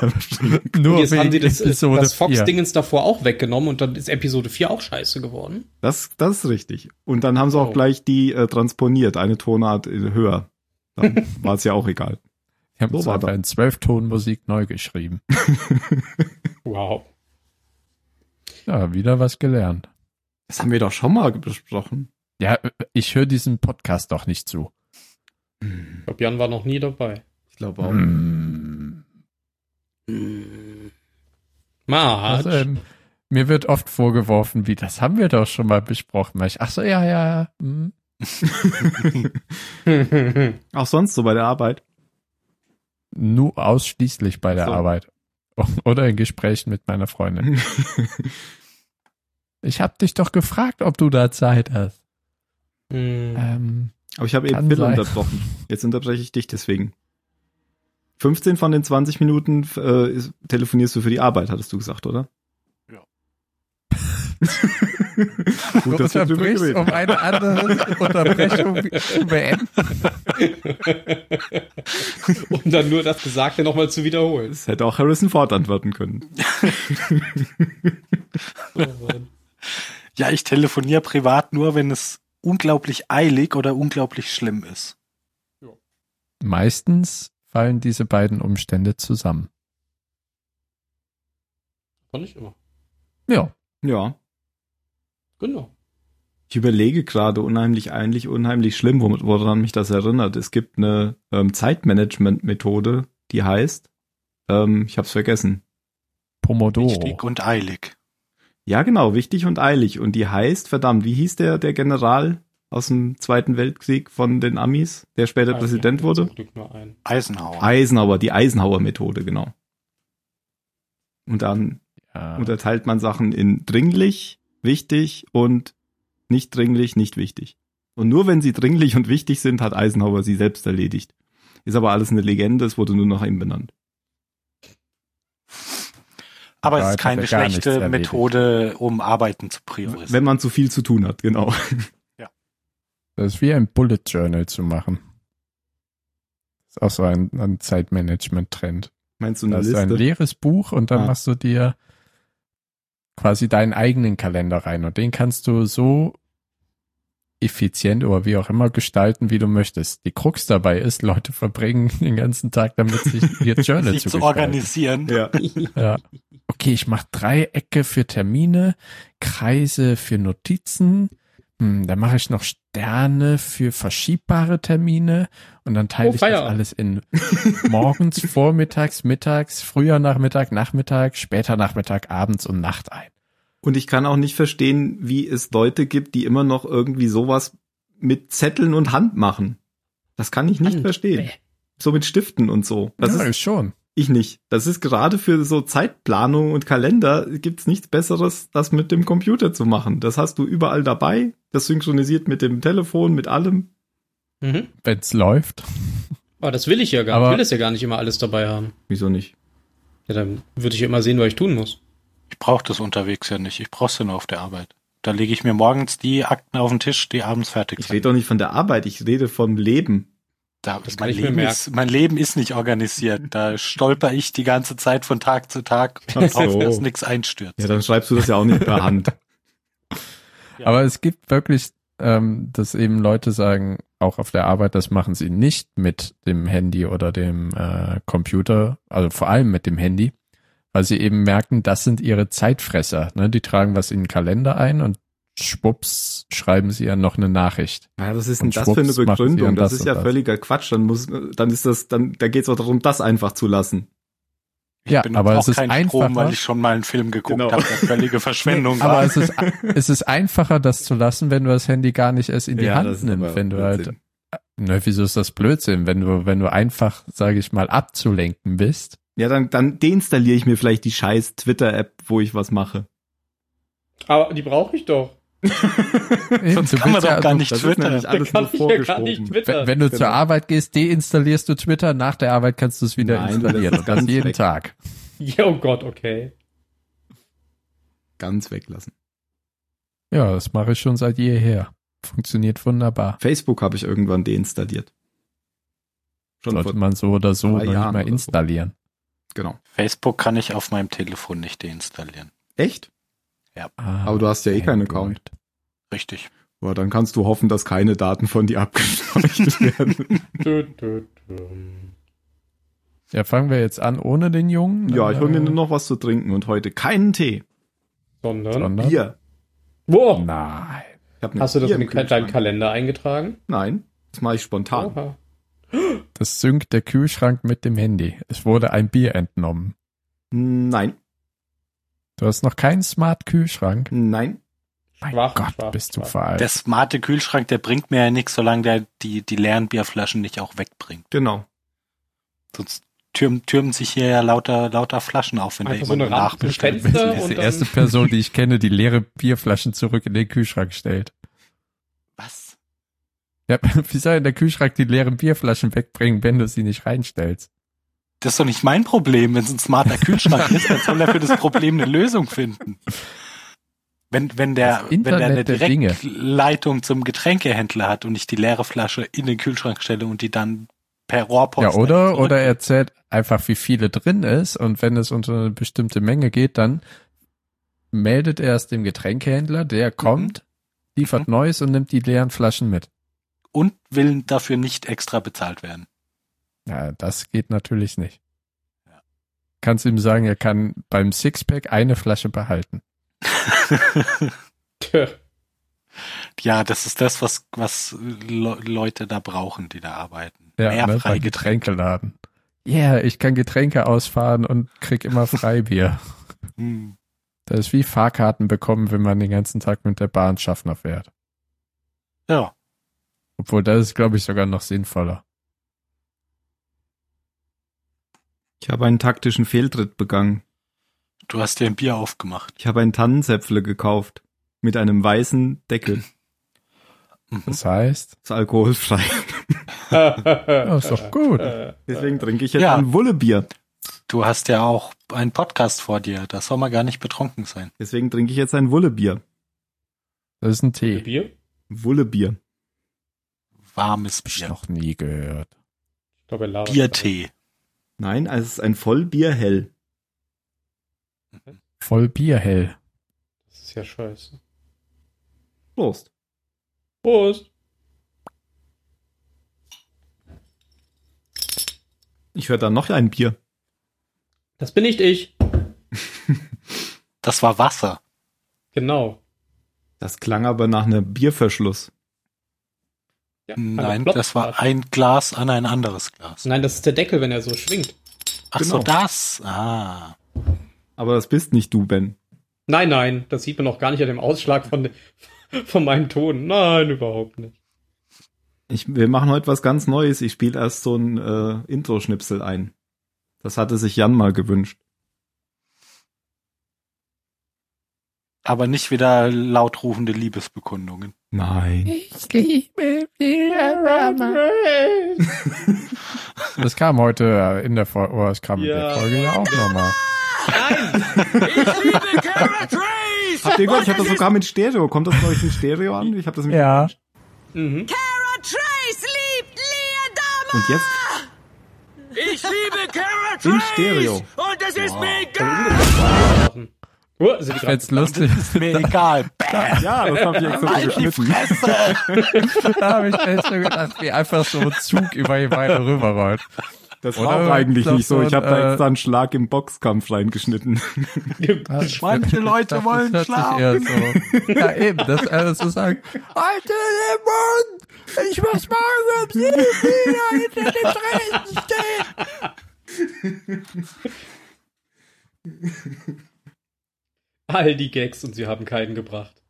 Speaker 9: Nur
Speaker 3: Jetzt haben sie das, äh,
Speaker 9: Episode
Speaker 3: das
Speaker 9: vier.
Speaker 3: Fox-Dingens davor auch weggenommen und dann ist Episode 4 auch scheiße geworden.
Speaker 4: Das, das ist richtig. Und dann haben sie auch
Speaker 3: Oh.
Speaker 4: gleich die äh, transponiert, eine Tonart äh, höher. Dann war es ja auch egal.
Speaker 9: Die haben
Speaker 4: So
Speaker 9: so
Speaker 4: war
Speaker 9: einfach
Speaker 4: das.
Speaker 9: in Zwölftonmusik neu geschrieben.
Speaker 3: Wow.
Speaker 9: Ja, wieder was gelernt.
Speaker 4: Das haben wir doch schon mal besprochen.
Speaker 9: Ja, ich höre diesem Podcast doch nicht zu.
Speaker 3: Ich glaube, Jan war noch nie dabei.
Speaker 4: Ich glaube auch.
Speaker 9: Hm.
Speaker 3: Marge.
Speaker 9: Also, ähm, mir wird oft vorgeworfen, wie das haben wir doch schon mal besprochen. Ich, ach so, ja, ja, ja. Hm.
Speaker 4: Auch sonst so bei der Arbeit.
Speaker 9: Nur ausschließlich bei der
Speaker 4: So.
Speaker 9: Arbeit oder in Gesprächen mit meiner Freundin. Ich habe dich doch gefragt, ob du da Zeit hast.
Speaker 3: Hm.
Speaker 9: Ähm,
Speaker 4: Aber ich habe eben
Speaker 9: Kann
Speaker 4: Phil
Speaker 9: sein.
Speaker 4: unterbrochen. Jetzt unterbreche ich dich deswegen. 15 von den 20 Minuten f- äh, ist- telefonierst du für die Arbeit, hattest du gesagt, oder?
Speaker 9: Du
Speaker 4: Gut, dass wir drüber
Speaker 9: unterbrichst,
Speaker 4: geredet
Speaker 9: um eine andere Unterbrechung zu beenden.
Speaker 3: um dann nur das Gesagte nochmal zu wiederholen.
Speaker 4: Das hätte auch Harrison Ford antworten können.
Speaker 3: äh,
Speaker 2: Ja, ich telefoniere privat nur, wenn es unglaublich eilig oder unglaublich schlimm ist.
Speaker 9: Meistens fallen diese beiden Umstände zusammen.
Speaker 3: Kann ich immer.
Speaker 9: Ja,
Speaker 4: Ja.
Speaker 3: Genau.
Speaker 4: Ich überlege gerade unheimlich, eigentlich unheimlich schlimm, wo- woran mich das erinnert. Es gibt eine ähm, Zeitmanagement-Methode, die heißt, ähm, ich hab's vergessen.
Speaker 9: Pomodoro.
Speaker 2: Wichtig und eilig.
Speaker 4: Ja, genau, wichtig und eilig. Und die heißt, verdammt, wie hieß der, der General aus dem Zweiten Weltkrieg von den Amis, der später
Speaker 3: Ah,
Speaker 4: Präsident
Speaker 3: ja,
Speaker 4: wurde?
Speaker 3: zum Glück nur ein.
Speaker 2: Eisenhower.
Speaker 4: Eisenhower, die Eisenhower-Methode, genau. Und dann
Speaker 9: Ja.
Speaker 4: unterteilt man Sachen in dringlich, wichtig und nicht dringlich, nicht wichtig. Und nur wenn sie dringlich und wichtig sind, hat Eisenhower sie selbst erledigt. Ist aber alles eine Legende, es wurde nur nach ihm benannt.
Speaker 2: Aber es
Speaker 9: Ja,
Speaker 2: ist
Speaker 9: jetzt hat
Speaker 2: keine
Speaker 9: er gar nichts
Speaker 2: schlechte
Speaker 9: erledigt.
Speaker 2: Methode, um Arbeiten zu priorisieren.
Speaker 4: Wenn man zu viel zu tun hat, genau.
Speaker 9: Das ist wie ein Bullet Journal zu machen. ist auch so ein, ein Zeitmanagement-Trend.
Speaker 4: Meinst du eine
Speaker 9: Da ist ein
Speaker 4: Liste?
Speaker 9: leeres Buch und dann
Speaker 4: Ah.
Speaker 9: machst du dir quasi deinen eigenen Kalender rein und den kannst du so effizient oder wie auch immer gestalten, wie du möchtest. Die Krux dabei ist, Leute verbringen den ganzen Tag damit, sich ihr Journal
Speaker 2: sich
Speaker 9: zu,
Speaker 2: zu
Speaker 9: gestalten.
Speaker 2: organisieren.
Speaker 4: ja.
Speaker 9: Ja. Okay, ich mache Dreiecke für Termine, Kreise für Notizen. Hm, dann mache ich noch Sterne für verschiebbare Termine und dann teile
Speaker 3: Oh,
Speaker 9: ich das
Speaker 3: Feierabend.
Speaker 9: alles in morgens, vormittags, mittags, früher Nachmittag, Nachmittag, später Nachmittag, abends und Nacht ein.
Speaker 4: Und ich kann auch nicht verstehen, wie es Leute gibt, die immer noch irgendwie sowas mit Zetteln und Hand machen. Das kann ich nicht
Speaker 3: Hand,
Speaker 4: verstehen.
Speaker 3: bäh.
Speaker 4: So mit Stiften und so. Das
Speaker 9: ja,
Speaker 4: ist
Speaker 9: schon.
Speaker 4: ich nicht. Das ist gerade für so Zeitplanung und Kalender gibt's nichts besseres, das mit dem Computer zu machen. Das hast du überall dabei. Das synchronisiert mit dem Telefon, mit allem.
Speaker 3: Mhm.
Speaker 9: Wenn's läuft.
Speaker 3: Aber das will ich ja gar nicht.
Speaker 9: Aber-
Speaker 3: Ich will das ja gar nicht immer alles dabei haben.
Speaker 4: Wieso nicht?
Speaker 3: Ja, dann würde ich ja immer sehen, was ich tun muss.
Speaker 2: Ich brauche das unterwegs ja nicht. Ich brauche es ja nur auf der Arbeit. Da lege ich mir morgens die Akten auf den Tisch, die abends fertig
Speaker 4: Ich
Speaker 2: sind.
Speaker 4: rede doch nicht von der Arbeit, ich rede vom Leben.
Speaker 2: Da,
Speaker 3: Das kann
Speaker 2: mein,
Speaker 3: ich mir
Speaker 2: Leben
Speaker 3: merken.
Speaker 2: ist, mein Leben ist nicht organisiert. Da stolper ich die ganze Zeit von Tag zu Tag und
Speaker 4: Ach so.
Speaker 2: hoffe, dass nichts einstürzt.
Speaker 4: Ja, dann schreibst du das ja auch nicht per Hand.
Speaker 2: Ja.
Speaker 9: Aber es gibt wirklich, ähm, dass eben Leute sagen, auch auf der Arbeit, das machen sie nicht mit dem Handy oder dem äh, Computer, also vor allem mit dem Handy, weil sie eben merken, das sind ihre Zeitfresser. Ne? Die tragen was in den Kalender ein und schwupps schreiben sie ja noch eine Nachricht.
Speaker 4: Ja, was ist denn
Speaker 9: Und
Speaker 4: das für eine
Speaker 9: schwupps macht sie
Speaker 4: Begründung?
Speaker 9: dann das
Speaker 4: Das, ist
Speaker 9: und
Speaker 4: ja
Speaker 9: das.
Speaker 4: völliger Quatsch. Dann muss, dann ist das, dann, da geht's auch darum, das einfach zu lassen.
Speaker 9: Ja,
Speaker 2: Benutze
Speaker 9: aber es ist
Speaker 2: keinen Strom, weil
Speaker 9: einfacher.
Speaker 2: ich schon mal einen Film geguckt
Speaker 4: Genau.
Speaker 2: habe, der völlige Verschwendung
Speaker 9: Aber
Speaker 2: war.
Speaker 9: es ist, es ist einfacher, das zu lassen, wenn du das Handy gar nicht erst in die
Speaker 4: ja, das
Speaker 9: Hand
Speaker 4: ist
Speaker 9: nimmst,
Speaker 4: aber
Speaker 9: wenn du halt
Speaker 4: Blödsinn.
Speaker 9: Ne, wieso ist das Blödsinn, wenn du, wenn du einfach, sage ich mal, abzulenken bist?
Speaker 4: Ja, dann, dann deinstalliere ich mir vielleicht die scheiß Twitter-App, wo ich was mache.
Speaker 3: Aber die brauche ich doch.
Speaker 9: Eben,
Speaker 2: Sonst
Speaker 9: du
Speaker 2: kann man
Speaker 9: bist
Speaker 2: doch
Speaker 9: ja-
Speaker 2: gar
Speaker 9: also- du-
Speaker 2: nicht
Speaker 4: Das ist
Speaker 2: twittern.
Speaker 4: nämlich alles
Speaker 3: kann
Speaker 4: nur
Speaker 3: ich ja gar nicht
Speaker 4: vorgeschoben.
Speaker 9: Wenn,
Speaker 3: twittern.
Speaker 9: wenn du zur
Speaker 4: Genau.
Speaker 9: Arbeit gehst, deinstallierst du Twitter, nach der Arbeit kannst du es wieder
Speaker 4: Nein, das
Speaker 9: installieren.
Speaker 4: ist
Speaker 9: Und das
Speaker 4: ganz
Speaker 9: jeden
Speaker 4: weg.
Speaker 9: Tag.
Speaker 3: ja, oh Gott, okay.
Speaker 4: Ganz weglassen.
Speaker 9: Ja, das mache ich schon seit jeher. Funktioniert wunderbar.
Speaker 4: Facebook habe ich irgendwann deinstalliert. Schon
Speaker 9: Sollte
Speaker 4: vor,
Speaker 9: man so oder so noch
Speaker 4: drei
Speaker 9: nicht
Speaker 4: Jahren
Speaker 9: mal
Speaker 4: oder so.
Speaker 9: installieren.
Speaker 4: genau.
Speaker 2: Facebook kann ich auf meinem Telefon nicht deinstallieren.
Speaker 4: Echt?
Speaker 9: Ah,
Speaker 4: Aber du hast ja eh keinen
Speaker 9: Android.
Speaker 4: Account.
Speaker 2: Richtig.
Speaker 4: Boah, dann kannst du hoffen, dass keine Daten von dir abgespeichert werden.
Speaker 3: Dö, dö, dö.
Speaker 9: Ja, fangen wir jetzt an ohne den Jungen.
Speaker 4: ja, ich hole mir
Speaker 9: Äh,
Speaker 4: nur noch was zu trinken und heute keinen Tee.
Speaker 3: Sondern.
Speaker 9: sondern- Oh
Speaker 4: Bier.
Speaker 3: Boah!
Speaker 9: Nein.
Speaker 4: Ich hab ein
Speaker 3: Hast du das
Speaker 4: Bier
Speaker 3: in
Speaker 4: im
Speaker 3: den- deinen
Speaker 4: Kühlschrank.
Speaker 3: Kalender eingetragen?
Speaker 4: Nein, das mache ich spontan.
Speaker 3: Oha.
Speaker 9: Das synkt der Kühlschrank mit dem Handy. Es wurde ein Bier entnommen.
Speaker 4: Nein,
Speaker 9: Du hast noch keinen Smart-Kühlschrank.
Speaker 4: nein.
Speaker 9: Mein
Speaker 3: Schwach,
Speaker 9: Gott,
Speaker 3: schwach,
Speaker 9: bist du
Speaker 3: schwach.
Speaker 9: veraltet.
Speaker 2: Der smarte Kühlschrank, der bringt mir ja nichts, solange der die, die leeren Bierflaschen nicht auch wegbringt.
Speaker 4: Genau.
Speaker 2: Sonst türmen, türmen sich hier ja lauter, lauter Flaschen auf, wenn der
Speaker 3: Einfach so
Speaker 2: immer nur
Speaker 3: eine Rampe zum
Speaker 2: nachbestellt
Speaker 9: Das
Speaker 2: wird.
Speaker 3: Fenster
Speaker 9: ist
Speaker 3: und
Speaker 9: die
Speaker 3: dann-
Speaker 9: erste Person, die ich kenne, die leere Bierflaschen zurück in den Kühlschrank stellt.
Speaker 2: Was?
Speaker 9: Ja, wie soll denn der Kühlschrank die leeren Bierflaschen wegbringen, wenn du sie nicht reinstellst?
Speaker 2: Das ist doch nicht mein Problem, wenn es ein smarter Kühlschrank ist, dann soll er für das Problem eine Lösung finden. Wenn, wenn der,
Speaker 9: Das
Speaker 2: wenn der eine
Speaker 9: Internet der Dinge.
Speaker 2: Direktleitung zum Getränkehändler hat und ich die leere Flasche in den Kühlschrank stelle und die dann per Rohrpost.
Speaker 9: Ja, oder,
Speaker 2: zurück-
Speaker 9: oder er zählt einfach, wie viele drin ist und wenn es unter eine bestimmte Menge geht, dann meldet er es dem Getränkehändler, der
Speaker 3: Mhm.
Speaker 9: kommt, liefert Neues und nimmt die leeren Flaschen mit.
Speaker 2: Und will dafür nicht extra bezahlt werden.
Speaker 9: Ja, das geht natürlich nicht. Kannst ihm sagen, er kann beim Sixpack eine Flasche behalten.
Speaker 3: Tja.
Speaker 2: ja, das ist das, was, was Le Leute da brauchen, die da arbeiten. Mehr
Speaker 9: ne,
Speaker 2: freie
Speaker 9: beim
Speaker 2: Getränke.
Speaker 9: Getränkeladen. Ja, yeah, ich kann Getränke ausfahren und krieg immer Freibier.
Speaker 2: Hm.
Speaker 9: Das ist wie Fahrkarten bekommen, wenn man den ganzen Tag mit der Bahn Schaffner fährt.
Speaker 2: Ja.
Speaker 9: Obwohl, das ist, glaube ich, sogar noch sinnvoller.
Speaker 4: Ich habe einen taktischen Fehltritt begangen.
Speaker 2: Du hast dir ein Bier aufgemacht.
Speaker 4: Ich habe einen Tannenzäpfle gekauft. Mit einem weißen Deckel.
Speaker 9: Das heißt,
Speaker 4: Ist alkoholfrei.
Speaker 9: ja, ist doch
Speaker 3: Äh,
Speaker 9: gut.
Speaker 4: Deswegen trinke ich jetzt
Speaker 2: Ja.
Speaker 4: ein Wullebier.
Speaker 2: Du hast ja auch einen Podcast vor dir. Da soll man gar nicht betrunken sein.
Speaker 4: Deswegen trinke ich jetzt ein Wullebier.
Speaker 9: Das ist ein Tee.
Speaker 3: Bier?
Speaker 4: Wullebier.
Speaker 2: Warmes
Speaker 9: Hab ich
Speaker 2: Bier.
Speaker 9: noch nie gehört.
Speaker 3: Ich glaube, er labert.
Speaker 2: Biertee.
Speaker 4: Nein, es ist ein Vollbier hell.
Speaker 9: Voll Bierhell.
Speaker 3: Das ist ja scheiße.
Speaker 4: Prost.
Speaker 3: Prost.
Speaker 4: Ich höre dann noch ein Bier.
Speaker 3: Das bin nicht ich.
Speaker 2: Das war Wasser.
Speaker 3: Genau.
Speaker 4: Das klang aber nach einem Bierverschluss.
Speaker 3: Ja,
Speaker 2: Nein,
Speaker 3: eine Plop-
Speaker 2: das war ein Glas an ein anderes Glas.
Speaker 3: Nein, das ist der Deckel, wenn er so schwingt.
Speaker 2: Ach so,
Speaker 4: genau.
Speaker 2: das. Ah.
Speaker 4: Aber das bist nicht du, Ben.
Speaker 3: Nein, nein, das sieht man auch gar nicht an dem Ausschlag von, von meinem Ton. Nein, überhaupt nicht.
Speaker 4: Ich, wir machen heute was ganz Neues. Ich spiele erst so ein äh, Intro-Schnipsel ein. Das hatte sich Jan mal gewünscht.
Speaker 2: Aber nicht wieder laut rufende Liebesbekundungen.
Speaker 4: Nein.
Speaker 9: Das kam heute äh, in der Folge, oh, es kam in
Speaker 3: Ja.
Speaker 9: der Folge ja auch nochmal.
Speaker 4: Habt ihr gehört? Ich habe das sogar mit Stereo. Kommt das bei euch in Stereo an? Ich habe das mit
Speaker 9: Ja.
Speaker 3: Mhm.
Speaker 4: Und jetzt? Ich liebe Carrot In Stereo.
Speaker 3: Uh, sind die
Speaker 9: Ich
Speaker 3: gerade-
Speaker 9: fänd's lustig.
Speaker 2: Mir egal.
Speaker 4: Ja, das habe ich extra so geschnitten.
Speaker 9: Da habe ich echt schon gedacht, wie einfach so ein Zug über die Beine rüberrollt.
Speaker 4: Das
Speaker 9: Oder?
Speaker 4: war auch
Speaker 9: Ich
Speaker 4: eigentlich
Speaker 9: glaub
Speaker 4: nicht so. Ich
Speaker 9: so,
Speaker 4: habe da
Speaker 9: äh,
Speaker 4: extra einen Schlag im Boxkampf reingeschnitten.
Speaker 2: Manche Leute wollen
Speaker 9: das hört sich eher so. Ja, eben, das äh, zu sagen, halt den Mund! Ich muss morgen um sieben wieder hinter dem Tresen stehen!
Speaker 3: All die Gags und sie haben keinen gebracht.